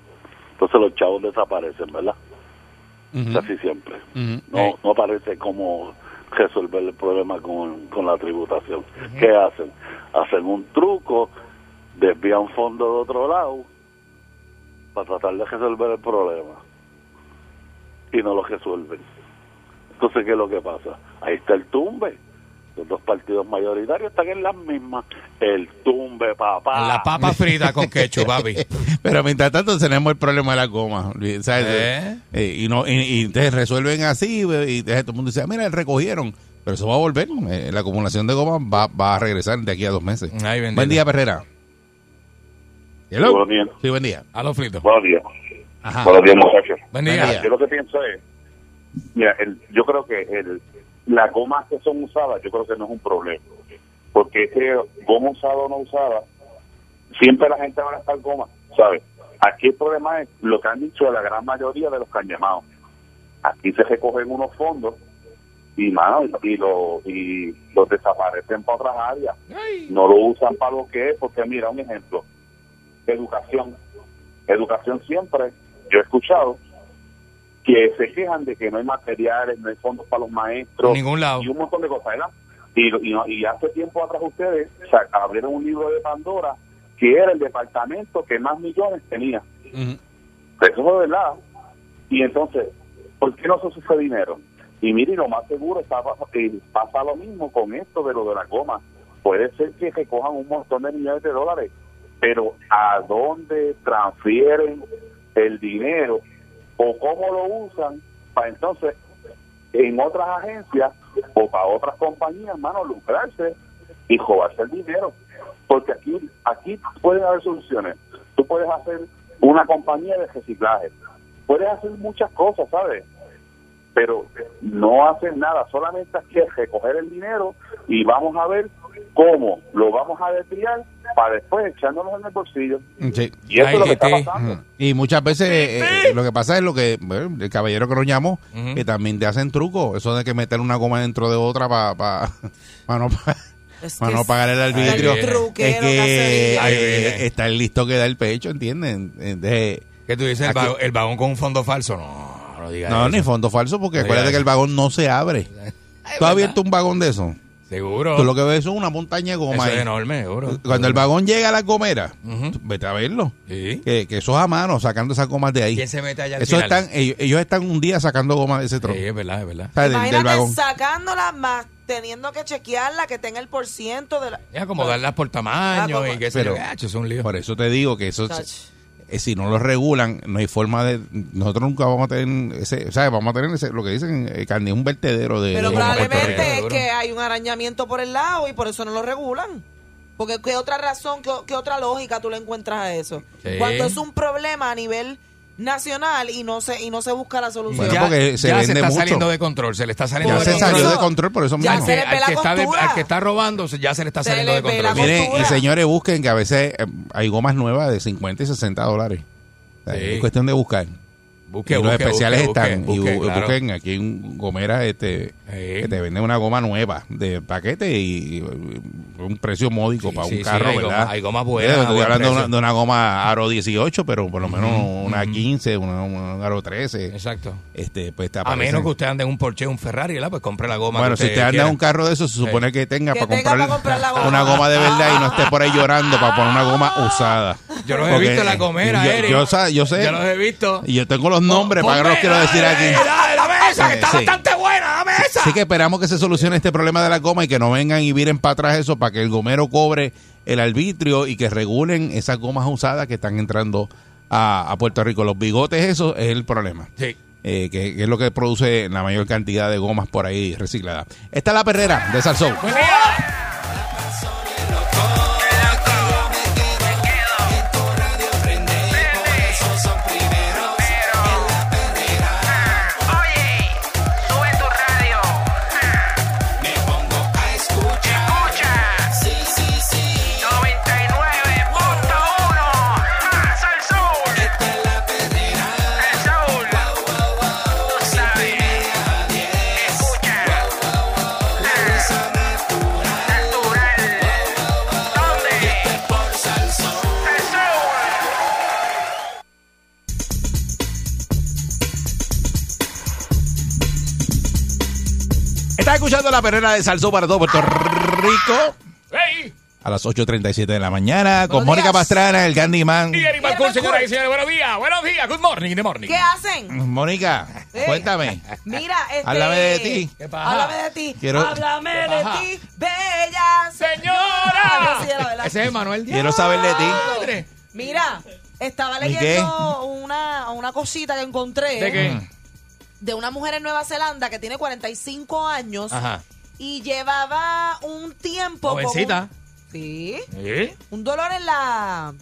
[SPEAKER 12] Entonces los chavos desaparecen, ¿verdad?
[SPEAKER 3] Ujú,
[SPEAKER 12] Casi siempre.
[SPEAKER 3] ujú. Eh.
[SPEAKER 12] No, no parece como resolver el problema con, con la tributación. ¿Qué hacen? Hacen un truco, desvían fondos de otro lado para tratar de resolver el problema y no lo resuelven. Entonces, ¿qué es lo que pasa? Ahí está el tumbe. Los dos partidos mayoritarios están en las mismas. El tumbe,
[SPEAKER 11] Ah.
[SPEAKER 12] papá.
[SPEAKER 4] Las papas fritas
[SPEAKER 3] <laughs>
[SPEAKER 4] con ketchup, papi.
[SPEAKER 3] <laughs> Pero mientras tanto tenemos el problema de la goma. ¿sabes?
[SPEAKER 4] ¿Eh?
[SPEAKER 3] Eh, y no y, y te resuelven así, y te- todo el mundo dice, "Ah, mira, recogieron. Pero eso va a volver. eh, la acumulación de goma va, va a regresar de aquí a dos meses.
[SPEAKER 4] Ay, bendito.
[SPEAKER 3] Buen día, Perrera. Hello.
[SPEAKER 12] Buenos días.
[SPEAKER 3] Sí, buen día.
[SPEAKER 4] A los fritos.
[SPEAKER 12] Buenos días.
[SPEAKER 3] Ajá.
[SPEAKER 12] Buenos días, muchachos.
[SPEAKER 4] Buen
[SPEAKER 3] Buen
[SPEAKER 4] día.
[SPEAKER 3] día.
[SPEAKER 12] Yo lo que pienso es, mira, el- yo creo que el, las gomas que son usadas, yo creo que no es un problema. Porque ese goma usada o no usada, siempre la gente va a gastar goma, ¿sabes? Aquí el problema es lo que han dicho la gran mayoría de los que han llamado. Aquí se recogen unos fondos y, mano, y, lo, y los desaparecen para otras áreas. No lo usan para lo que es, porque mira, un ejemplo, educación. Educación siempre, yo he escuchado que se quejan de que no hay materiales, no hay fondos para los maestros.
[SPEAKER 4] En ningún lado.
[SPEAKER 12] Y un montón de cosas, ¿verdad? Y, y, y hace tiempo atrás ustedes sa- abrieron un libro de Pandora que era el departamento que más millones tenía.
[SPEAKER 3] Ujú.
[SPEAKER 12] Eso fue verdad. Y entonces, ¿por qué no se usa ese
[SPEAKER 11] eh,
[SPEAKER 12] dinero? Y mire, y lo más seguro está, pas- que pasa lo mismo con esto de lo de la goma.
[SPEAKER 11] puede ser que recojan un montón de millones de dólares, pero ¿a dónde transfieren el dinero o cómo lo usan para entonces en otras agencias o para otras compañías, hermano, lucrarse y robarse el dinero? Porque aquí, aquí pueden haber soluciones. Tú puedes hacer una compañía de reciclaje, puedes hacer muchas cosas, ¿sabes? pero no hacen nada, solamente aquí es recoger el dinero y vamos a ver cómo lo vamos a desviar para después echándonos en el bolsillo.
[SPEAKER 3] Sí.
[SPEAKER 11] Y eso es lo que está
[SPEAKER 4] Ay,
[SPEAKER 11] pasando.
[SPEAKER 3] Ujú. Y muchas veces eh, eh, lo que pasa es lo que bueno, el caballero que nos llamó, que también te hacen trucos, eso de que meter una goma dentro de otra para no, <laughs> pa-
[SPEAKER 5] Es que
[SPEAKER 3] pa no
[SPEAKER 5] es-
[SPEAKER 3] pagar el arbitrio.
[SPEAKER 4] Ay,
[SPEAKER 5] truquero
[SPEAKER 3] Es
[SPEAKER 5] que hace
[SPEAKER 3] que
[SPEAKER 5] vida.
[SPEAKER 4] Ay,
[SPEAKER 3] eh,
[SPEAKER 4] bien.
[SPEAKER 3] está el listo que da el pecho, ¿entienden? Eh, de-
[SPEAKER 4] ¿Qué tú dices? El,
[SPEAKER 3] Aquí-
[SPEAKER 4] vagón, el vagón con un fondo falso. No, no digas
[SPEAKER 3] no,
[SPEAKER 4] eso.
[SPEAKER 3] ni fondo falso, porque
[SPEAKER 4] Ay,
[SPEAKER 3] acuérdate
[SPEAKER 4] ay.
[SPEAKER 3] que el vagón no se abre. ¿Tú has abierto un vagón de eso?
[SPEAKER 4] Seguro.
[SPEAKER 3] Tú lo que ves es una montaña de
[SPEAKER 4] Eso
[SPEAKER 3] goma.
[SPEAKER 4] es
[SPEAKER 3] ahí.
[SPEAKER 4] enorme, seguro.
[SPEAKER 3] Cuando el vagón llega a la gomera,
[SPEAKER 4] Ujú.
[SPEAKER 3] tú vete a verlo.
[SPEAKER 4] Sí.
[SPEAKER 3] Que, que eso es a mano, sacando esas gomas de ahí.
[SPEAKER 4] ¿Quién se mete allá al
[SPEAKER 3] Eso
[SPEAKER 4] final?
[SPEAKER 3] están, ellos, ellos están un día sacando goma de ese trozo.
[SPEAKER 4] Sí, es verdad, es verdad.
[SPEAKER 3] O sea, del, del
[SPEAKER 5] Imagínate
[SPEAKER 3] vagón.
[SPEAKER 5] sacándola más teniendo que chequearla, que tenga el por ciento de la...
[SPEAKER 4] Es acomodarlas por tamaño
[SPEAKER 5] Ah,
[SPEAKER 4] y qué sé
[SPEAKER 3] Ah, Pero-
[SPEAKER 4] yo. Gacho, es un lío.
[SPEAKER 3] Por eso te digo que eso,
[SPEAKER 5] Chacho.
[SPEAKER 3] eh, si no lo regulan, no hay forma de. Nosotros nunca vamos a tener ese. ¿Sabes? Vamos a tener ese, lo que dicen, eh, carne, un vertedero de.
[SPEAKER 5] Pero
[SPEAKER 3] de goma.
[SPEAKER 4] Puerto
[SPEAKER 5] probablemente
[SPEAKER 4] Rico,
[SPEAKER 5] es
[SPEAKER 4] seguro.
[SPEAKER 5] que hay un arañamiento por el lado y por eso no lo regulan. Porque qué otra razón, qué, qué otra lógica tú le encuentras a eso.
[SPEAKER 4] Sí.
[SPEAKER 5] Cuando es un problema a nivel nacional y no se y no se busca la solución.
[SPEAKER 3] Bueno, porque se
[SPEAKER 4] ya
[SPEAKER 3] vende
[SPEAKER 4] está
[SPEAKER 3] mucho.
[SPEAKER 4] saliendo de control, se le está saliendo
[SPEAKER 3] ya
[SPEAKER 4] de
[SPEAKER 3] se
[SPEAKER 4] control.
[SPEAKER 3] salió de
[SPEAKER 5] Eso-
[SPEAKER 3] control por eso
[SPEAKER 5] Ya
[SPEAKER 3] mismo.
[SPEAKER 5] se le ve
[SPEAKER 4] al,
[SPEAKER 5] la
[SPEAKER 4] que está de-
[SPEAKER 5] costura.
[SPEAKER 4] al que está robando se- ya se le está
[SPEAKER 5] Se
[SPEAKER 4] saliendo
[SPEAKER 5] le
[SPEAKER 4] de
[SPEAKER 5] ve la
[SPEAKER 4] control.
[SPEAKER 5] costura.
[SPEAKER 3] Miren, y señores, busquen que a veces eh, hay gomas nuevas de 50 y 60 dólares. O sea,
[SPEAKER 4] Sí.
[SPEAKER 3] Es cuestión de buscar.
[SPEAKER 4] Busque,
[SPEAKER 3] Y los
[SPEAKER 4] busque,
[SPEAKER 3] especiales
[SPEAKER 4] busque,
[SPEAKER 3] están.
[SPEAKER 4] busque,
[SPEAKER 3] y bu-
[SPEAKER 4] claro.
[SPEAKER 3] busquen aquí en Gomera este,
[SPEAKER 4] Sí.
[SPEAKER 3] que te vende una goma nueva de paquete y, y un precio módico
[SPEAKER 4] Sí,
[SPEAKER 3] para
[SPEAKER 4] sí,
[SPEAKER 3] un
[SPEAKER 4] sí,
[SPEAKER 3] carro,
[SPEAKER 4] hay goma-
[SPEAKER 3] ¿verdad?
[SPEAKER 4] hay gomas buenas,
[SPEAKER 3] Estoy
[SPEAKER 4] a buen
[SPEAKER 3] hablando de una,
[SPEAKER 4] precio.
[SPEAKER 3] de una goma Aro 18, pero por lo menos una 15, una, una Aro 13.
[SPEAKER 4] Exacto.
[SPEAKER 3] Este, pues te
[SPEAKER 4] A
[SPEAKER 3] aparecen.
[SPEAKER 4] menos que usted ande en un Porsche, un Ferrari, ¿verdad? Pues compre la goma.
[SPEAKER 3] Bueno,
[SPEAKER 4] que
[SPEAKER 3] si usted anda
[SPEAKER 4] quiera.
[SPEAKER 3] en un carro de esos, se supone que tenga,
[SPEAKER 5] Que
[SPEAKER 3] para,
[SPEAKER 5] tenga
[SPEAKER 3] comprar
[SPEAKER 5] para comprar la goma.
[SPEAKER 3] una goma de verdad y no esté por ahí llorando para poner una
[SPEAKER 5] <laughs>
[SPEAKER 3] goma usada.
[SPEAKER 4] Yo los he
[SPEAKER 3] Porque,
[SPEAKER 4] visto en la
[SPEAKER 3] eh,
[SPEAKER 4] gomera,
[SPEAKER 3] yo,
[SPEAKER 4] Eric.
[SPEAKER 3] yo sa- yo sé.
[SPEAKER 4] Yo los he visto.
[SPEAKER 3] Y yo tengo los nombres, para que los
[SPEAKER 4] Ponme-
[SPEAKER 3] quiero decir
[SPEAKER 4] dame,
[SPEAKER 3] aquí.
[SPEAKER 4] Dame, dame esa, que
[SPEAKER 3] Eh,
[SPEAKER 4] está
[SPEAKER 3] sí.
[SPEAKER 4] bastante buena, dame esa.
[SPEAKER 3] Así que esperamos que se solucione este problema de la goma y que no vengan y viren para atrás eso para que el gomero cobre el arbitrio y que regulen esas gomas usadas que están entrando a, a Puerto Rico. Los bigotes, eso es el problema.
[SPEAKER 4] Sí.
[SPEAKER 3] Eh, que, que es lo que produce la mayor cantidad de gomas por ahí recicladas. Esta es la perrera de Salsón.
[SPEAKER 2] Oye, sube tu radio. Me pongo a escuchar. Escucha. Sí, sí, sí. 99.1. Más al sol. Esta es la perrera. El sol. Wow, wow, wow. Tú sabes. Escucha. Natural. ¿Dónde? Por Sal Sol. El sol.
[SPEAKER 3] Estás escuchando la perrera de Salsón para todo Puerto Rico. A las 8.37 de la mañana con
[SPEAKER 5] Buenos
[SPEAKER 3] Mónica
[SPEAKER 5] díaz.
[SPEAKER 3] Pastrana, el Candyman.
[SPEAKER 4] Y Eric Balcour,
[SPEAKER 5] Balcour.
[SPEAKER 4] señoras y señores, buenos días, buenos días, good morning, good morning.
[SPEAKER 5] ¿Qué hacen?
[SPEAKER 3] Mónica,
[SPEAKER 5] Eh.
[SPEAKER 3] cuéntame.
[SPEAKER 5] Mira, este,
[SPEAKER 3] Háblame de ti.
[SPEAKER 4] ¿Qué pasa?
[SPEAKER 5] Háblame de ti.
[SPEAKER 3] Quiero-
[SPEAKER 5] háblame
[SPEAKER 4] ¿Qué
[SPEAKER 5] de
[SPEAKER 4] pasa?
[SPEAKER 5] ti, bella
[SPEAKER 4] ¡Señora!
[SPEAKER 5] Ah, sí, era verdad.
[SPEAKER 4] Ese es Manuel Díaz.
[SPEAKER 3] Quiero saber de ti.
[SPEAKER 4] Madre.
[SPEAKER 5] Mira, estaba
[SPEAKER 3] ¿Y qué?
[SPEAKER 5] leyendo una, una cosita que encontré
[SPEAKER 4] ¿De qué?
[SPEAKER 3] Mm.
[SPEAKER 5] de una mujer en Nueva Zelanda que tiene 45 años
[SPEAKER 4] Ajá.
[SPEAKER 5] y llevaba un tiempo con un-
[SPEAKER 4] Jovencita.
[SPEAKER 5] sí,
[SPEAKER 4] ¿Eh?
[SPEAKER 5] un dolor en la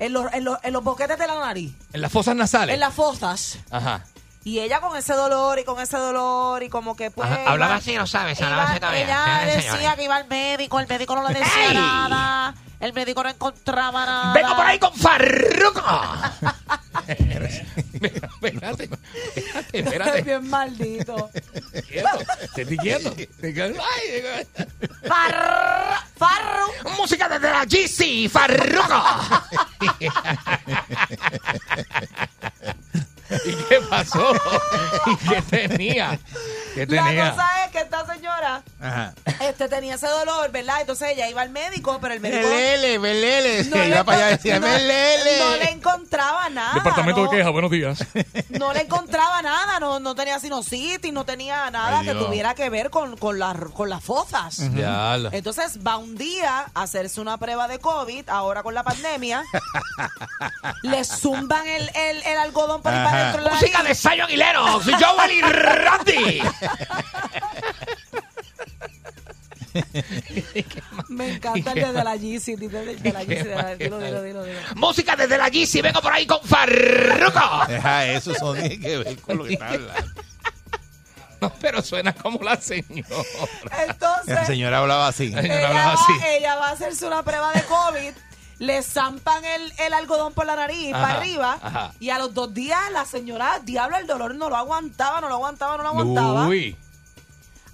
[SPEAKER 5] en los, en los, en los boquetes de la nariz,
[SPEAKER 4] En las fosas nasales.
[SPEAKER 5] en las fosas.
[SPEAKER 4] Ajá.
[SPEAKER 5] Y ella con ese dolor y con ese dolor y como que pues...
[SPEAKER 2] Ajá,
[SPEAKER 5] iba-
[SPEAKER 2] hablaba así, no sabe, sanaba
[SPEAKER 5] iba-
[SPEAKER 2] ese cabello,
[SPEAKER 5] Ella
[SPEAKER 2] señoras y
[SPEAKER 5] decía
[SPEAKER 2] señores.
[SPEAKER 5] que iba al médico, el médico no le decía
[SPEAKER 2] ¡Ey!
[SPEAKER 5] nada, el médico no encontraba nada.
[SPEAKER 2] Vengo por ahí con Farruko.
[SPEAKER 5] <laughs>
[SPEAKER 4] Espérate, espérate,
[SPEAKER 5] Es
[SPEAKER 4] espérate.
[SPEAKER 5] bien maldito.
[SPEAKER 4] Quieto,
[SPEAKER 5] <laughs>
[SPEAKER 4] te estoy quieto. Te
[SPEAKER 3] <laughs>
[SPEAKER 4] quedas- Ay,
[SPEAKER 5] Farru, farru.
[SPEAKER 2] Música desde la GC, Farruko.
[SPEAKER 4] <laughs> ¿Y qué pasó? <laughs> ¿Y qué tenía? ¿Qué
[SPEAKER 5] La
[SPEAKER 4] tenía?
[SPEAKER 5] cosa es que esta señora
[SPEAKER 3] Ajá.
[SPEAKER 5] este, tenía ese dolor, ¿verdad? Entonces ella iba al médico, pero el médico
[SPEAKER 3] Belele, belele.
[SPEAKER 5] No le
[SPEAKER 3] Iba para allá y decía,
[SPEAKER 5] no,
[SPEAKER 3] belele.
[SPEAKER 5] no le encontraba nada.
[SPEAKER 4] Departamento
[SPEAKER 5] no,
[SPEAKER 4] de queja, buenos días.
[SPEAKER 5] no le encontraba nada, no, no tenía sinusitis, no tenía nada
[SPEAKER 3] Ay,
[SPEAKER 5] que
[SPEAKER 3] Dios.
[SPEAKER 5] tuviera que ver con, con, las- con las fosas.
[SPEAKER 4] Ya, la-
[SPEAKER 5] Entonces va un día a hacerse una prueba de COVID, ahora con la
[SPEAKER 4] <laughs>
[SPEAKER 5] pandemia. le zumban el, el, el algodón por ahí para
[SPEAKER 3] Ajá.
[SPEAKER 5] adentro. de la
[SPEAKER 4] Música de Sayo Aguilero, soy Joel y Randy.
[SPEAKER 5] nariz. <laughs> Me encanta el de la Yeezy, el de de la
[SPEAKER 4] qué
[SPEAKER 5] Yeezy, de la-
[SPEAKER 4] mal, qué
[SPEAKER 5] dilo, dilo,
[SPEAKER 4] mal.
[SPEAKER 5] dilo, dilo.
[SPEAKER 4] Música desde la GC, vengo por ahí con Farruko.
[SPEAKER 3] Deja eso, eso no tiene que ver con lo que está hablando.
[SPEAKER 4] <laughs> No, pero suena como la señora.
[SPEAKER 3] <laughs> La
[SPEAKER 5] Entonces,
[SPEAKER 3] señora hablaba así.
[SPEAKER 4] Ay,
[SPEAKER 5] <laughs>
[SPEAKER 4] no
[SPEAKER 5] ella
[SPEAKER 4] hablaba
[SPEAKER 5] va,
[SPEAKER 4] así.
[SPEAKER 5] ella va a hacerse una prueba de COVID. Le zampan el, el algodón por la nariz
[SPEAKER 4] Ajá,
[SPEAKER 5] para arriba
[SPEAKER 4] ajá.
[SPEAKER 5] y a los dos días la señora, diablo, el dolor no lo aguantaba, no lo aguantaba, no lo aguantaba.
[SPEAKER 4] Uy.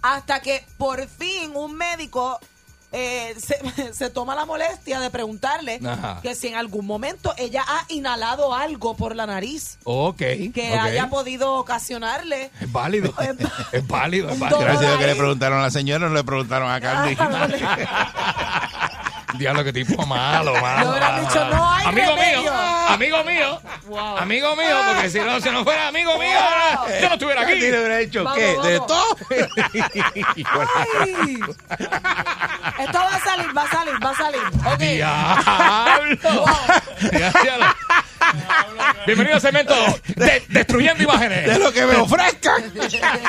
[SPEAKER 5] Hasta que por fin un médico eh, <laughs> se, se toma la molestia de preguntarle
[SPEAKER 4] Ajá.
[SPEAKER 5] que si en algún momento ella ha inhalado algo por la nariz
[SPEAKER 4] Ok.
[SPEAKER 5] que
[SPEAKER 4] ok.
[SPEAKER 5] haya podido
[SPEAKER 4] <laughs>
[SPEAKER 5] ocasionarle
[SPEAKER 4] Es válido. Es válido, es
[SPEAKER 5] Un
[SPEAKER 4] válido.
[SPEAKER 5] dolor.
[SPEAKER 3] Gracias a Dios que le
[SPEAKER 5] ahí.
[SPEAKER 3] preguntaron a la señora, no le preguntaron
[SPEAKER 4] <laughs>
[SPEAKER 3] a Candy.
[SPEAKER 4] Diablo, qué tipo
[SPEAKER 5] <laughs>
[SPEAKER 4] malo, malo.
[SPEAKER 5] Le hubieran
[SPEAKER 4] malo,
[SPEAKER 5] dicho,
[SPEAKER 4] malo.
[SPEAKER 5] "No hay
[SPEAKER 4] amigo
[SPEAKER 5] remedio".
[SPEAKER 4] mío, amigo mío,
[SPEAKER 5] <laughs> Wow.
[SPEAKER 4] amigo mío, porque si no, si no fuera amigo mío,
[SPEAKER 5] Wow.
[SPEAKER 4] yo no estuviera aquí.
[SPEAKER 3] Candy le hubiera dicho,
[SPEAKER 5] Vamos,
[SPEAKER 3] ¿qué? ¿De
[SPEAKER 5] vamos.
[SPEAKER 3] todo?
[SPEAKER 5] <laughs> ¡Ay! Esto va a salir, va a salir, va a salir. Ok.
[SPEAKER 4] Diablo. <laughs> Diablo. Bienvenido a Cemento de- Destruyendo
[SPEAKER 3] De
[SPEAKER 4] Imágenes.
[SPEAKER 3] lo que me ofrezcan.
[SPEAKER 4] <laughs>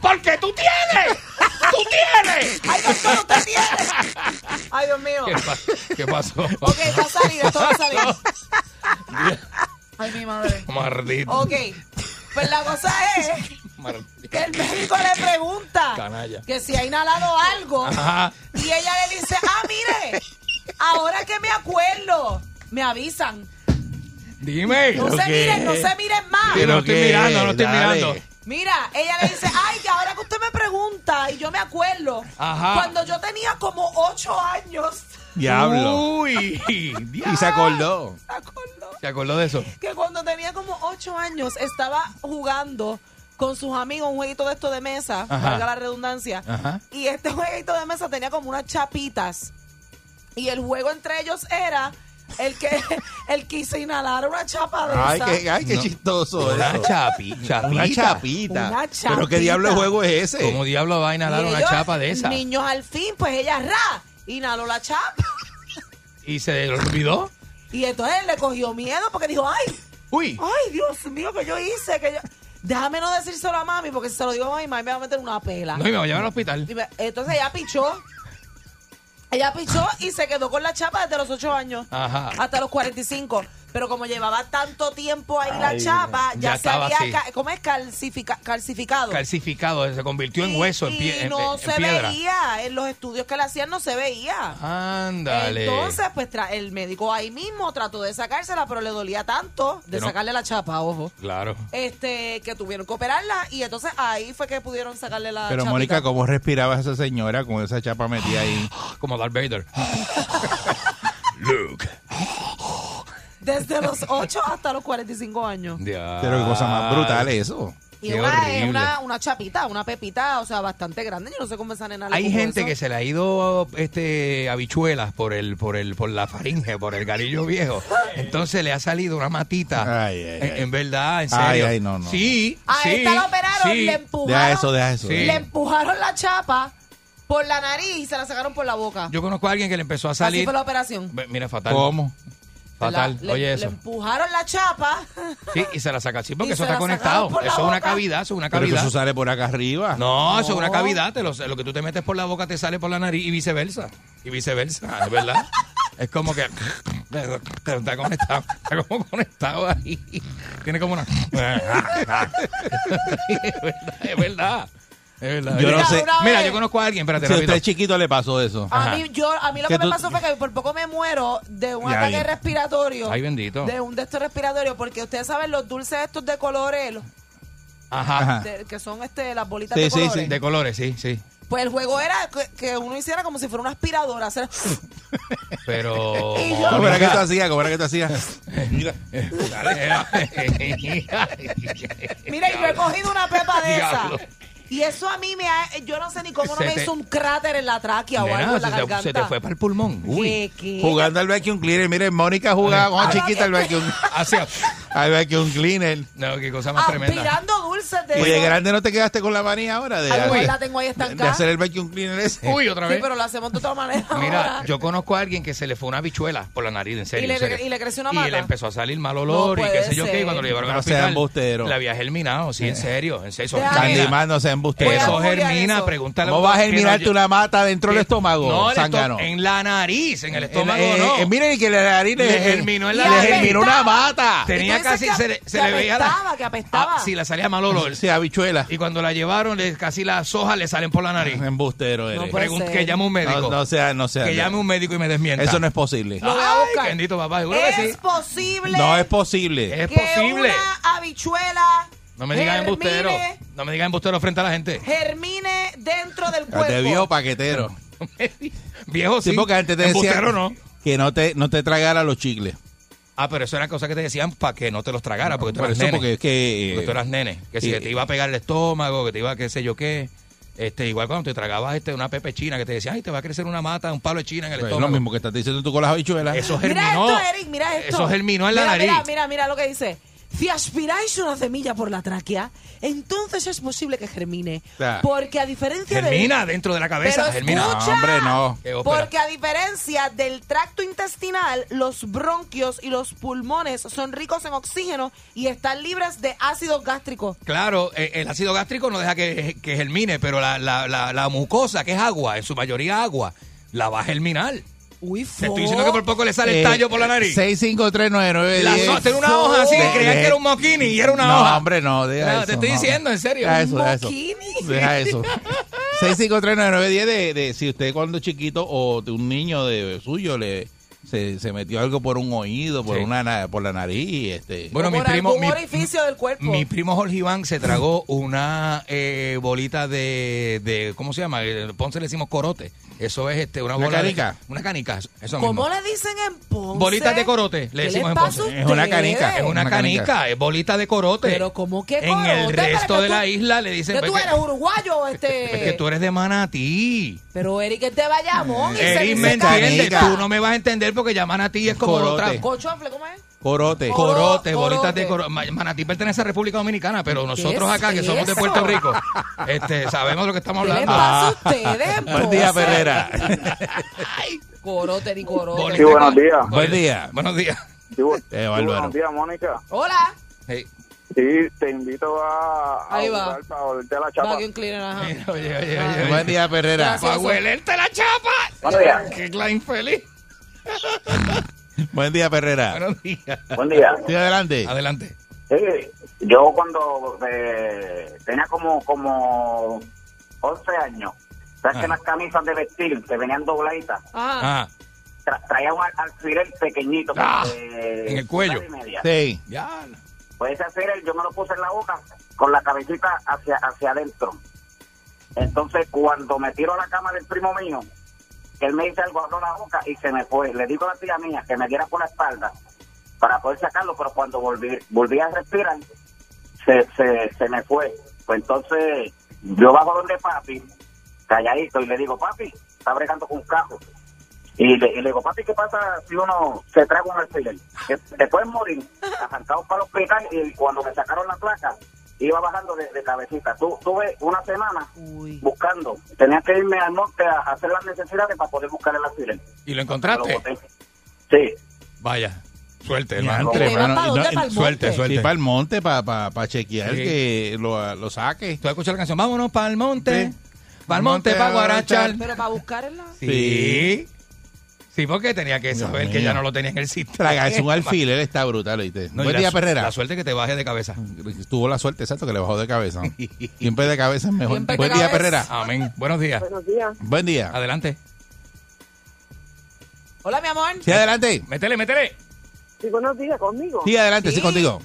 [SPEAKER 4] Porque tú tienes, tú tienes.
[SPEAKER 5] ¡Ay, doctor, usted tiene! ¡Ay, Dios mío!
[SPEAKER 4] ¿Qué, pa- qué pasó?
[SPEAKER 5] Ok, va a salir, esto va a salir. ¡Ay, mi madre!
[SPEAKER 4] Maldito.
[SPEAKER 5] Ok. Pues la cosa es
[SPEAKER 4] maldito.
[SPEAKER 5] que el médico le pregunta
[SPEAKER 4] Canalla.
[SPEAKER 5] que si ha inhalado algo
[SPEAKER 4] Ajá.
[SPEAKER 5] y ella le dice, ah, mire, ahora que me acuerdo, me avisan.
[SPEAKER 4] Dime.
[SPEAKER 5] No se
[SPEAKER 3] Ok.
[SPEAKER 5] miren, no se miren más.
[SPEAKER 4] Pero- no estoy
[SPEAKER 3] que-
[SPEAKER 4] mirando, no estoy
[SPEAKER 3] dale.
[SPEAKER 4] mirando.
[SPEAKER 5] Mira, ella le dice, ay, que ahora que usted me pregunta, y yo me acuerdo,
[SPEAKER 4] Ajá.
[SPEAKER 5] cuando yo tenía como ocho años, <laughs>
[SPEAKER 3] Diablo.
[SPEAKER 4] Uy.
[SPEAKER 3] Y se acordó.
[SPEAKER 5] ¿te acuerdas?
[SPEAKER 4] ¿Te acordó de eso?
[SPEAKER 5] que cuando tenía como ocho años estaba jugando con sus amigos un jueguito de esto de mesa,
[SPEAKER 4] Ajá.
[SPEAKER 5] valga la redundancia,
[SPEAKER 4] Ajá.
[SPEAKER 5] y este <laughs> jueguito de mesa tenía como unas chapitas, y el juego entre ellos era el que <laughs> el que se inhalara una chapa de
[SPEAKER 3] Ay,
[SPEAKER 5] esa.
[SPEAKER 3] qué, ay, qué
[SPEAKER 4] No.
[SPEAKER 3] chistoso
[SPEAKER 4] Una
[SPEAKER 3] eso.
[SPEAKER 4] chapi, chapita.
[SPEAKER 3] Una chapita.
[SPEAKER 5] Una
[SPEAKER 3] Pero qué
[SPEAKER 5] chapita.
[SPEAKER 3] diablo de juego es ese.
[SPEAKER 4] ¿Cómo diablo va a
[SPEAKER 5] Y
[SPEAKER 4] inhalar una
[SPEAKER 5] ellos,
[SPEAKER 4] chapa de esa?
[SPEAKER 5] Niños al fin, pues ella ra, inhaló la chapa,
[SPEAKER 4] ¿Y se le olvidó?
[SPEAKER 5] y entonces le cogió miedo porque dijo, ay,
[SPEAKER 4] Uy.
[SPEAKER 5] ay, Dios mío, que yo hice, que yo... Déjame no decírselo a mami, porque si se lo digo a mi mami me va a meter una pela.
[SPEAKER 4] No, y me voy a llevar al hospital.
[SPEAKER 5] Y me- Entonces ella pichó. Ella pichó y se quedó con la chapa desde los 8 años
[SPEAKER 4] Ajá.
[SPEAKER 5] hasta los 45. Pero como llevaba tanto tiempo ahí la chapa,
[SPEAKER 4] ya
[SPEAKER 5] ya, se
[SPEAKER 4] estaba
[SPEAKER 5] había
[SPEAKER 4] así.
[SPEAKER 5] ca- ¿cómo es? Calcifica- calcificado.
[SPEAKER 4] Calcificado, se convirtió en
[SPEAKER 5] Y-
[SPEAKER 4] hueso, en, pie-
[SPEAKER 5] y
[SPEAKER 4] en-
[SPEAKER 5] no
[SPEAKER 4] en- en
[SPEAKER 5] se
[SPEAKER 4] piedra.
[SPEAKER 5] veía. En los estudios que le hacían no se veía.
[SPEAKER 4] Ándale.
[SPEAKER 5] Entonces, pues tra- el médico ahí mismo trató de sacársela, pero le dolía tanto de
[SPEAKER 4] Que no.
[SPEAKER 5] sacarle la chapa, ojo.
[SPEAKER 4] Claro.
[SPEAKER 5] Este, que tuvieron que operarla y entonces ahí fue que pudieron sacarle la
[SPEAKER 3] Pero
[SPEAKER 5] chapita.
[SPEAKER 3] Mónica, ¿cómo respiraba esa señora con esa chapa metida ahí?
[SPEAKER 4] Como Darth Vader.
[SPEAKER 5] Ah. Desde los 8 hasta los 45 años.
[SPEAKER 3] Pero qué cosa más brutal eh. es eso.
[SPEAKER 5] Y
[SPEAKER 4] Qué
[SPEAKER 5] una, eh,
[SPEAKER 4] horrible.
[SPEAKER 5] una, una chapita, una pepita, o sea, bastante grande. Yo no sé cómo esa nena le
[SPEAKER 4] Hay
[SPEAKER 5] cupo
[SPEAKER 4] gente
[SPEAKER 5] eso.
[SPEAKER 4] que se le ha ido este habichuelas por el por el por la faringe, por el garillo viejo. Entonces le ha salido una matita.
[SPEAKER 3] Ay, ay,
[SPEAKER 4] en,
[SPEAKER 3] ay.
[SPEAKER 4] en verdad, en
[SPEAKER 3] Ay,
[SPEAKER 4] serio.
[SPEAKER 3] ay, no, no.
[SPEAKER 4] Sí,
[SPEAKER 5] A
[SPEAKER 4] sí,
[SPEAKER 5] esta la operaron,
[SPEAKER 4] sí.
[SPEAKER 5] le empujaron.
[SPEAKER 3] Deja eso, deja eso.
[SPEAKER 4] Sí.
[SPEAKER 5] Le empujaron la chapa por la nariz y se la sacaron por la boca.
[SPEAKER 4] Yo conozco a alguien que le empezó a
[SPEAKER 5] Así
[SPEAKER 4] salir.
[SPEAKER 5] fue la operación.
[SPEAKER 4] Ve- Mira, fatal.
[SPEAKER 3] ¿Cómo?
[SPEAKER 4] Fatal.
[SPEAKER 5] La- le-
[SPEAKER 4] Oye
[SPEAKER 5] Le
[SPEAKER 4] eso.
[SPEAKER 5] empujaron la chapa. <laughs>
[SPEAKER 4] Sí, y se la saca así porque
[SPEAKER 5] Y
[SPEAKER 4] eso
[SPEAKER 5] se
[SPEAKER 4] está
[SPEAKER 5] la sacaron
[SPEAKER 4] conectado.
[SPEAKER 5] por la
[SPEAKER 4] Eso es una
[SPEAKER 5] boca.
[SPEAKER 4] cavidad, eso es una
[SPEAKER 3] Pero que
[SPEAKER 4] cavidad.
[SPEAKER 3] eso sale por acá arriba.
[SPEAKER 4] No, eso es una
[SPEAKER 5] No.
[SPEAKER 4] cavidad. te lo, lo que tú te metes por la boca te sale por la nariz y viceversa. Y viceversa, es verdad. es como que. Está conectado. Está como conectado ahí. Tiene como una. <laughs> es verdad, es verdad. Es verdad.
[SPEAKER 3] Yo no
[SPEAKER 4] Mira,
[SPEAKER 3] sé.
[SPEAKER 4] Mira, yo conozco a alguien, espérate,
[SPEAKER 3] Si
[SPEAKER 4] rapidito.
[SPEAKER 3] usted es chiquito le pasó eso.
[SPEAKER 4] Ajá.
[SPEAKER 5] A mí, yo, a mí lo
[SPEAKER 3] Que
[SPEAKER 5] que
[SPEAKER 3] tú-
[SPEAKER 5] me pasó fue que por poco me muero de un
[SPEAKER 3] Ya,
[SPEAKER 5] ataque
[SPEAKER 3] ya.
[SPEAKER 5] respiratorio.
[SPEAKER 4] Ay, bendito.
[SPEAKER 5] De un de estos respiratorios, porque ustedes saben los dulces estos de colores, los-
[SPEAKER 4] Ajá.
[SPEAKER 3] Ajá.
[SPEAKER 5] de- que son este las bolitas
[SPEAKER 3] Ah.
[SPEAKER 5] de
[SPEAKER 3] Sí, sí, sí,
[SPEAKER 5] colores.
[SPEAKER 4] De colores, sí, sí.
[SPEAKER 5] Pues el juego era que, que uno hiciera como si fuera una aspiradora.
[SPEAKER 3] <laughs>
[SPEAKER 5] hacer-
[SPEAKER 4] Pero.
[SPEAKER 5] <laughs> Y yo-
[SPEAKER 3] ¿Cómo era que tú hacías? ¿Cómo era que tú hacías? Mira.
[SPEAKER 4] <laughs>
[SPEAKER 5] Mira, y yo he cogido una pepa de esa.
[SPEAKER 4] Diablo.
[SPEAKER 5] Y eso a mí me ha, yo no sé ni cómo no
[SPEAKER 3] Se
[SPEAKER 5] me
[SPEAKER 3] te-
[SPEAKER 5] hizo un cráter en la tráquea o
[SPEAKER 3] Nena,
[SPEAKER 5] algo en la
[SPEAKER 3] se, te,
[SPEAKER 5] garganta.
[SPEAKER 3] se te fue para el pulmón. Uy.
[SPEAKER 5] ¿Qué, qué?
[SPEAKER 3] Jugando al vacuum cleaner. Miren, Mónica jugaba cuando chiquita al vacuum,
[SPEAKER 4] Hacia.
[SPEAKER 3] al vacuum cleaner.
[SPEAKER 4] No, qué cosa
[SPEAKER 5] Ah,
[SPEAKER 4] más tremenda.
[SPEAKER 5] Aspirando dulces de
[SPEAKER 3] Y de
[SPEAKER 5] eso.
[SPEAKER 3] grande no te quedaste con la manía ahora de,
[SPEAKER 5] A lo mejor
[SPEAKER 3] de-
[SPEAKER 5] la tengo ahí
[SPEAKER 3] de
[SPEAKER 5] estancada.
[SPEAKER 3] hacer el vacuum cleaner ese.
[SPEAKER 4] Eh, Uy, otra
[SPEAKER 5] sí,
[SPEAKER 4] vez.
[SPEAKER 5] pero lo hacemos de otra manera.
[SPEAKER 4] Mira,
[SPEAKER 5] ahora.
[SPEAKER 4] yo conozco a alguien que se le fue una habichuela por la nariz, en serio.
[SPEAKER 5] Y le-
[SPEAKER 4] en serio.
[SPEAKER 5] y le creció una
[SPEAKER 4] Y
[SPEAKER 5] mata.
[SPEAKER 4] le empezó a salir mal olor
[SPEAKER 5] No
[SPEAKER 4] y qué
[SPEAKER 5] puede
[SPEAKER 4] sé yo qué. Y
[SPEAKER 5] ser.
[SPEAKER 4] cuando lo llevaron
[SPEAKER 3] No
[SPEAKER 4] al
[SPEAKER 3] sean
[SPEAKER 4] hospital,
[SPEAKER 3] embustero. Eh.
[SPEAKER 4] la había germinado. Sí, en serio. En serio. Eso
[SPEAKER 5] Deja
[SPEAKER 4] germina.
[SPEAKER 5] Mira.
[SPEAKER 3] Candy Man, no seas embustero.
[SPEAKER 5] Voy a
[SPEAKER 4] Eso
[SPEAKER 5] googlear
[SPEAKER 4] germina,
[SPEAKER 5] eso.
[SPEAKER 4] pregúntale.
[SPEAKER 3] ¿Cómo vas a
[SPEAKER 4] doctor,
[SPEAKER 3] germinarte
[SPEAKER 4] pero yo-
[SPEAKER 3] una mata dentro del estómago,
[SPEAKER 4] Eh, No, en el
[SPEAKER 3] zángano?
[SPEAKER 4] estom- en la nariz, en el estómago
[SPEAKER 3] Eh, eh,
[SPEAKER 4] no.
[SPEAKER 3] eh, miren que la nariz le,
[SPEAKER 4] Le germinó en la
[SPEAKER 3] le
[SPEAKER 4] nariz.
[SPEAKER 3] germinó una mata.
[SPEAKER 5] Te-
[SPEAKER 4] Tenía
[SPEAKER 5] Y tú dices
[SPEAKER 4] casi,
[SPEAKER 5] que
[SPEAKER 4] se le,
[SPEAKER 5] ap-
[SPEAKER 4] se
[SPEAKER 5] que
[SPEAKER 4] le veía la-
[SPEAKER 5] apestaba, que apestaba.
[SPEAKER 4] Ah, sí, le salía mal olor.
[SPEAKER 3] Sí, habichuela.
[SPEAKER 4] Y cuando la llevaron, le, casi las hojas le salen por la nariz.
[SPEAKER 3] Embustero eres.
[SPEAKER 5] No puede
[SPEAKER 4] Pregun-
[SPEAKER 5] ser.
[SPEAKER 4] que llame un médico.
[SPEAKER 3] No, no sea, no sea.
[SPEAKER 4] que llame un médico y me desmienta.
[SPEAKER 3] Eso no es posible.
[SPEAKER 5] Lo voy a
[SPEAKER 4] Ay,
[SPEAKER 5] buscar.
[SPEAKER 4] bendito papá, seguro que
[SPEAKER 5] es
[SPEAKER 4] sí.
[SPEAKER 5] posible
[SPEAKER 3] No es posible.
[SPEAKER 4] Es
[SPEAKER 5] que
[SPEAKER 4] posible.
[SPEAKER 5] una habichuela
[SPEAKER 4] No me digan
[SPEAKER 5] germine,
[SPEAKER 4] embustero. No me digan embustero frente a la gente.
[SPEAKER 5] germine dentro del cuerpo.
[SPEAKER 3] Te vio paquetero.
[SPEAKER 4] Viejo, sí.
[SPEAKER 3] Sí, porque antes te decía
[SPEAKER 4] embustero no.
[SPEAKER 3] que no te, no te tragara los chicles.
[SPEAKER 4] Ah, pero eso era cosa que te decían para que no te los tragara, porque tú
[SPEAKER 3] Por
[SPEAKER 4] eras
[SPEAKER 3] eso,
[SPEAKER 4] nene.
[SPEAKER 3] porque es que... eh,
[SPEAKER 4] Porque tú eras nene. Que si
[SPEAKER 3] eh,
[SPEAKER 4] te iba a pegar el estómago, que te iba a qué sé yo qué. Este, igual cuando te tragabas este, una pepe china que te decían, ay, te va a crecer una mata, un palo de china en el
[SPEAKER 3] pues,
[SPEAKER 4] estómago.
[SPEAKER 3] lo mismo que estás diciendo tú con las habichuelas.
[SPEAKER 4] Eso
[SPEAKER 5] Mira
[SPEAKER 4] pues, germinó.
[SPEAKER 5] esto, Eric, mira esto.
[SPEAKER 4] Eso germinó en la
[SPEAKER 5] Mira,
[SPEAKER 4] nariz.
[SPEAKER 5] Mira, mira, mira lo que dice. Si aspiráis una semilla por la tráquea, entonces es posible que germine.
[SPEAKER 3] O sea,
[SPEAKER 5] porque a diferencia
[SPEAKER 4] Germina
[SPEAKER 5] de...
[SPEAKER 4] dentro de la cabeza.
[SPEAKER 5] este Pero
[SPEAKER 4] germina.
[SPEAKER 5] escucha,
[SPEAKER 3] No, hombre, no.
[SPEAKER 4] Qué ópera.
[SPEAKER 5] porque a diferencia del tracto intestinal, los bronquios y los pulmones son ricos en oxígeno y están libres de ácido gástrico.
[SPEAKER 4] Claro, eh, el ácido gástrico no deja que, que germine, pero la, la, la, la mucosa, que es agua, en su mayoría agua, la va a germinar.
[SPEAKER 5] Uy,
[SPEAKER 4] Te estoy diciendo que por poco le
[SPEAKER 3] Eh,
[SPEAKER 4] sale el tallo por la nariz.
[SPEAKER 3] 65399.
[SPEAKER 4] La so- tenía una hoja así,
[SPEAKER 3] De-
[SPEAKER 4] creían que era un moquini y era una
[SPEAKER 3] no,
[SPEAKER 4] hoja.
[SPEAKER 3] hombre, no, deja
[SPEAKER 4] No,
[SPEAKER 3] eso,
[SPEAKER 4] te estoy
[SPEAKER 3] no.
[SPEAKER 4] diciendo, en serio.
[SPEAKER 3] Deja eso, deja eso.
[SPEAKER 5] Moquini.
[SPEAKER 3] Deja eso. 6539910 de, de si usted cuando es chiquito o de un niño de suyo le se, se metió algo por un oído, por
[SPEAKER 4] Sí.
[SPEAKER 3] una na- por la nariz, este.
[SPEAKER 4] Bueno,
[SPEAKER 5] O
[SPEAKER 4] mi
[SPEAKER 5] por
[SPEAKER 4] primo,
[SPEAKER 5] algún pues.
[SPEAKER 4] mi-
[SPEAKER 5] orificio del cuerpo.
[SPEAKER 4] Mi primo Jorge Iván se tragó una eh, bolita de, de- ¿cómo se llama? En Ponce le decimos corote. Eso es este, una
[SPEAKER 3] ¿Una
[SPEAKER 4] bola de-
[SPEAKER 3] canica?
[SPEAKER 4] una canica, eso- eso mismo.
[SPEAKER 5] ¿Cómo le dicen en Ponce?
[SPEAKER 4] Bolitas de corote, le
[SPEAKER 5] ¿Qué
[SPEAKER 4] decimos en
[SPEAKER 5] les pasa
[SPEAKER 4] Ponce.
[SPEAKER 5] a
[SPEAKER 3] Es una canica,
[SPEAKER 5] ustedes?
[SPEAKER 4] Es una
[SPEAKER 3] Una
[SPEAKER 4] canica,
[SPEAKER 3] canica.
[SPEAKER 4] es bolita de corote.
[SPEAKER 5] Pero ¿cómo que
[SPEAKER 4] En el
[SPEAKER 5] corote? Pero
[SPEAKER 4] resto
[SPEAKER 5] que
[SPEAKER 4] de
[SPEAKER 5] tú-
[SPEAKER 4] la isla le dicen...
[SPEAKER 5] ¿Que tú
[SPEAKER 4] "Ve que-
[SPEAKER 5] eres
[SPEAKER 4] <laughs>
[SPEAKER 5] uruguayo este?
[SPEAKER 4] Es que tú eres de Manatí.
[SPEAKER 5] Pero Eric este es de Bayamón y se
[SPEAKER 4] Eric,
[SPEAKER 5] dice
[SPEAKER 4] me
[SPEAKER 3] canica.
[SPEAKER 4] entiendes.
[SPEAKER 5] canica.
[SPEAKER 4] Tú no me vas a entender porque ya Manatí es como lo
[SPEAKER 3] Corote.
[SPEAKER 4] otra.
[SPEAKER 5] Cochofle, ¿cómo es?
[SPEAKER 3] Corote.
[SPEAKER 5] Cor-
[SPEAKER 4] Corote,
[SPEAKER 5] Coro-
[SPEAKER 4] bolitas
[SPEAKER 5] corote.
[SPEAKER 4] de corote. Manatí pertenece a República Dominicana, pero nosotros
[SPEAKER 5] es
[SPEAKER 4] acá, que somos de
[SPEAKER 5] eso?
[SPEAKER 4] Puerto Rico, este, sabemos de lo que estamos
[SPEAKER 5] ¿Qué les
[SPEAKER 4] hablando.
[SPEAKER 5] pasa a ustedes en
[SPEAKER 3] <laughs> Buen día,
[SPEAKER 5] Ponce?
[SPEAKER 3] Ferrera.
[SPEAKER 5] Corote ni corote.
[SPEAKER 4] Bonita
[SPEAKER 13] buenos
[SPEAKER 4] cosa.
[SPEAKER 13] días.
[SPEAKER 3] Buen día.
[SPEAKER 4] Buenos días.
[SPEAKER 13] Sí, bu-
[SPEAKER 3] Eh,
[SPEAKER 13] sí,
[SPEAKER 3] bárbaro.
[SPEAKER 13] buenos días, Mónica.
[SPEAKER 5] Hola.
[SPEAKER 4] Sí.
[SPEAKER 13] Sí, te invito a, a
[SPEAKER 5] Ahí va.
[SPEAKER 13] jugar para volverte a la chapa.
[SPEAKER 5] Vacuum cleaner, ajá. Ah.
[SPEAKER 4] Mira, Oye, oye, oye.
[SPEAKER 3] Eh, Buen día, Ferrera.
[SPEAKER 5] Gracias.
[SPEAKER 4] Para huelerte la chapa.
[SPEAKER 5] <laughs>
[SPEAKER 13] Buenos días.
[SPEAKER 4] Qué clan feliz.
[SPEAKER 3] Buen día, Ferrera.
[SPEAKER 4] Buenos días.
[SPEAKER 13] Buen día.
[SPEAKER 3] Sí, adelante.
[SPEAKER 4] Adelante.
[SPEAKER 13] Sí, yo cuando eh, tenía como como 11 años, ¿sabes
[SPEAKER 4] Ah.
[SPEAKER 13] que las camisas de vestir te venían dobladitas?
[SPEAKER 5] Ajá.
[SPEAKER 4] Ah,
[SPEAKER 13] Tra- traía un al- alfiler pequeñito.
[SPEAKER 4] Ah,
[SPEAKER 13] de-
[SPEAKER 4] en el cuello.
[SPEAKER 13] pulgada y media.
[SPEAKER 3] Sí.
[SPEAKER 4] ya.
[SPEAKER 13] Pues ese alfiler yo me lo puse en la boca con la cabecita hacia, hacia adentro. Entonces cuando me tiro a la cama del primo mío, él me dice algo, abrió la boca y se me fue. Le digo a la tía mía que me diera por la espalda para poder sacarlo, pero cuando volví, volví a respirar, se, se, se me fue. Pues entonces yo bajo donde papi, calladito, y le digo, papi, está bregando con un cajo. Y le, y le digo, papi, ¿qué pasa si uno se traga un alfiler? Que Te puedes morir, arrancado para el hospital, y cuando me sacaron la placa, iba bajando de, de cabecita. Tu- tuve una semana
[SPEAKER 5] Uy.
[SPEAKER 13] buscando. Tenía que irme al monte a hacer las necesidades para poder buscar el alfiler.
[SPEAKER 4] ¿Y lo
[SPEAKER 13] Lo
[SPEAKER 4] encontraste?
[SPEAKER 13] boté. Sí.
[SPEAKER 4] Vaya. Suerte,
[SPEAKER 3] Ya,
[SPEAKER 4] hermano.
[SPEAKER 5] ¿Te vas
[SPEAKER 3] entre, hermano,
[SPEAKER 5] para
[SPEAKER 3] y no-
[SPEAKER 5] dónde?
[SPEAKER 3] y-
[SPEAKER 5] Para el
[SPEAKER 4] suerte,
[SPEAKER 5] monte.
[SPEAKER 4] suerte.
[SPEAKER 3] Sí, para el monte, para chequear
[SPEAKER 4] Sí.
[SPEAKER 3] que lo, lo saque.
[SPEAKER 4] ¿Tú has escuchado la canción? Vámonos para el monte.
[SPEAKER 3] Sí.
[SPEAKER 4] Para el monte, para Guarachal.
[SPEAKER 5] Pero para buscar en la...
[SPEAKER 4] Sí. Sí, porque tenía que
[SPEAKER 3] Dios
[SPEAKER 4] saber
[SPEAKER 3] mío.
[SPEAKER 4] que ya no lo tenía en el sitio. <laughs>
[SPEAKER 3] Tragarse un alfiler está brutal, ¿oíste?
[SPEAKER 4] No, y
[SPEAKER 3] Buen
[SPEAKER 4] la
[SPEAKER 3] día,
[SPEAKER 4] su-
[SPEAKER 3] Ferrera.
[SPEAKER 4] La suerte que te baje de cabeza.
[SPEAKER 3] Tuvo la suerte, exacto, que le bajó de cabeza. <laughs> Siempre de cabeza es mejor.
[SPEAKER 5] Siempre de
[SPEAKER 3] Buen día,
[SPEAKER 5] cabeza.
[SPEAKER 3] Perrera.
[SPEAKER 4] Amén. Buenos días.
[SPEAKER 14] Buenos días.
[SPEAKER 3] Buen día.
[SPEAKER 4] Adelante.
[SPEAKER 5] Hola, mi amor.
[SPEAKER 3] Sí, adelante.
[SPEAKER 4] Métele, métele.
[SPEAKER 14] Sí, buenos días conmigo.
[SPEAKER 3] Sí, adelante, sí,
[SPEAKER 5] Sí.
[SPEAKER 3] contigo.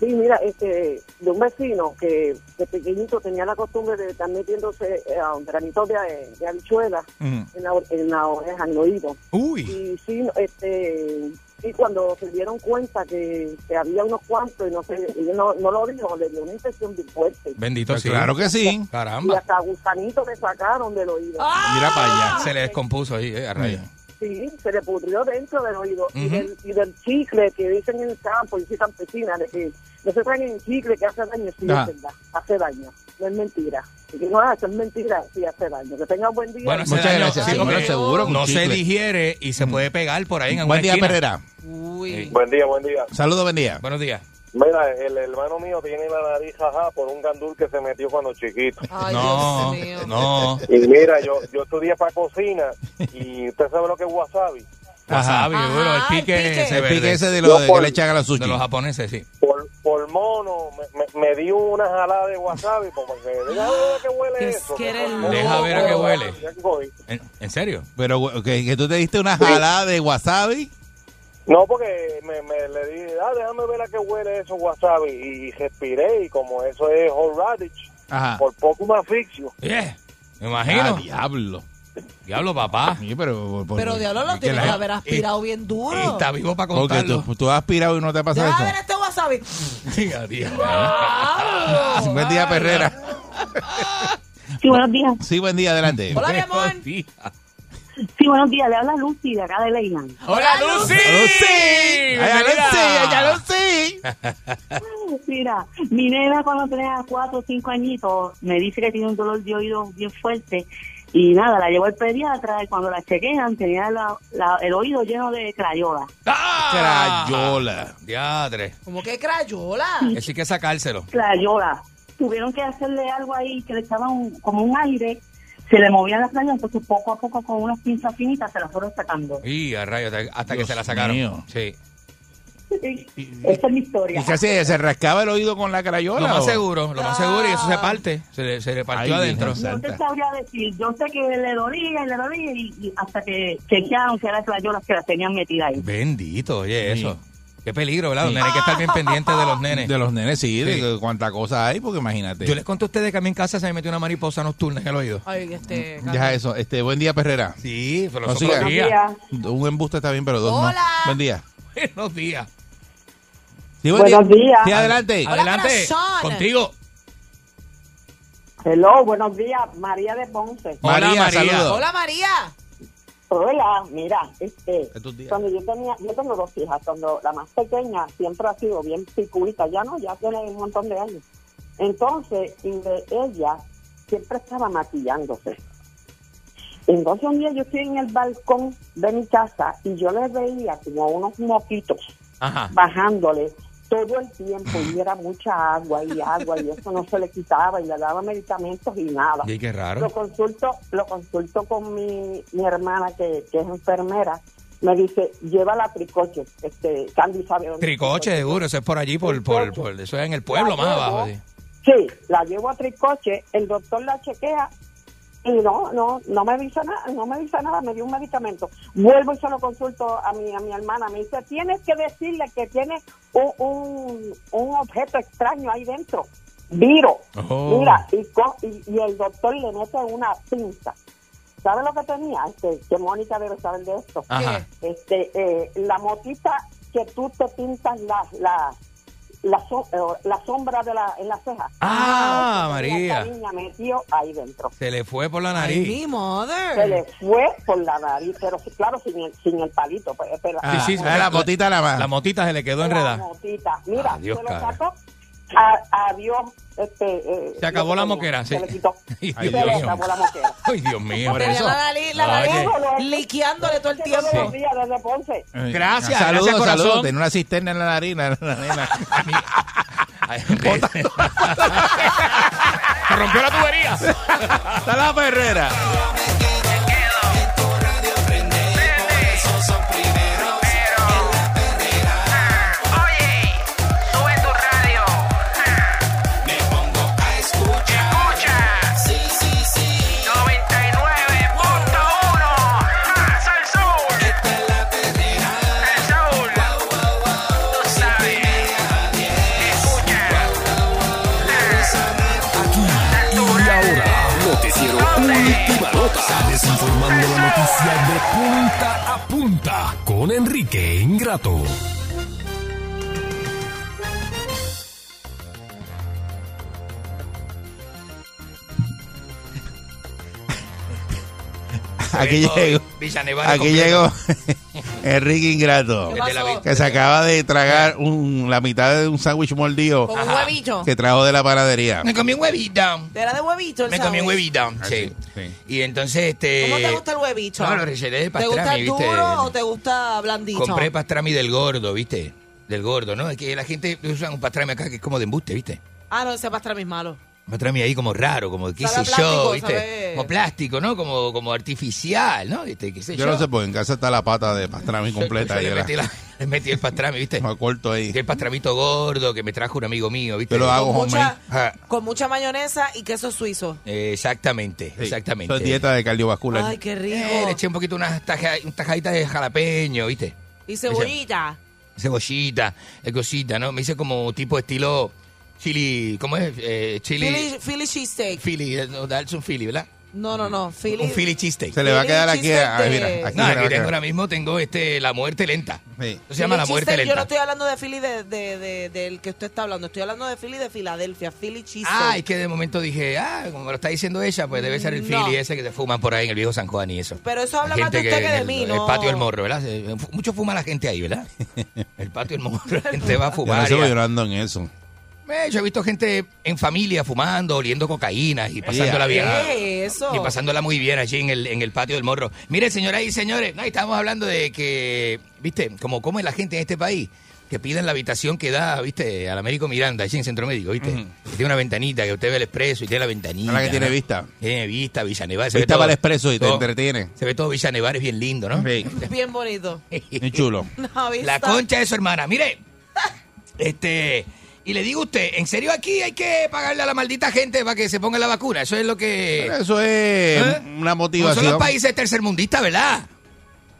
[SPEAKER 14] Sí, mira, este, de un vecino que de pequeñito tenía la costumbre de estar metiéndose eh, a un granito de, de habichuela en la, en la oreja, en el oído.
[SPEAKER 4] Uy.
[SPEAKER 14] Y sí, este,
[SPEAKER 10] Y cuando se dieron cuenta que, que había unos cuantos y no sé, y no, no lo dijo, le dio una infección bien fuerte.
[SPEAKER 4] Bendito
[SPEAKER 3] Pues
[SPEAKER 4] sí.
[SPEAKER 3] claro que sí.
[SPEAKER 10] Y
[SPEAKER 4] Caramba.
[SPEAKER 10] hasta gusanito le sacaron del oído.
[SPEAKER 3] Mira para allá.
[SPEAKER 4] Se le descompuso ahí, eh, a rayos.
[SPEAKER 10] Sí, se le pudrió dentro del oído. y,
[SPEAKER 4] Ujú.
[SPEAKER 10] del, y del chicle que dicen en el campo, y si campesina, de que no se traen el chicle que hace daño, sí
[SPEAKER 3] Ajá.
[SPEAKER 10] es verdad, hace daño, no es mentira. Y que no, ah, eso es mentira, sí hace daño. Que tengan buen día.
[SPEAKER 4] Bueno, ese
[SPEAKER 3] Muchas
[SPEAKER 4] daño-
[SPEAKER 3] gracias,
[SPEAKER 4] sí,
[SPEAKER 3] señora,
[SPEAKER 4] porque
[SPEAKER 3] seguro, con
[SPEAKER 4] No se
[SPEAKER 3] chicle. Mm.
[SPEAKER 4] digiere y se puede pegar por ahí en alguna
[SPEAKER 3] Buen día,
[SPEAKER 4] esquina.
[SPEAKER 3] Perrera.
[SPEAKER 5] Uy.
[SPEAKER 7] Buen día, buen día.
[SPEAKER 3] Saludos, buen día.
[SPEAKER 4] Buenos días.
[SPEAKER 7] Mira, el hermano mío tiene la nariz ajá por un gandul que se metió cuando chiquito.
[SPEAKER 5] Ay,
[SPEAKER 4] no,
[SPEAKER 5] Dios mío.
[SPEAKER 4] no.
[SPEAKER 7] Y mira, yo, yo estudié para cocina y usted sabe lo que es wasabi.
[SPEAKER 4] Wasabi,
[SPEAKER 5] Ajá,
[SPEAKER 4] duro, el
[SPEAKER 5] el
[SPEAKER 4] pique
[SPEAKER 5] pique.
[SPEAKER 4] ese
[SPEAKER 3] El
[SPEAKER 4] verde.
[SPEAKER 3] pique ese de
[SPEAKER 7] Yo
[SPEAKER 3] lo de que
[SPEAKER 7] por-
[SPEAKER 3] le echan a la
[SPEAKER 4] de
[SPEAKER 3] sushi.
[SPEAKER 4] los japoneses, sí.
[SPEAKER 7] Por, por mono me, me, me dio una jalada de wasabi pues, como que deja ver a qué huele
[SPEAKER 5] Es
[SPEAKER 7] eso.
[SPEAKER 5] que eres
[SPEAKER 7] Por- por-
[SPEAKER 4] Deja ver a qué huele.
[SPEAKER 7] Ya que cogí.
[SPEAKER 4] ¿En, en serio?
[SPEAKER 3] Pero güey, que, que tú te diste una jalada de wasabi.
[SPEAKER 7] No, porque me, me le dije, ah, déjame ver a qué huele eso wasabi. Y respiré y como eso es whole radish,
[SPEAKER 3] Ajá.
[SPEAKER 7] por poco me asfixio.
[SPEAKER 4] Yeah, me
[SPEAKER 3] Ah,
[SPEAKER 4] imagino.
[SPEAKER 3] diablo.
[SPEAKER 4] Diablo, papá.
[SPEAKER 3] Sí, pero, por-
[SPEAKER 5] Pero diablo lo
[SPEAKER 3] que
[SPEAKER 5] tienes
[SPEAKER 3] la
[SPEAKER 5] que
[SPEAKER 3] gente-
[SPEAKER 5] haber aspirado bien duro.
[SPEAKER 4] Y está vivo para
[SPEAKER 3] Porque
[SPEAKER 4] contarlo.
[SPEAKER 3] tú, tú has aspirado y no te ha pasado
[SPEAKER 5] Deja ver
[SPEAKER 3] eso.
[SPEAKER 5] este wasabi.
[SPEAKER 4] Diga, Dios.
[SPEAKER 5] Ah.
[SPEAKER 3] Buen día, Perrera.
[SPEAKER 10] Sí, buenos días.
[SPEAKER 3] Sí, buen día, adelante.
[SPEAKER 5] Hola, mi amor.
[SPEAKER 4] Buen día.
[SPEAKER 10] Sí, buenos días. Le habla Lucy de acá de Leyland.
[SPEAKER 4] Hola, Lucy.
[SPEAKER 3] ¡Allá lo sé! ¡Allá lo sé!
[SPEAKER 10] Mira, mi nena cuando tenía cuatro o cinco añitos me dice que tiene un dolor de oído bien fuerte y nada, la llevo al pediatra y cuando la chequean tenía la- la- el oído lleno de crayola.
[SPEAKER 4] ¡Ah!
[SPEAKER 3] Crayola.
[SPEAKER 4] Diadre.
[SPEAKER 5] Como que crayola.
[SPEAKER 4] Así que sacárselo.
[SPEAKER 10] Crayola. Tuvieron que hacerle algo ahí que le echaban un- como un aire, se le movían las crayolas, entonces poco a poco con unas pinzas finitas se las fueron sacando.
[SPEAKER 4] Y a rayo, hasta, hasta que
[SPEAKER 3] Dios
[SPEAKER 4] se la sacaron.
[SPEAKER 3] mío.
[SPEAKER 4] Sí.
[SPEAKER 10] Esa es mi historia.
[SPEAKER 3] ¿Y qué hacía? ¿Se rascaba el oído con la
[SPEAKER 4] Lo
[SPEAKER 3] crayola?
[SPEAKER 4] más
[SPEAKER 3] o?
[SPEAKER 4] seguro, lo más seguro, y eso se parte. Se le, se le partió
[SPEAKER 3] Ay,
[SPEAKER 4] adentro.
[SPEAKER 3] Dios.
[SPEAKER 10] No te
[SPEAKER 3] Santa.
[SPEAKER 10] sabría decir, yo sé que le dolía y le dolía y, y hasta que chequearon que eran crayolas que las tenían metidas ahí.
[SPEAKER 4] Bendito, oye,
[SPEAKER 3] Sí.
[SPEAKER 4] eso. Qué peligro, ¿verdad? Los
[SPEAKER 3] Sí.
[SPEAKER 4] nenes hay que estar bien pendientes de los nenes.
[SPEAKER 3] De los nenes, sí,
[SPEAKER 4] Sí.
[SPEAKER 3] de cuánta cosa hay, porque imagínate.
[SPEAKER 4] Yo les conté a ustedes que a mí en casa se me metió una mariposa nocturna en el oído.
[SPEAKER 5] Ay, este.
[SPEAKER 3] Deja eso. Este, buen día, Perrera.
[SPEAKER 4] Sí, pero
[SPEAKER 3] No,
[SPEAKER 4] los
[SPEAKER 3] siga.
[SPEAKER 4] otros días. <laughs>
[SPEAKER 3] Un embuste está bien, pero dos no.
[SPEAKER 5] Hola.
[SPEAKER 3] Buen día.
[SPEAKER 4] Buenos días.
[SPEAKER 3] Sí,
[SPEAKER 10] Buenos días.
[SPEAKER 3] Sí, adelante.
[SPEAKER 5] Hola,
[SPEAKER 4] Adelante,
[SPEAKER 5] corazón.
[SPEAKER 4] contigo.
[SPEAKER 10] Hello, buenos días, María de Ponce.
[SPEAKER 3] María,
[SPEAKER 4] Hola, María.
[SPEAKER 3] saludos.
[SPEAKER 5] Hola, María.
[SPEAKER 10] Hola, mira, este,
[SPEAKER 3] Estos días.
[SPEAKER 10] cuando yo tenía, yo tengo dos hijas, cuando la más pequeña siempre ha sido bien piculita, ya no, ya tiene un montón de años. Entonces, y de ella siempre estaba maquillándose. Entonces un día yo estoy en el balcón de mi casa y yo le veía como unos moquitos
[SPEAKER 4] Ajá.
[SPEAKER 10] bajándole todo el tiempo y era mucha agua y agua y eso no se le quitaba y le daba medicamentos y nada.
[SPEAKER 4] <laughs> Y qué
[SPEAKER 10] Lo
[SPEAKER 4] raro.
[SPEAKER 10] consulto, lo consulto con mi, mi hermana que, que es enfermera. Me dice, llévala a Tricoche. Este, Candy sabe dónde. es
[SPEAKER 4] Tricoche, seguro, eso es por allí, por, por, por- eso es en el pueblo más abajo. sí.
[SPEAKER 10] Sí, la llevo a Tricoche, el doctor la chequea y no, no, no me dice nada, no me dice nada, me dio un medicamento. Vuelvo y se lo consulto a mi, a mi hermana, me dice, tienes que decirle que tiene un, un, un objeto extraño ahí dentro, viro.
[SPEAKER 4] Oh.
[SPEAKER 10] Mira, y, co- y, y el doctor le mete una pinza. ¿Sabe lo que tenía? Este, que Mónica debe saber de esto.
[SPEAKER 4] Ajá.
[SPEAKER 10] Este, eh, la motita que tú te pintas la, la, la, so- eh, la sombra de la, en la ceja.
[SPEAKER 4] Ah,
[SPEAKER 10] Esa
[SPEAKER 4] María.
[SPEAKER 10] niña metió ahí dentro.
[SPEAKER 4] Se le fue por la
[SPEAKER 5] Ay,
[SPEAKER 4] nariz.
[SPEAKER 5] mi
[SPEAKER 10] Se le
[SPEAKER 5] mother.
[SPEAKER 10] fue por la nariz, pero sí, claro, sin el, sin el palito. Pues, pero-
[SPEAKER 3] Ah,
[SPEAKER 4] Sí, sí,
[SPEAKER 3] ah, la motita la más.
[SPEAKER 4] La motita se le quedó
[SPEAKER 10] la
[SPEAKER 4] enredada.
[SPEAKER 10] motita. Mira,
[SPEAKER 4] Adiós,
[SPEAKER 10] se lo
[SPEAKER 4] cara.
[SPEAKER 10] sacó. A, adiós. Este, eh,
[SPEAKER 4] Se acabó
[SPEAKER 10] lo que
[SPEAKER 4] la
[SPEAKER 10] tenía.
[SPEAKER 4] moquera, sí.
[SPEAKER 10] Se le quitó.
[SPEAKER 4] <laughs> Ay,
[SPEAKER 10] se
[SPEAKER 4] Dios
[SPEAKER 10] le
[SPEAKER 4] mío.
[SPEAKER 10] acabó la moquera.
[SPEAKER 4] Ay, Dios mío, pero
[SPEAKER 5] Tenía
[SPEAKER 4] eso.
[SPEAKER 5] la nariz, la
[SPEAKER 4] Oye.
[SPEAKER 5] nariz liqueándole todo el tiempo.
[SPEAKER 10] Todos los días desde Ponce.
[SPEAKER 3] Eh,
[SPEAKER 4] Gracias,
[SPEAKER 3] saludos,
[SPEAKER 4] gracias, corazón.
[SPEAKER 3] saludos. Tiene una cisterna en la nariz, la, la
[SPEAKER 4] <laughs>
[SPEAKER 3] nena.
[SPEAKER 4] Ay, Se rompió
[SPEAKER 5] <laughs>
[SPEAKER 4] la tubería.
[SPEAKER 3] Está la Perrera.
[SPEAKER 2] Oye, sube tu radio. Me pongo a escuchar. Escucha. Sí, sí, sí. 99.1. Sal Soul. Esta es la perrera. El Soul. Wow, wow, wow. Tú sabes. Escucha. Wow, wow, wow. Aquí.
[SPEAKER 1] Y ahora, Noticiero Última Hora. Nota. Sales informando la noticia de punta a punta con Enrique Ingrato.
[SPEAKER 3] Aquí
[SPEAKER 4] Oye,
[SPEAKER 3] llegó.
[SPEAKER 4] Villanueva
[SPEAKER 3] Aquí
[SPEAKER 4] completo.
[SPEAKER 3] llegó <laughs> Enrique Ingrato.
[SPEAKER 4] Desde la vista.
[SPEAKER 3] Que se acaba de tragar un- la mitad de un sándwich mordido
[SPEAKER 5] Con un
[SPEAKER 4] Ajá.
[SPEAKER 5] huevito.
[SPEAKER 3] que trajo de la panadería.
[SPEAKER 4] Me comí un huevito.
[SPEAKER 5] ¿Te era de huevito el
[SPEAKER 4] Me comí
[SPEAKER 5] sándwich?
[SPEAKER 4] un huevito. Sí.
[SPEAKER 3] sí.
[SPEAKER 4] Y entonces, este.
[SPEAKER 5] Ah, ¿Cómo te gusta el huevito?
[SPEAKER 4] No, lo rellené
[SPEAKER 5] ¿Te
[SPEAKER 4] de
[SPEAKER 5] gusta
[SPEAKER 4] pastrami, ¿viste?
[SPEAKER 5] duro o te gusta blandito?
[SPEAKER 4] Compré pastrami del gordo, ¿viste? Del gordo, ¿no? Es que la gente usa un pastrami acá que es como de embuste, ¿viste?
[SPEAKER 5] Ah, no, ese pastrami es malo.
[SPEAKER 4] Pastrami ahí como raro, como qué sé
[SPEAKER 5] Sabe a
[SPEAKER 4] yo,
[SPEAKER 5] plástico,
[SPEAKER 4] ¿viste?
[SPEAKER 5] sabe-
[SPEAKER 4] Como plástico, ¿no? Como, como artificial, ¿no? ¿Viste? ¿Qué sé yo?
[SPEAKER 3] Yo no sé, porque en casa está la pata de pastrami
[SPEAKER 4] Yo-
[SPEAKER 3] completa.
[SPEAKER 4] yo
[SPEAKER 3] ahí
[SPEAKER 4] le,
[SPEAKER 3] era.
[SPEAKER 4] metí la- <laughs> le metí el pastrami, ¿viste?
[SPEAKER 3] Me corto ahí.
[SPEAKER 4] El pastramito gordo que me trajo un amigo mío, ¿viste?
[SPEAKER 3] Yo lo hago
[SPEAKER 5] Con mucha,
[SPEAKER 3] homemade.
[SPEAKER 4] Ah,
[SPEAKER 5] con mucha mayonesa y queso suizo.
[SPEAKER 4] eh, exactamente,
[SPEAKER 3] Sí.
[SPEAKER 4] exactamente.
[SPEAKER 3] Eso es dieta de cardiovascular.
[SPEAKER 5] Ay, qué rico.
[SPEAKER 4] Eh, le eché un poquito unas taja, un tajadita de jalapeño, ¿viste?
[SPEAKER 5] y cebollita.
[SPEAKER 4] Cebollita, eh, cosita, ¿no? Me hice como tipo estilo chili, ¿cómo es? Eh,
[SPEAKER 5] Philly,
[SPEAKER 4] chili,
[SPEAKER 5] Philly cheesesteak.
[SPEAKER 4] Philly, eh, no, darse un Philly, ¿verdad?
[SPEAKER 5] No, no, no. Philly.
[SPEAKER 4] Un Philly cheesesteak.
[SPEAKER 3] Se le va a quedar aquí.
[SPEAKER 5] Chiste este.
[SPEAKER 3] ay, mira,
[SPEAKER 5] de-
[SPEAKER 3] aquí
[SPEAKER 4] No,
[SPEAKER 3] se le va
[SPEAKER 4] aquí
[SPEAKER 3] a quedar.
[SPEAKER 4] tengo ahora mismo, tengo este, la muerte lenta.
[SPEAKER 3] Sí.
[SPEAKER 4] Eso se llama
[SPEAKER 5] Philly
[SPEAKER 4] la muerte
[SPEAKER 5] cheesesteak, Yo no
[SPEAKER 4] lenta.
[SPEAKER 5] estoy hablando de Philly de, de- de- del que usted está hablando. Estoy hablando de Philly de Filadelfia. Philly cheesesteak.
[SPEAKER 4] Ah, es que de momento dije, ah, como me lo está diciendo ella, pues debe ser el
[SPEAKER 5] No.
[SPEAKER 4] Philly ese que se fuman por ahí en el viejo San Juan y eso.
[SPEAKER 5] Pero eso habla
[SPEAKER 4] La
[SPEAKER 5] más de
[SPEAKER 4] gente
[SPEAKER 5] usted que, de
[SPEAKER 4] en
[SPEAKER 5] mí,
[SPEAKER 4] el,
[SPEAKER 5] ¿no?
[SPEAKER 4] El patio del morro, ¿verdad? Se- fu- Mucho fuma la gente ahí,
[SPEAKER 3] <laughs>
[SPEAKER 4] ¿verdad? El patio del morro, la gente va a
[SPEAKER 3] Yo no
[SPEAKER 4] fumar.
[SPEAKER 3] sé
[SPEAKER 4] ya.
[SPEAKER 3] por qué yo ando en eso.
[SPEAKER 4] Eh, yo he visto gente en familia fumando, oliendo cocaína y pasándola
[SPEAKER 3] Ea.
[SPEAKER 4] bien.
[SPEAKER 5] ¿Qué es eso?
[SPEAKER 4] Y pasándola muy bien allí en el, en el patio del morro. Mire, señoras y señores, no, estábamos hablando de que, viste, como come la gente en este país, que piden la habitación que da, viste, al Américo Miranda, allí en Centro Médico, viste. Que tiene una ventanita, que usted ve el expreso y tiene la ventanita.
[SPEAKER 3] La que tiene vista.
[SPEAKER 4] Tiene vista, Villanueva.
[SPEAKER 3] Vista para el expreso
[SPEAKER 4] Oh.
[SPEAKER 3] y te entretiene.
[SPEAKER 4] Se ve todo Villanueva, es bien lindo, ¿no? <laughs>
[SPEAKER 3] Sí.
[SPEAKER 5] Bien bonito. <laughs>
[SPEAKER 3] Muy chulo.
[SPEAKER 5] No, ¿viste?
[SPEAKER 4] La concha de su hermana. Mire, este. Y le digo a usted, ¿en serio aquí hay que pagarle a la maldita gente para que se ponga la vacuna? Eso es lo que.
[SPEAKER 3] Pero Eso es
[SPEAKER 4] ¿Eh?
[SPEAKER 3] una
[SPEAKER 4] No son
[SPEAKER 3] motivación.
[SPEAKER 4] los países tercermundistas, ¿verdad?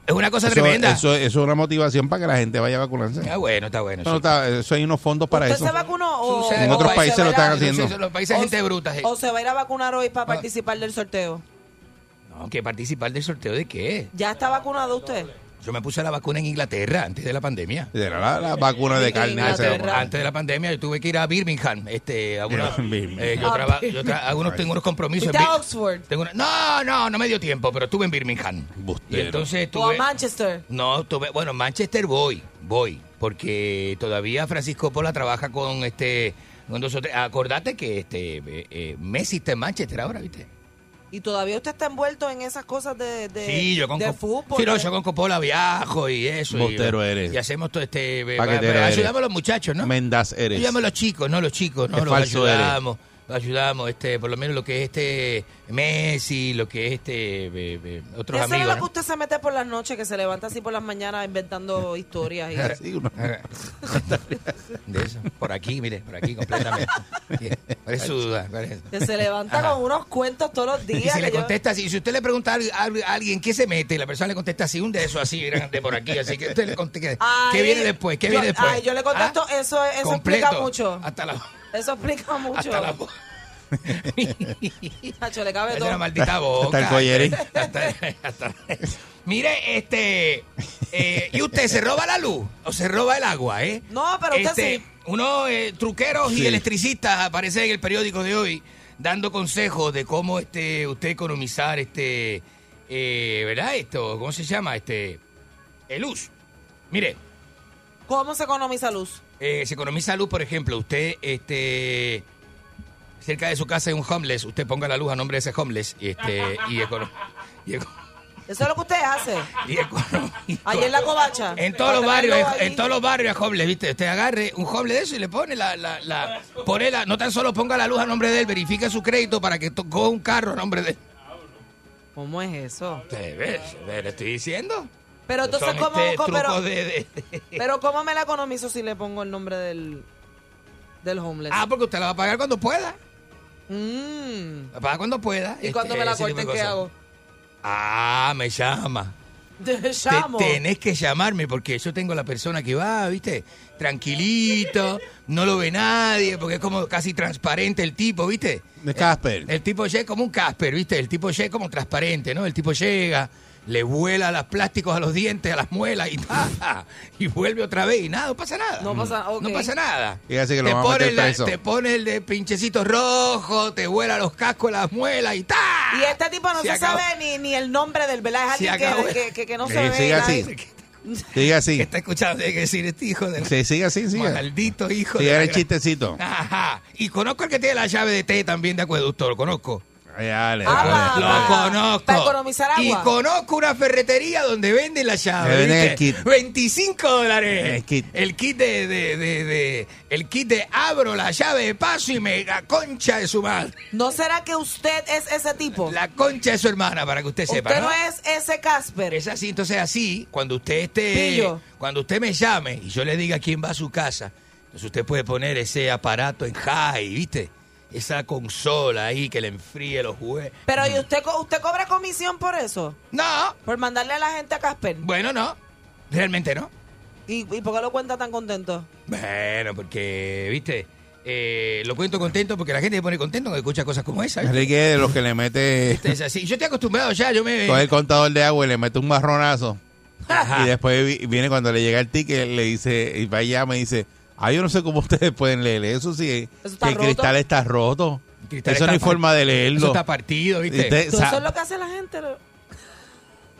[SPEAKER 4] Es una cosa
[SPEAKER 3] eso,
[SPEAKER 4] tremenda.
[SPEAKER 3] eso- eso es una motivación para que la gente vaya a vacunarse.
[SPEAKER 4] Está bueno, está bueno.
[SPEAKER 3] Eso, no
[SPEAKER 4] sí.
[SPEAKER 3] está- eso hay unos fondos para
[SPEAKER 5] ¿Usted
[SPEAKER 3] eso.
[SPEAKER 5] se vacunó o,
[SPEAKER 4] Sucede
[SPEAKER 3] En
[SPEAKER 5] o
[SPEAKER 3] otros
[SPEAKER 5] se
[SPEAKER 3] países
[SPEAKER 5] va a ir
[SPEAKER 3] lo
[SPEAKER 5] a-
[SPEAKER 3] están haciendo.
[SPEAKER 4] Sí, son los países
[SPEAKER 5] o-
[SPEAKER 4] gente bruta. eh. Ah. sí.
[SPEAKER 5] O se va a ir a vacunar hoy para participar del sorteo.
[SPEAKER 4] No, que participar del sorteo de qué.
[SPEAKER 5] ¿Ya está vacunado usted?
[SPEAKER 4] Yo me puse la vacuna en Inglaterra antes de la pandemia.
[SPEAKER 3] Será la, la vacuna de
[SPEAKER 5] En
[SPEAKER 3] carne que se
[SPEAKER 5] Inglaterra.
[SPEAKER 3] vacuna.
[SPEAKER 4] Antes de la pandemia yo tuve que ir a Birmingham. Este, a una-
[SPEAKER 3] <laughs> Birmingham.
[SPEAKER 4] eh,
[SPEAKER 5] Ah,
[SPEAKER 4] yo traba- yo tra- algunos tengo unos compromisos. en
[SPEAKER 5] ¿Fuiste a
[SPEAKER 4] Bir-
[SPEAKER 5] Oxford?
[SPEAKER 4] tengo una- no, no, no me dio tiempo, pero estuve en Birmingham.
[SPEAKER 3] Bustero.
[SPEAKER 4] Y entonces estuve...
[SPEAKER 5] ¿O a Manchester?
[SPEAKER 4] No, tuve, bueno, Manchester voy, voy, porque todavía Francisco Pola trabaja con este, con dos o tres. Acordate que este eh, eh, Messi está en Manchester ahora, ¿viste?
[SPEAKER 5] Eh, ¿Y todavía usted está envuelto en esas cosas de, de,
[SPEAKER 4] sí, yo con
[SPEAKER 5] de
[SPEAKER 4] Cop-
[SPEAKER 5] fútbol? eh.
[SPEAKER 4] Sí, no,
[SPEAKER 5] de-
[SPEAKER 4] yo con Coppola viajo y eso. y-
[SPEAKER 3] Bostero eres.
[SPEAKER 4] Y hacemos todo este. eh,
[SPEAKER 3] Paquetero eres.
[SPEAKER 4] ayudamos a los muchachos, ¿no?
[SPEAKER 3] Mendaz eres.
[SPEAKER 4] Ayudamos a los chicos, no los chicos, no
[SPEAKER 3] Qué
[SPEAKER 4] los
[SPEAKER 3] falso eres.
[SPEAKER 4] ayudamos. los ayudamos, este, por lo menos lo que es este Messi, lo que es este eh, eh, otros
[SPEAKER 5] ¿Qué será
[SPEAKER 4] amigos.
[SPEAKER 5] lo que
[SPEAKER 4] ¿no?
[SPEAKER 5] usted se mete por las noches, que se levanta así por las mañanas
[SPEAKER 4] <laughs>
[SPEAKER 5] inventando historias? Y...
[SPEAKER 3] Sí, uno-
[SPEAKER 4] De eso. Por aquí, mire, por aquí
[SPEAKER 5] <laughs>
[SPEAKER 4] completamente. Sí, Parece su duda. parece.
[SPEAKER 5] que se levanta
[SPEAKER 4] Ajá.
[SPEAKER 5] con unos cuentos todos los días.
[SPEAKER 4] Y si
[SPEAKER 5] que
[SPEAKER 4] le
[SPEAKER 5] yo-
[SPEAKER 4] contesta así, si usted le pregunta a, a- a alguien qué se mete, y la persona le contesta así, un de eso así, miran, de por aquí, así que usted le contesta,
[SPEAKER 5] Ay,
[SPEAKER 4] ¿qué viene después? ¿Qué
[SPEAKER 5] yo-
[SPEAKER 4] viene después? ¿Ah?
[SPEAKER 5] ay, yo le contesto, eso- eso explica mucho.
[SPEAKER 4] Hasta la...
[SPEAKER 5] Eso explica mucho.
[SPEAKER 4] Hasta la... bo-
[SPEAKER 5] Chacho, le cabe
[SPEAKER 4] Es
[SPEAKER 5] todo.
[SPEAKER 4] una maldita boca.
[SPEAKER 3] Hasta el collerín.
[SPEAKER 4] Hasta- hasta- Mire, este. eh, y usted se roba la luz o se roba el agua, ¿eh?
[SPEAKER 5] No, pero usted sí.
[SPEAKER 4] Unos eh, truqueros y electricistas aparecen en el periódico de hoy dando consejos de cómo este usted economizar este. eh, ¿Verdad? Esto, ¿cómo se llama? Este. El luz. Mire,
[SPEAKER 5] ¿Cómo se economiza luz?
[SPEAKER 4] eh, se economiza luz, por ejemplo, usted, este, cerca de su casa hay un homeless, usted ponga la luz a nombre de ese homeless, este, y, econo- y eco-
[SPEAKER 5] Eso es lo que usted hace.
[SPEAKER 4] y economiza.
[SPEAKER 5] Allí en la covacha.
[SPEAKER 4] En todos los
[SPEAKER 5] Para
[SPEAKER 4] barrios,
[SPEAKER 5] tenerlo
[SPEAKER 4] en
[SPEAKER 5] ahí.
[SPEAKER 4] todos los barrios hay homeless, viste, usted agarre un homeless de eso y le pone la, la, la, pone la- no tan solo ponga la luz a nombre de él, verifique su crédito para que to- coja un carro a nombre de él.
[SPEAKER 5] ¿Cómo es eso?
[SPEAKER 4] Te ves, te le estoy diciendo.
[SPEAKER 5] Pero entonces,
[SPEAKER 4] Son,
[SPEAKER 5] ¿cómo,
[SPEAKER 4] este,
[SPEAKER 5] cómo- pero,
[SPEAKER 4] trucos de- de- de-
[SPEAKER 5] pero cómo me la economizo si le pongo el nombre del, del homeless?
[SPEAKER 4] Ah, porque usted la va a pagar cuando pueda.
[SPEAKER 5] Mm.
[SPEAKER 4] La paga cuando pueda. Este,
[SPEAKER 5] <laughs> ¿Y cuando me la corten, qué hago?
[SPEAKER 4] Ah, me llama.
[SPEAKER 5] Te
[SPEAKER 4] Te-
[SPEAKER 5] llamo.
[SPEAKER 4] tenés que llamarme porque yo tengo la persona que va, ¿viste? Tranquilito, no lo ve nadie, porque es como casi transparente el tipo, ¿viste?
[SPEAKER 3] De Casper.
[SPEAKER 4] El tipo llega como un Casper, ¿viste? El tipo llega como transparente, ¿no? El tipo llega, le vuela los plásticos a los dientes, a las muelas y nada. <laughs> Y vuelve otra vez y nada, no pasa nada.
[SPEAKER 5] No pasa- ok.
[SPEAKER 4] No pasa nada.
[SPEAKER 3] Y así que lo
[SPEAKER 4] te,
[SPEAKER 3] vamos a
[SPEAKER 4] pone
[SPEAKER 3] meter
[SPEAKER 4] la-
[SPEAKER 3] preso.
[SPEAKER 4] te pone el de pinchecito rojo, te vuela los cascos, las muelas y ta.
[SPEAKER 5] Y este tipo no
[SPEAKER 4] Se
[SPEAKER 5] se,
[SPEAKER 4] acabó. <laughs>
[SPEAKER 5] sabe ni, ni el nombre del, ¿verdad?
[SPEAKER 4] Se
[SPEAKER 5] Es alguien
[SPEAKER 4] acabó.
[SPEAKER 5] que, que, que- que no
[SPEAKER 3] Sí,
[SPEAKER 5] se ve.
[SPEAKER 3] sigue
[SPEAKER 5] nadie.
[SPEAKER 3] así. Sigue
[SPEAKER 4] Que
[SPEAKER 3] así.
[SPEAKER 4] está escuchando, tiene que decir este hijo de...
[SPEAKER 3] Sí, sigue así, sigue.
[SPEAKER 4] Maldito hijo
[SPEAKER 3] Sigue
[SPEAKER 4] de la
[SPEAKER 3] el
[SPEAKER 4] gran-
[SPEAKER 3] chistecito.
[SPEAKER 4] Ajá. Y conozco el que tiene la llave de té también de acueducto, lo conozco.
[SPEAKER 3] Ay, dale,
[SPEAKER 5] Ah,
[SPEAKER 3] dale.
[SPEAKER 5] va.
[SPEAKER 4] lo
[SPEAKER 5] para-
[SPEAKER 4] conozco.
[SPEAKER 5] para economizar agua.
[SPEAKER 4] Y conozco una ferretería donde venden la llave.
[SPEAKER 3] Te venden
[SPEAKER 4] ¿viste?
[SPEAKER 3] el kit.
[SPEAKER 4] 25 dólares.
[SPEAKER 3] El kit.
[SPEAKER 4] El kit de, de- de- de- El kit de abro la llave de paso y me la concha de su madre.
[SPEAKER 5] ¿No será que usted es ese tipo?
[SPEAKER 4] La concha de su hermana, para que usted
[SPEAKER 5] usted
[SPEAKER 4] sepa.
[SPEAKER 5] no es ese Casper.
[SPEAKER 4] Es así, entonces así, cuando usted esté,
[SPEAKER 5] Pillo.
[SPEAKER 4] cuando usted me llame y yo le diga quién va a su casa, entonces usted puede poner ese aparato en high, ¿viste? Esa consola ahí que le enfríe los juegos.
[SPEAKER 5] Pero ¿y usted, co- usted cobra comisión por eso?
[SPEAKER 4] No,
[SPEAKER 5] ¿Por mandarle a la gente a Casper?
[SPEAKER 4] bueno, no, realmente no.
[SPEAKER 5] ¿Y, y por qué lo cuenta tan contento?
[SPEAKER 4] Bueno, porque, ¿viste? Eh, lo cuento contento porque la gente se pone contento cuando escucha cosas como esa. ¿viste?
[SPEAKER 3] Enrique de los que le mete
[SPEAKER 4] Es así. Yo estoy acostumbrado ya, yo me...
[SPEAKER 3] coge el contador de agua y le mete un marronazo.
[SPEAKER 4] <laughs> Ajá.
[SPEAKER 3] Y después vi- viene cuando le llega el ticket, le dice, y va allá, me dice, ah, yo no sé cómo <laughs> ustedes pueden leer eso, si
[SPEAKER 5] Eso está
[SPEAKER 3] que el
[SPEAKER 5] roto.
[SPEAKER 3] cristal está roto.
[SPEAKER 4] El cristal
[SPEAKER 3] eso
[SPEAKER 4] está
[SPEAKER 3] no hay
[SPEAKER 4] par-
[SPEAKER 3] forma de
[SPEAKER 4] Eso
[SPEAKER 3] leerlo.
[SPEAKER 4] está partido,
[SPEAKER 3] Y
[SPEAKER 4] ¿viste?
[SPEAKER 3] usted
[SPEAKER 5] Todo
[SPEAKER 3] sa-
[SPEAKER 5] eso es lo que hace la gente. lo-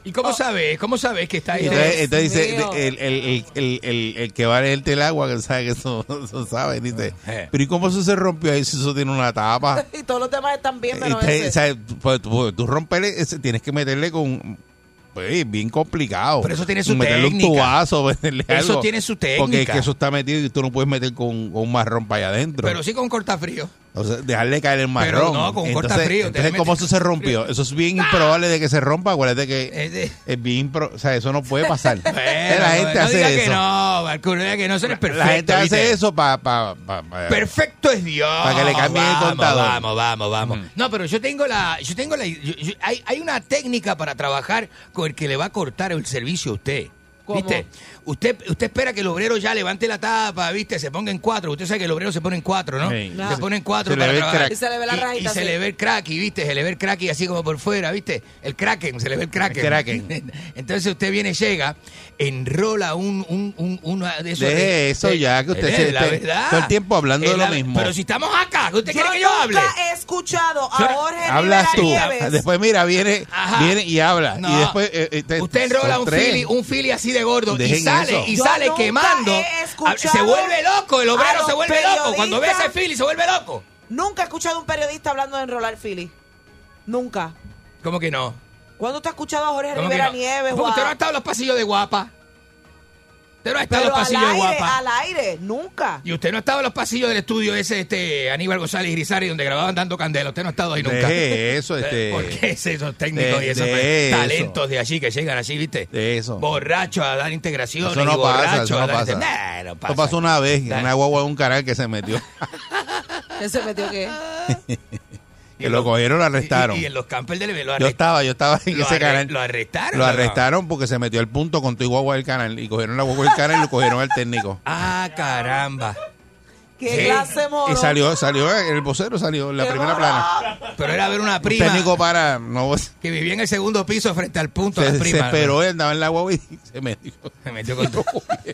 [SPEAKER 4] ¿Y
[SPEAKER 3] Oh.
[SPEAKER 4] cómo sabes? ¿Cómo sabes que está ahí?
[SPEAKER 3] entonces,
[SPEAKER 5] Dios
[SPEAKER 3] entonces dice,
[SPEAKER 5] mío.
[SPEAKER 3] el, el- el- el- el- el que va a leerte el agua, que sabe que eso, <laughs> eso sabe, dice,
[SPEAKER 4] Eh.
[SPEAKER 3] pero ¿y cómo eso se rompió ahí si eso tiene
[SPEAKER 4] <laughs>
[SPEAKER 3] una tapa?
[SPEAKER 5] Y todos los demás están bien,
[SPEAKER 3] Y
[SPEAKER 5] menos
[SPEAKER 3] usted,
[SPEAKER 5] ese.
[SPEAKER 3] sabe, pues, tú, tú romperle, ese, tienes que meterle con... Pues, bien complicado.
[SPEAKER 4] Pero eso tiene su
[SPEAKER 3] meterle
[SPEAKER 4] técnica.
[SPEAKER 3] un tubazo, <laughs> meterle
[SPEAKER 4] Eso
[SPEAKER 3] algo.
[SPEAKER 4] tiene su
[SPEAKER 3] Porque es
[SPEAKER 4] técnica.
[SPEAKER 3] que eso está metido y tú no puedes meter con, con un marrón para allá adentro.
[SPEAKER 4] Pero sí con cortafrío. <laughs>
[SPEAKER 3] O sea, dejarle caer el marrón.
[SPEAKER 4] Pero no, con un
[SPEAKER 3] entonces,
[SPEAKER 4] cortafrío,
[SPEAKER 3] Entonces,
[SPEAKER 4] te
[SPEAKER 3] ¿cómo
[SPEAKER 4] metes-
[SPEAKER 3] eso se
[SPEAKER 4] <laughs>
[SPEAKER 3] rompió? Eso es bien improbable de que se rompa. Acuérdate que
[SPEAKER 4] Es de-
[SPEAKER 3] es bien impro- O sea, eso no puede
[SPEAKER 4] <laughs>
[SPEAKER 3] pasar.
[SPEAKER 4] Bueno,
[SPEAKER 3] la gente
[SPEAKER 4] no
[SPEAKER 3] hace
[SPEAKER 4] diga
[SPEAKER 3] eso.
[SPEAKER 4] que no, Marco, no diga que no, eso no es perfecto.
[SPEAKER 3] la gente hace
[SPEAKER 4] ¿viste?
[SPEAKER 3] eso para... Pa, pa- pa-
[SPEAKER 4] Perfecto es Dios.
[SPEAKER 3] Para que le cambien el
[SPEAKER 4] Vamos,
[SPEAKER 3] contador. Mm.
[SPEAKER 4] Vamos, vamos, vamos. No, pero yo tengo la, yo tengo la, yo- yo- hay, hay una técnica para trabajar con el que le va a cortar el servicio a usted.
[SPEAKER 5] ¿Cómo?
[SPEAKER 4] ¿Viste? Usted, usted espera que el obrero ya levante la tapa, ¿viste? Se ponga en cuatro. Usted sabe que el obrero se pone en cuatro, ¿no?
[SPEAKER 3] Sí.
[SPEAKER 5] Claro.
[SPEAKER 4] Se pone en cuatro
[SPEAKER 3] Se le
[SPEAKER 4] para
[SPEAKER 3] ve el
[SPEAKER 4] trabajar.
[SPEAKER 3] crack.
[SPEAKER 5] Y se le ve la
[SPEAKER 4] y,
[SPEAKER 5] rajita,
[SPEAKER 4] se
[SPEAKER 5] sí.
[SPEAKER 4] le ve el crack, y, ¿viste? Se le ve el crack y así como por fuera, ¿viste? El kraken, se le ve el kraken.
[SPEAKER 3] El kraken.
[SPEAKER 4] <laughs> Entonces usted viene, llega, enrola un, un, un- una de esos...
[SPEAKER 3] Deje
[SPEAKER 4] de-
[SPEAKER 3] eso
[SPEAKER 4] de-
[SPEAKER 3] ya, que usted
[SPEAKER 4] Eh,
[SPEAKER 3] se
[SPEAKER 4] la
[SPEAKER 3] esté
[SPEAKER 4] verdad.
[SPEAKER 3] todo el tiempo hablando
[SPEAKER 4] Es
[SPEAKER 3] de lo
[SPEAKER 4] la-
[SPEAKER 3] mismo.
[SPEAKER 4] Pero si estamos acá, ¿usted
[SPEAKER 5] Yo
[SPEAKER 4] quiere que yo hable?
[SPEAKER 5] nunca he escuchado a
[SPEAKER 4] Yo-
[SPEAKER 5] Jorge
[SPEAKER 3] eh, Hablas
[SPEAKER 5] Rivera
[SPEAKER 3] tú.
[SPEAKER 5] Nieves.
[SPEAKER 3] <laughs> Después, mira, viene,
[SPEAKER 4] Ajá.
[SPEAKER 3] viene y habla.
[SPEAKER 4] No.
[SPEAKER 3] Y después... eh, eh, te-
[SPEAKER 4] Usted
[SPEAKER 3] son
[SPEAKER 4] enrola un
[SPEAKER 3] tres.
[SPEAKER 4] fili, un fili así de gordo y
[SPEAKER 3] Dejen
[SPEAKER 4] sale,
[SPEAKER 3] eso.
[SPEAKER 4] y
[SPEAKER 5] Yo
[SPEAKER 4] sale
[SPEAKER 5] nunca
[SPEAKER 4] quemando. Ah,
[SPEAKER 5] he escuchado
[SPEAKER 4] Se vuelve loco, el
[SPEAKER 5] a
[SPEAKER 4] obrero
[SPEAKER 5] los
[SPEAKER 4] se vuelve loco. Cuando ve
[SPEAKER 5] periodistas-
[SPEAKER 4] ese fili se vuelve loco.
[SPEAKER 5] Nunca he escuchado a un periodista hablando de enrolar Philly. Nunca.
[SPEAKER 4] ¿Cómo que no?
[SPEAKER 5] ¿Cuándo te has escuchado a Jorge
[SPEAKER 4] ¿Cómo que
[SPEAKER 5] Rivera
[SPEAKER 4] no?
[SPEAKER 5] Nieves?
[SPEAKER 4] Porque usted
[SPEAKER 5] Juan?
[SPEAKER 4] no ha estado en los pasillos de guapa. Usted no ha estado en
[SPEAKER 5] Pero
[SPEAKER 4] los
[SPEAKER 5] al
[SPEAKER 4] pasillos de
[SPEAKER 5] aire,
[SPEAKER 4] guapa.
[SPEAKER 5] al aire, nunca.
[SPEAKER 4] Y usted no ha estado en los pasillos del estudio ese, este, Aníbal González Irizarry, donde grababan dando candela. Usted no ha estado ahí nunca.
[SPEAKER 3] Deje eso, este...
[SPEAKER 4] Eh, <laughs> ¿Por qué es esos técnicos
[SPEAKER 3] de-
[SPEAKER 4] y esos
[SPEAKER 3] de eso.
[SPEAKER 4] talentos de allí que llegan así, viste?
[SPEAKER 3] De eso.
[SPEAKER 4] Borrachos a dar integraciones.
[SPEAKER 3] Eso no
[SPEAKER 4] y borrachos
[SPEAKER 3] pasa, eso
[SPEAKER 4] a
[SPEAKER 3] no
[SPEAKER 4] dar
[SPEAKER 3] pasa.
[SPEAKER 4] inte- Nah, no pasa.
[SPEAKER 3] Eso pasó una vez, en
[SPEAKER 4] Dale.
[SPEAKER 3] una guagua de un canal que se metió.
[SPEAKER 5] ¿Qué se metió qué?
[SPEAKER 3] Que lo cogieron, lo arrestaron.
[SPEAKER 4] Y, y en los campers del <laughs> lo
[SPEAKER 3] Yo
[SPEAKER 4] arrestaron.
[SPEAKER 3] estaba, yo estaba en
[SPEAKER 4] lo
[SPEAKER 3] ese
[SPEAKER 4] arre-
[SPEAKER 3] canal.
[SPEAKER 4] lo arrestaron,
[SPEAKER 3] Lo
[SPEAKER 4] ¿o no?
[SPEAKER 3] arrestaron porque se metió al punto con tu guagua del canal. Y cogieron la guagua del canal y lo cogieron al técnico.
[SPEAKER 4] Ah, caramba.
[SPEAKER 5] ¿Qué
[SPEAKER 4] Sí.
[SPEAKER 5] clase moro?
[SPEAKER 4] <laughs>
[SPEAKER 3] Y salió, salió, eh, el vocero salió en la
[SPEAKER 5] ¡Qué
[SPEAKER 3] primera
[SPEAKER 5] moro!
[SPEAKER 3] plana.
[SPEAKER 4] Pero era ver una
[SPEAKER 3] Un
[SPEAKER 4] prima
[SPEAKER 3] técnico para, no, se,
[SPEAKER 4] que vivía en el segundo piso frente al punto de
[SPEAKER 3] se
[SPEAKER 4] la prima.
[SPEAKER 3] esperó, él andaba en la guagua y se metió.
[SPEAKER 4] Se metió con todo.
[SPEAKER 3] con <laughs>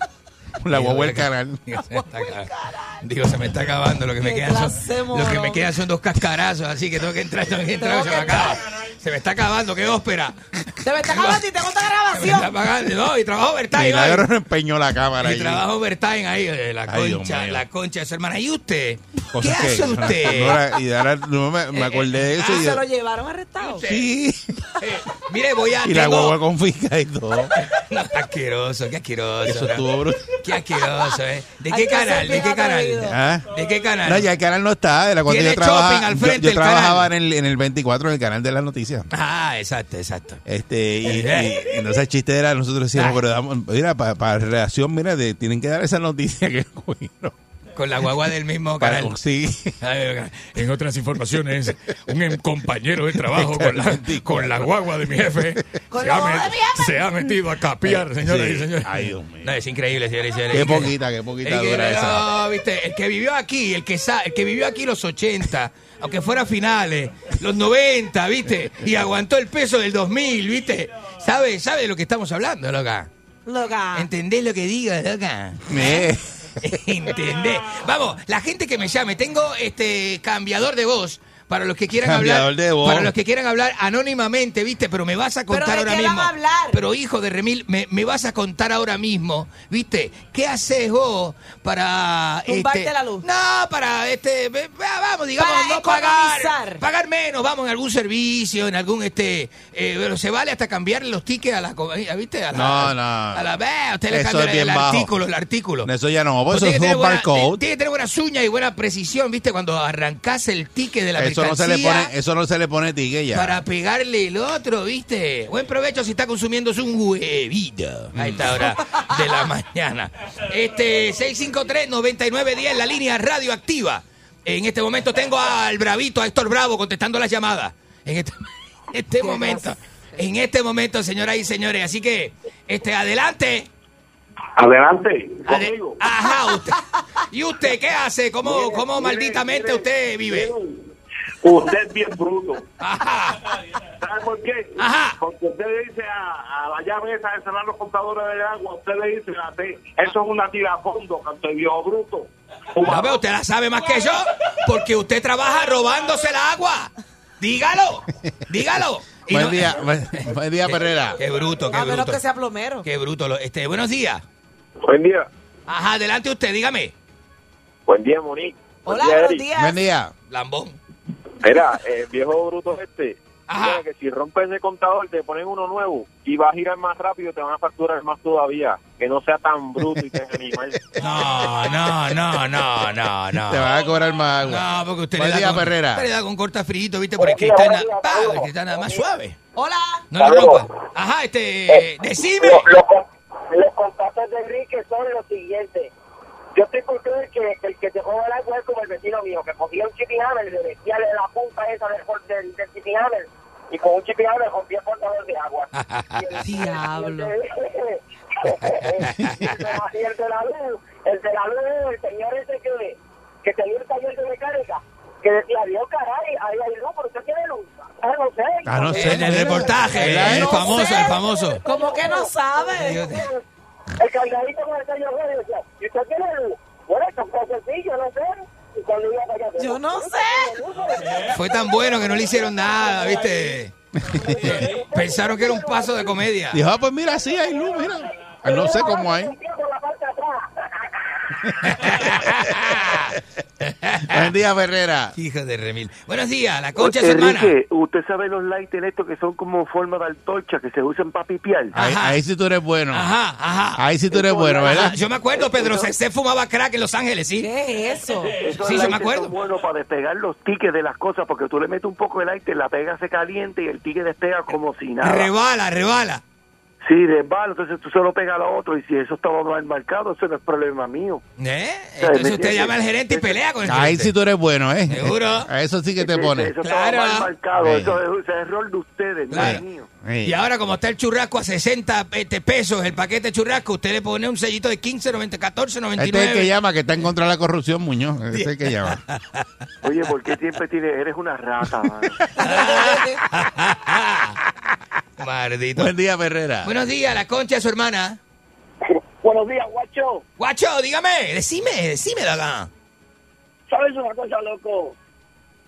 [SPEAKER 3] La guagua del canal.
[SPEAKER 4] <laughs> Digo, se me está acabando. Digo, se me está acabando. Lo que me
[SPEAKER 5] Qué
[SPEAKER 4] queda
[SPEAKER 5] clase,
[SPEAKER 4] son, lo
[SPEAKER 5] moro.
[SPEAKER 4] que me queda son dos cascarazos, así que tengo que entrar, tengo que entrar,
[SPEAKER 5] Tengo
[SPEAKER 4] se me
[SPEAKER 5] que
[SPEAKER 4] acaba. Se me está acabando, qué ópera.
[SPEAKER 5] Te me estás hablando y tengo esta
[SPEAKER 4] Se me está
[SPEAKER 5] grabación.
[SPEAKER 4] <laughs> apagando. No, y trabajo overtime.
[SPEAKER 3] Milagro
[SPEAKER 4] ¿vale?
[SPEAKER 3] no empeñó la cámara.
[SPEAKER 4] Y
[SPEAKER 3] allí.
[SPEAKER 4] trabajo overtime ahí, eh, la
[SPEAKER 3] Ay, Dios
[SPEAKER 4] concha,
[SPEAKER 3] mío.
[SPEAKER 4] la concha de su hermana. ¿Y usted? ¿Qué
[SPEAKER 3] Cosas que-
[SPEAKER 4] hace usted?
[SPEAKER 3] no era- y ahora no me, me acordé de eso.
[SPEAKER 5] Ah,
[SPEAKER 3] y,
[SPEAKER 5] se lo llevaron arrestado.
[SPEAKER 3] Sí.
[SPEAKER 4] Eh, mire, voy a.
[SPEAKER 3] <laughs> Y la
[SPEAKER 4] tengo-
[SPEAKER 3] guagua confisca
[SPEAKER 4] <laughs>
[SPEAKER 3] y todo.
[SPEAKER 4] No, qué asqueroso, qué asqueroso.
[SPEAKER 3] Eso
[SPEAKER 4] ¿no?
[SPEAKER 3] estuvo brutal.
[SPEAKER 4] Qué asqueroso, ¿eh? ¿De
[SPEAKER 5] Hay
[SPEAKER 4] qué
[SPEAKER 5] que
[SPEAKER 4] canal?
[SPEAKER 5] ser
[SPEAKER 4] ¿De qué
[SPEAKER 5] bien
[SPEAKER 4] canal?
[SPEAKER 5] atrevido.
[SPEAKER 3] ¿Ah?
[SPEAKER 4] ¿De qué canal?
[SPEAKER 3] No, ya el canal no está. Era cuando
[SPEAKER 4] Tiene
[SPEAKER 3] yo trabajaba.
[SPEAKER 4] shopping al
[SPEAKER 3] yo-
[SPEAKER 4] frente
[SPEAKER 3] yo
[SPEAKER 4] el
[SPEAKER 3] trabajaba en
[SPEAKER 4] canal.
[SPEAKER 3] el, en el 24, en el canal de las noticias.
[SPEAKER 4] Ah, exacto, exacto.
[SPEAKER 3] Este, y,
[SPEAKER 4] Eh.
[SPEAKER 3] y- entonces el chiste era, nosotros decíamos,
[SPEAKER 4] Ah.
[SPEAKER 3] pero damos- mira, para para reacción, mira, de- tienen que dar esa noticia que cogieron.
[SPEAKER 4] con la guagua del mismo
[SPEAKER 3] Para-
[SPEAKER 4] canal.
[SPEAKER 3] sí. <laughs>
[SPEAKER 4] En otras informaciones, un em- compañero de trabajo con la, con la guagua de mi jefe
[SPEAKER 5] Con
[SPEAKER 4] se
[SPEAKER 5] la
[SPEAKER 4] ha,
[SPEAKER 5] guagua
[SPEAKER 4] met-
[SPEAKER 5] de mi jefe.
[SPEAKER 4] se ha metido a capiar, señoras
[SPEAKER 3] Sí.
[SPEAKER 4] y señores.
[SPEAKER 3] Ay, Dios mío.
[SPEAKER 4] No, es increíble, señores y señores.
[SPEAKER 3] Qué poquita, qué poquita
[SPEAKER 4] Es que,
[SPEAKER 3] dura esa.
[SPEAKER 4] no, viste, el que vivió aquí, el que sa- el que vivió aquí los 80, aunque fuera finales, los 90, viste, y aguantó el peso del 2000, viste. ¿Sabe, sabe de lo que estamos hablando, loca?
[SPEAKER 5] Loca.
[SPEAKER 4] ¿Entendés lo que digo, loca?
[SPEAKER 3] Eh,
[SPEAKER 4] <laughs> ¿Entendés? Vamos, la gente que me llame, tengo este cambiador de voz. Para los que quieran
[SPEAKER 3] Cambiador
[SPEAKER 4] hablar,
[SPEAKER 3] de voz.
[SPEAKER 4] para los que quieran hablar anónimamente, viste, pero me vas a contar
[SPEAKER 5] ¿de
[SPEAKER 4] ahora
[SPEAKER 5] qué
[SPEAKER 4] mismo.
[SPEAKER 5] van a hablar?
[SPEAKER 4] Pero hijo de Remil, me, me vas a contar ahora mismo, viste, ¿qué haces vos para
[SPEAKER 5] Tumbarte
[SPEAKER 4] este,
[SPEAKER 5] la luz.
[SPEAKER 4] No, para este, ve- va- vamos, digamos,
[SPEAKER 5] Para
[SPEAKER 4] no pagar,
[SPEAKER 5] economizar.
[SPEAKER 4] pagar menos, vamos en algún servicio, en algún este, eh, pero se vale hasta cambiar los tickets a la, co- viste, a la,
[SPEAKER 3] No, no.
[SPEAKER 4] a la, ve, usted le
[SPEAKER 3] Eso
[SPEAKER 4] cambia
[SPEAKER 3] es bien
[SPEAKER 4] el
[SPEAKER 3] bajo.
[SPEAKER 4] artículo, el artículo.
[SPEAKER 3] Eso ya no, pues
[SPEAKER 4] Pues
[SPEAKER 3] eso
[SPEAKER 4] tiene que
[SPEAKER 3] es un
[SPEAKER 4] tener buena-
[SPEAKER 3] barcode.
[SPEAKER 4] Tiene que tener buenas uñas y buena precisión, ¿viste? Cuando arrancas el ticket de la
[SPEAKER 3] Eso no se le
[SPEAKER 4] mercancía
[SPEAKER 3] pone, eso no se le pone tique ya.
[SPEAKER 4] para pegarle el otro, ¿viste? Buen provecho si está consumiendo un huevito a esta
[SPEAKER 3] <laughs>
[SPEAKER 4] hora de la mañana. Este 653-9910, la línea radioactiva. En este momento tengo al bravito, a Héctor Bravo, contestando las llamadas. En este, <laughs> en este momento, en este momento, señoras y señores. Así que, este, adelante.
[SPEAKER 7] Adelante,
[SPEAKER 4] Ade-
[SPEAKER 7] conmigo.
[SPEAKER 4] Ajá, usted. ¿Y usted qué hace? ¿Cómo, cómo malditamente usted vive?
[SPEAKER 7] Usted es bien bruto.
[SPEAKER 4] Ajá.
[SPEAKER 7] ¿Sabe por qué?
[SPEAKER 4] Ajá.
[SPEAKER 7] Porque usted le dice a, a la llave esa de cerrar los contadores de agua, usted le dice a ti, eso es una tira a fondo, canto de viejo bruto.
[SPEAKER 4] No, pero Ah, usted la sabe más que yo, porque usted trabaja robándose el agua. Dígalo, dígalo. Y
[SPEAKER 3] Buen
[SPEAKER 4] no-
[SPEAKER 3] día, buen,
[SPEAKER 4] <laughs>
[SPEAKER 3] buen día, Perrera.
[SPEAKER 4] Qué bruto, qué
[SPEAKER 5] A menos
[SPEAKER 4] bruto.
[SPEAKER 5] Ah, que sea plomero.
[SPEAKER 4] Qué bruto. lo- Este, buenos días.
[SPEAKER 7] Buen día.
[SPEAKER 4] Ajá, adelante usted, dígame.
[SPEAKER 7] Buen día, Monique.
[SPEAKER 5] Hola, buenos días.
[SPEAKER 3] Buen día.
[SPEAKER 4] Lambón.
[SPEAKER 7] Mira, el eh, viejo bruto este,
[SPEAKER 4] Ajá.
[SPEAKER 14] Ah.
[SPEAKER 7] mira que si rompes el contador te ponen uno nuevo y va a girar más rápido, te van a facturar más todavía. Que no sea tan bruto y
[SPEAKER 14] <laughs>
[SPEAKER 7] tan animal.
[SPEAKER 4] No, no, no, no, no,
[SPEAKER 3] Te
[SPEAKER 4] no.
[SPEAKER 3] van a cobrar más agua.
[SPEAKER 4] No, porque usted
[SPEAKER 3] buen
[SPEAKER 4] le da
[SPEAKER 3] día,
[SPEAKER 4] con,
[SPEAKER 3] Perrera.
[SPEAKER 4] usted le da con corta frito, viste, por el cristal, na- pa, el cristal nada más suave.
[SPEAKER 5] Hola.
[SPEAKER 4] No lo
[SPEAKER 14] Saludos.
[SPEAKER 4] rompa. Ajá,
[SPEAKER 7] Eh,
[SPEAKER 4] este, decime.
[SPEAKER 14] Lo- lo con- los contactos de Enrique son los siguientes. Yo estoy contigo de que el que te roba el agua es como el vecino mío, que cogía un chippy hammer y le metía la punta esa del, cor- del, del chippy hammer y con un chippy hammer rompía el portador de agua.
[SPEAKER 5] Diablo.
[SPEAKER 14] y <laughs> el de la luz, el de la luz, el señor ese que, que tenía el taller de mecánica, que decía, Dios caray, ahí hay luz, pero usted tiene luz. Ah, no sé.
[SPEAKER 3] Ah, no sé. Eh,
[SPEAKER 4] En el reportaje, el
[SPEAKER 5] No
[SPEAKER 4] famoso,
[SPEAKER 5] sé.
[SPEAKER 4] el famoso.
[SPEAKER 5] Como que no sabe.
[SPEAKER 14] El cargadito con el sello verde decía, ¿y usted tiene luz? Bueno, esto fue sencillo, no sé. Y cuando iba para allá,
[SPEAKER 5] Yo no sé.
[SPEAKER 4] Fue tan bueno que no le hicieron nada,
[SPEAKER 3] <laughs>
[SPEAKER 4] ¿viste? Pensaron que era un paso de comedia. <laughs>
[SPEAKER 3] Dijo, ah, pues mira, sí hay luz, mira. Ah, No sé cómo hay. Buen día, Ferrera.
[SPEAKER 4] Hija de remil. Buenos días, la concha es hermana.
[SPEAKER 7] usted sabe los lights estos que son como forma de antorcha que se usan para pipiar.
[SPEAKER 3] Ahí,
[SPEAKER 4] Ajá.
[SPEAKER 3] ahí sí tú eres bueno.
[SPEAKER 4] Ajá, ajá.
[SPEAKER 3] Ahí sí tú eres bueno, Ah, ¿verdad?
[SPEAKER 4] Ajá, Yo me acuerdo, Pedro Cecé fumaba crack en Los Ángeles, ¿sí?
[SPEAKER 5] ¿Qué es eso?
[SPEAKER 7] Esos
[SPEAKER 4] Sí, yo me
[SPEAKER 7] lighters
[SPEAKER 4] acuerdo.
[SPEAKER 7] son buenos para despegar los tickets de las cosas porque tú le metes un poco de lighter, la pega se caliente y el ticket despega como si nada.
[SPEAKER 4] Rebala, rebala.
[SPEAKER 7] Sí, desbala, entonces tú solo pegas a lo otro y si eso estaba mal marcado, eso no es problema mío.
[SPEAKER 4] ¿Eh? Entonces usted llama al gerente y pelea con el
[SPEAKER 3] Ahí sí
[SPEAKER 4] gerente.
[SPEAKER 3] tú eres bueno, ¿eh?
[SPEAKER 4] Seguro.
[SPEAKER 3] <laughs> A eso sí que te
[SPEAKER 7] Ese-
[SPEAKER 3] pone.
[SPEAKER 7] Eso
[SPEAKER 4] Claro.
[SPEAKER 7] estaba mal marcado,
[SPEAKER 3] Eh.
[SPEAKER 7] eso es, ese es error de ustedes,
[SPEAKER 4] Claro.
[SPEAKER 7] no es mío.
[SPEAKER 3] Sí.
[SPEAKER 4] Y ahora como está el churrasco a 60 este, pesos, el paquete de churrasco, usted le pone un sellito de 15, 90, 14,
[SPEAKER 3] Este es el que
[SPEAKER 4] 99.
[SPEAKER 3] llama, que está en contra de la corrupción, Muñoz. Este es el
[SPEAKER 4] <laughs>
[SPEAKER 3] que llama.
[SPEAKER 7] Oye, ¿por qué siempre tiene, eres una rata, mano?
[SPEAKER 4] Maldito.
[SPEAKER 3] Buen día, Ferrera.
[SPEAKER 4] Buenos días, la concha de su hermana.
[SPEAKER 14] Buenos días, guacho.
[SPEAKER 4] Guacho, dígame, decime, decímelo acá.
[SPEAKER 14] ¿Sabes una cosa, loco?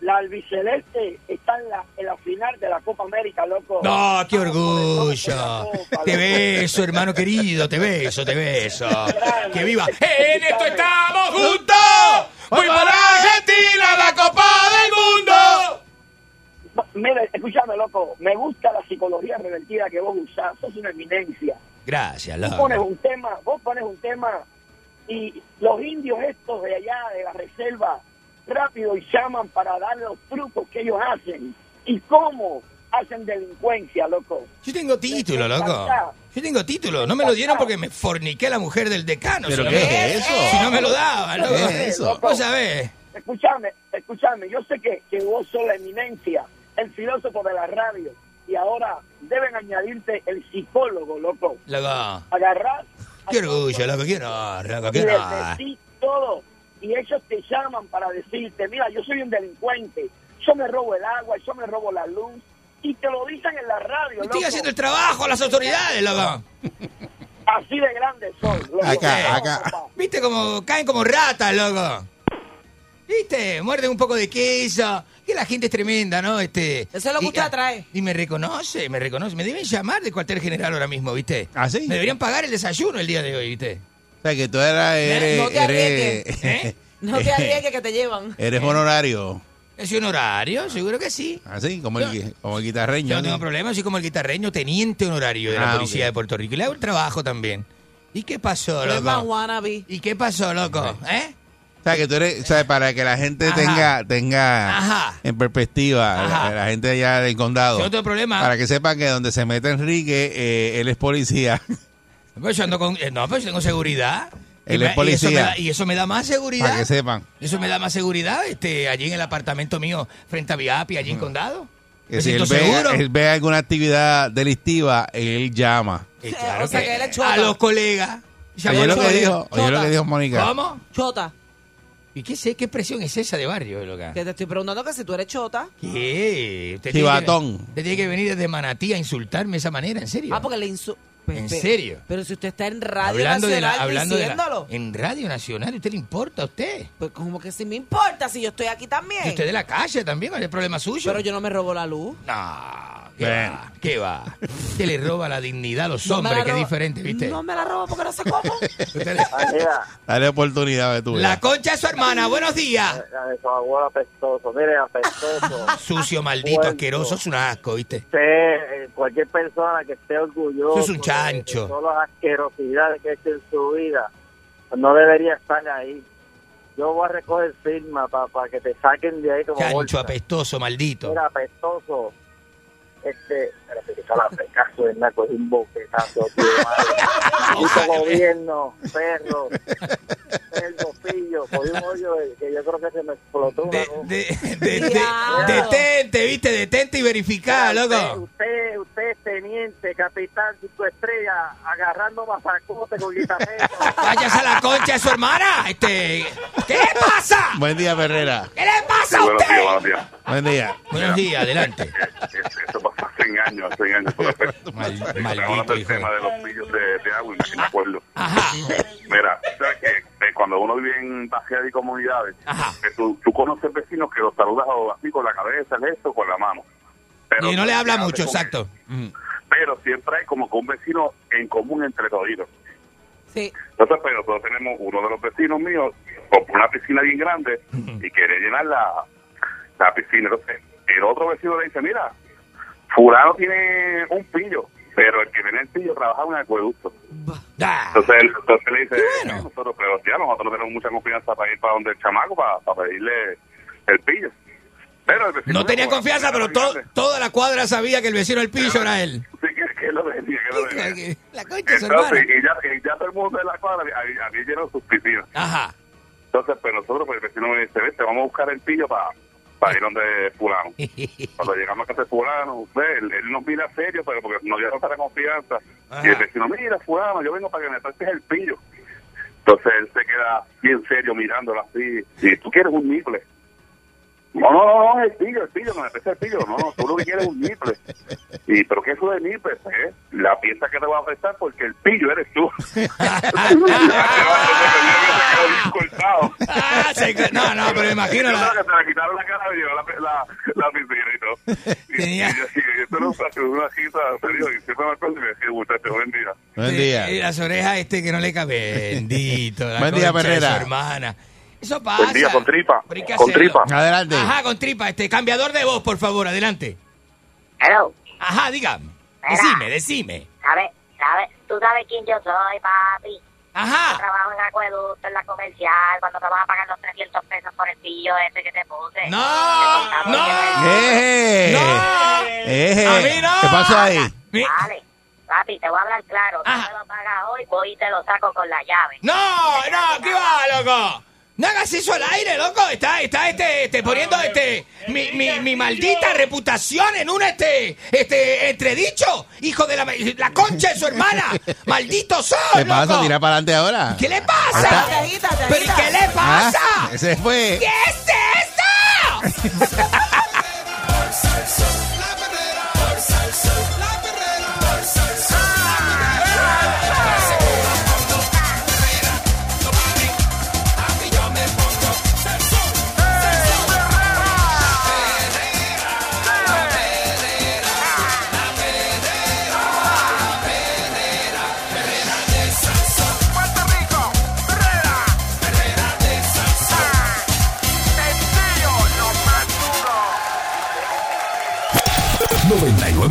[SPEAKER 14] La albiceleste está en la, en la final de la Copa América, loco.
[SPEAKER 4] No, qué orgullo. Te beso, hermano querido, te beso, te beso. Que viva. En esto estamos juntos. Voy para Argentina, la Copa del Mundo.
[SPEAKER 14] Mira, escúchame, loco. Me gusta la psicología revertida que vos usás. Sos una eminencia.
[SPEAKER 4] Gracias,
[SPEAKER 14] Tú pones
[SPEAKER 4] loco.
[SPEAKER 14] un tema, vos pones un tema y los indios estos de allá, de la reserva, rápido llaman para darle los trucos que ellos hacen. ¿Y cómo?
[SPEAKER 15] hacen delincuencia, loco.
[SPEAKER 4] Yo tengo título, loco. Yo tengo título. No me lo dieron porque me forniqué la mujer del decano. si
[SPEAKER 3] ¿Pero
[SPEAKER 4] no
[SPEAKER 3] qué
[SPEAKER 4] me-
[SPEAKER 3] es eso?
[SPEAKER 4] Si no me lo daba, loco.
[SPEAKER 3] ¿Qué es eso?
[SPEAKER 4] Vos sabés.
[SPEAKER 15] Escúchame, escúchame, yo sé que, que vos sos la eminencia, el filósofo de la radio, y ahora deben añadirte el psicólogo, loco.
[SPEAKER 4] Loco.
[SPEAKER 15] Agarrar.
[SPEAKER 4] Qué orgullo, loco. Qué honor, loco.
[SPEAKER 15] Y
[SPEAKER 4] Qué
[SPEAKER 15] les
[SPEAKER 4] honor.
[SPEAKER 15] decís todo. Y ellos te llaman para decirte, mira, yo soy un delincuente, yo me robo el agua, yo me robo la luz. Y te lo dicen en la radio.
[SPEAKER 4] Estoy
[SPEAKER 15] loco.
[SPEAKER 4] haciendo el trabajo a las autoridades, loco.
[SPEAKER 15] Así de grande son. loco.
[SPEAKER 4] eh,
[SPEAKER 3] Acá, acá.
[SPEAKER 15] Papá.
[SPEAKER 4] ¿Viste como caen como ratas, loco? ¿Viste? Muerden un poco de queso. Que la gente es tremenda, ¿no? Este,
[SPEAKER 5] Eso es lo que
[SPEAKER 4] y-
[SPEAKER 5] usted atrae.
[SPEAKER 4] Y me reconoce, me reconoce. Me deben llamar del cuartel general ahora mismo, ¿viste?
[SPEAKER 3] ¿Ah, sí?
[SPEAKER 4] Me deberían pagar el desayuno el día de hoy, ¿viste?
[SPEAKER 3] O sea, que tú eras, eres,
[SPEAKER 5] no te
[SPEAKER 3] eres,
[SPEAKER 5] arriesgues.
[SPEAKER 3] <laughs>
[SPEAKER 4] ¿Eh?
[SPEAKER 5] No
[SPEAKER 4] <laughs>
[SPEAKER 5] te arriesgues que te llevan.
[SPEAKER 3] eres honorario.
[SPEAKER 4] Es un horario, seguro que sí.
[SPEAKER 3] Así, como el,
[SPEAKER 4] Yo-
[SPEAKER 3] gui- como el guitarreño.
[SPEAKER 4] Yo no tengo problema, soy como el guitarreño teniente honorario de la
[SPEAKER 3] Ah,
[SPEAKER 4] policía
[SPEAKER 3] ok.
[SPEAKER 4] de Puerto Rico. Y le hago el trabajo también. ¿Y qué pasó,
[SPEAKER 5] No es más
[SPEAKER 4] loco?
[SPEAKER 5] wannabe.
[SPEAKER 4] ¿Y qué pasó, loco? ¿Eh?
[SPEAKER 3] O sea, que tú eres, o sea, para que la gente
[SPEAKER 4] Ajá.
[SPEAKER 3] tenga tenga
[SPEAKER 4] Ajá.
[SPEAKER 3] en perspectiva,
[SPEAKER 4] Ajá.
[SPEAKER 3] La, la gente allá del condado.
[SPEAKER 4] Yo no tengo problema.
[SPEAKER 3] Para que sepan que donde se mete Enrique, eh, él es policía. <laughs>
[SPEAKER 4] Pero yo ando con. eh, No, pero yo tengo seguridad.
[SPEAKER 3] Él
[SPEAKER 4] Y me-
[SPEAKER 3] es
[SPEAKER 4] Y eso
[SPEAKER 3] policía.
[SPEAKER 4] me da, y eso me da más seguridad.
[SPEAKER 3] Para que sepan.
[SPEAKER 4] Eso me da más seguridad este, allí en el apartamento mío, frente a Viapi, allí en Condado.
[SPEAKER 3] Mm. Que
[SPEAKER 4] Me
[SPEAKER 3] si él
[SPEAKER 4] siento
[SPEAKER 3] ve,
[SPEAKER 4] Pues seguro.
[SPEAKER 3] él ve alguna actividad delictiva, él llama.
[SPEAKER 4] Y claro
[SPEAKER 5] O sea, que él es chota.
[SPEAKER 4] a los colegas. Llamó a
[SPEAKER 3] Oye lo
[SPEAKER 4] los
[SPEAKER 3] que
[SPEAKER 4] colegas.
[SPEAKER 3] dijo, oye lo que dijo Mónica.
[SPEAKER 4] ¿Cómo?
[SPEAKER 5] Chota.
[SPEAKER 4] ¿Y qué, sé, qué expresión es esa de barrio, loca?
[SPEAKER 5] Que te estoy preguntando que si tú eres chota.
[SPEAKER 4] ¿Qué? Usted
[SPEAKER 3] Chivatón.
[SPEAKER 4] Tiene que, usted tiene que venir desde Manatí a insultarme de esa manera, en serio.
[SPEAKER 5] Ah, porque le insu...
[SPEAKER 4] ¿En serio?
[SPEAKER 5] Pero si usted está en radio
[SPEAKER 4] hablando de la,
[SPEAKER 5] nacional
[SPEAKER 4] hablando de la-
[SPEAKER 5] diciéndolo.
[SPEAKER 4] en Radio Nacional, ¿usted le importa a usted?
[SPEAKER 5] Pues como que si me importa si yo estoy aquí
[SPEAKER 4] Y
[SPEAKER 5] también.
[SPEAKER 4] usted de la calle también, ¿cuál es el problema suyo?
[SPEAKER 5] Pero yo no me robo la luz.
[SPEAKER 4] No, ¿qué
[SPEAKER 3] Ven.
[SPEAKER 4] va? ¿Qué va? Usted le roba la dignidad a los
[SPEAKER 5] No me
[SPEAKER 4] hombres,
[SPEAKER 5] la
[SPEAKER 4] que es
[SPEAKER 5] robo-
[SPEAKER 4] diferente, ¿viste?
[SPEAKER 5] No me la robo porque no sé cómo.
[SPEAKER 4] Usted le-
[SPEAKER 11] Mira,
[SPEAKER 3] Dale oportunidad de tu
[SPEAKER 4] La
[SPEAKER 3] vida.
[SPEAKER 4] concha de su hermana, buenos días.
[SPEAKER 11] la de su abuelo apestoso, miren,
[SPEAKER 15] <laughs>
[SPEAKER 11] apestoso.
[SPEAKER 4] Sucio, maldito,
[SPEAKER 11] Muerto.
[SPEAKER 4] asqueroso, es un asco, ¿viste?
[SPEAKER 11] Usted, eh, cualquier persona que esté orgulloso
[SPEAKER 4] Eso es un chancho.
[SPEAKER 11] de- de todas las asquerosidades que ha hecho en su vida, no debería estar ahí. Yo voy a recoger firma para que te saquen de ahí como
[SPEAKER 4] Chancho,
[SPEAKER 11] bolsa.
[SPEAKER 4] apestoso, maldito.
[SPEAKER 11] Mira, apestoso. Este, espérate, que está la peca suena, cogí un boquetazo, tío,
[SPEAKER 4] <laughs>
[SPEAKER 11] madre. Puto gobierno, perro, perro, pillo, cogí un hoyo de- que yo creo que se me explotó. una
[SPEAKER 4] De-
[SPEAKER 11] cosa.
[SPEAKER 4] de- <laughs> de- de-
[SPEAKER 5] Diablo.
[SPEAKER 4] detente, ¿viste? Detente y verificá, ah, loco.
[SPEAKER 11] Usted, usted es teniente, capitán, cinco estrellas, agarrando mazacote con guitarrero.
[SPEAKER 4] <laughs> Váyase a la concha de su hermana. Este, ¿Qué le pasa?
[SPEAKER 3] Buen día,
[SPEAKER 4] <laughs>
[SPEAKER 3] Ferrera.
[SPEAKER 4] ¿Qué le pasa a
[SPEAKER 9] buenos días,
[SPEAKER 4] usted?
[SPEAKER 9] buenos días.
[SPEAKER 3] Buen día.
[SPEAKER 4] Buenos días, adelante.
[SPEAKER 9] Eso pasó hace 100 años, hace 100 años. Por la
[SPEAKER 4] <laughs> Mal-
[SPEAKER 9] hablando
[SPEAKER 4] maldito
[SPEAKER 9] del
[SPEAKER 4] hijo. Ah,
[SPEAKER 9] tema de los pillos de, de agua, imagínate, pueblo.
[SPEAKER 4] Ajá.
[SPEAKER 9] Mira, ¿sabes qué? Eh, cuando uno vive en barriadas y comunidades,
[SPEAKER 4] Ajá.
[SPEAKER 9] eh, tú, tú conoces vecinos que los saludas o así con la cabeza, el esto, con la mano. Pero
[SPEAKER 4] Y no le habla mucho,
[SPEAKER 9] con-
[SPEAKER 4] exacto.
[SPEAKER 9] Pero siempre hay como que un vecino en común entre todos.
[SPEAKER 5] Sí.
[SPEAKER 9] Entonces, pero todos tenemos uno de los vecinos míos compró una piscina bien grande y quiere llenar la, la piscina. Entonces, el otro vecino le dice, mira, fulano tiene un pillo, pero el que tiene el pillo trabaja en un acueducto.
[SPEAKER 4] Ah,
[SPEAKER 9] Entonces, él, entonces le dice,
[SPEAKER 4] Qué bueno.
[SPEAKER 9] nosotros, pero ya nosotros no tenemos mucha confianza para ir para donde el chamaco, para, para pedirle el pillo. Pero el vecino
[SPEAKER 4] No tenía
[SPEAKER 9] mío,
[SPEAKER 4] confianza, pero to- toda la cuadra sabía que el vecino del piso era él.
[SPEAKER 9] Sí, que, que lo decía, que lo
[SPEAKER 4] <laughs>
[SPEAKER 9] decía.
[SPEAKER 4] La concha de su hermana.
[SPEAKER 9] Entonces, y ya, y ya todo el mundo de la cuadra había, había llenado sus piscinas.
[SPEAKER 4] Ajá.
[SPEAKER 9] Entonces, pues nosotros, pues el vecino me dice, vete, vamos a buscar el pillo para ir donde fulano. Cuando llegamos a casa de fulano, ve, él, él nos mira serio, pero porque no había tanta confianza.
[SPEAKER 4] Ajá.
[SPEAKER 9] Y el vecino, mira, fulano, yo vengo para que me prestes el pillo. Entonces él se queda bien serio mirándolo así. Y tú quieres un niple. No, no, no, no, es el pillo, el pillo, que me prestes el pillo. No, no, tú lo que quieres es un niple. Y, ¿pero qué es eso de niple? Pues, la pieza que te va a prestar porque el pillo eres tú. <laughs>
[SPEAKER 4] Ah, se- no, no, pero me imagino
[SPEAKER 9] Yo creo
[SPEAKER 4] la-
[SPEAKER 9] que se le quitaron la cara y llegó la, la, la piscina y todo. Y-
[SPEAKER 4] Tenía-
[SPEAKER 9] Y, yo- y esto era un saco, una cita, te digo, y siempre me acuerdo y me decía, muchachos, buen día.
[SPEAKER 3] Buen
[SPEAKER 4] eh,
[SPEAKER 3] día.
[SPEAKER 4] las orejas este que no le cabe. Bendito. La
[SPEAKER 3] Buen día,
[SPEAKER 4] concha de
[SPEAKER 3] Perrera.
[SPEAKER 4] su hermana. Eso pasa.
[SPEAKER 9] Buen día, con tripa.
[SPEAKER 4] Ah, Pero hay que
[SPEAKER 9] Con
[SPEAKER 4] hacerlo.
[SPEAKER 9] tripa.
[SPEAKER 3] Adelante.
[SPEAKER 4] Ajá, con tripa. Este cambiador de voz, por favor, adelante.
[SPEAKER 16] Hello,
[SPEAKER 4] Ajá, dígame.
[SPEAKER 16] Era.
[SPEAKER 4] Decime, decime.
[SPEAKER 16] ¿sabes? ¿Sabes? ¿Tú sabes quién yo soy, papi? Yo
[SPEAKER 4] Ajá.
[SPEAKER 16] trabajo en acueducto, en la comercial, cuando te vas a pagar los 300 pesos por el pillo ese que te puse.
[SPEAKER 4] No, no.
[SPEAKER 3] ¡Eh!
[SPEAKER 4] No.
[SPEAKER 3] Eh, Eje,
[SPEAKER 16] A mí no.
[SPEAKER 3] ¿Qué pasa ahí?
[SPEAKER 16] Vale, Ah, papi, te voy a hablar claro. Tú me lo pagas hoy, voy y te lo saco con la llave.
[SPEAKER 4] No, no, ¿qué va, loco? No hagas eso al aire, loco. Está, está este,
[SPEAKER 16] Ah,
[SPEAKER 4] este, poniendo este, mi, mi, mi maldita reputación en un este, este, entredicho. Hijo de la, la concha de su
[SPEAKER 3] <laughs>
[SPEAKER 4] hermana. Maldito sos,
[SPEAKER 3] ¿Qué pasa?
[SPEAKER 4] loco.
[SPEAKER 3] Tira para adelante ahora.
[SPEAKER 4] ¿Qué le pasa? ¿Pero ¿y qué le
[SPEAKER 3] Ah,
[SPEAKER 4] pasa?
[SPEAKER 3] Ese fue.
[SPEAKER 4] ¿Qué es esto?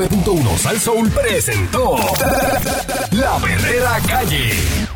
[SPEAKER 2] punto 99.1 Sal Soul presentó La Verdadera Calle.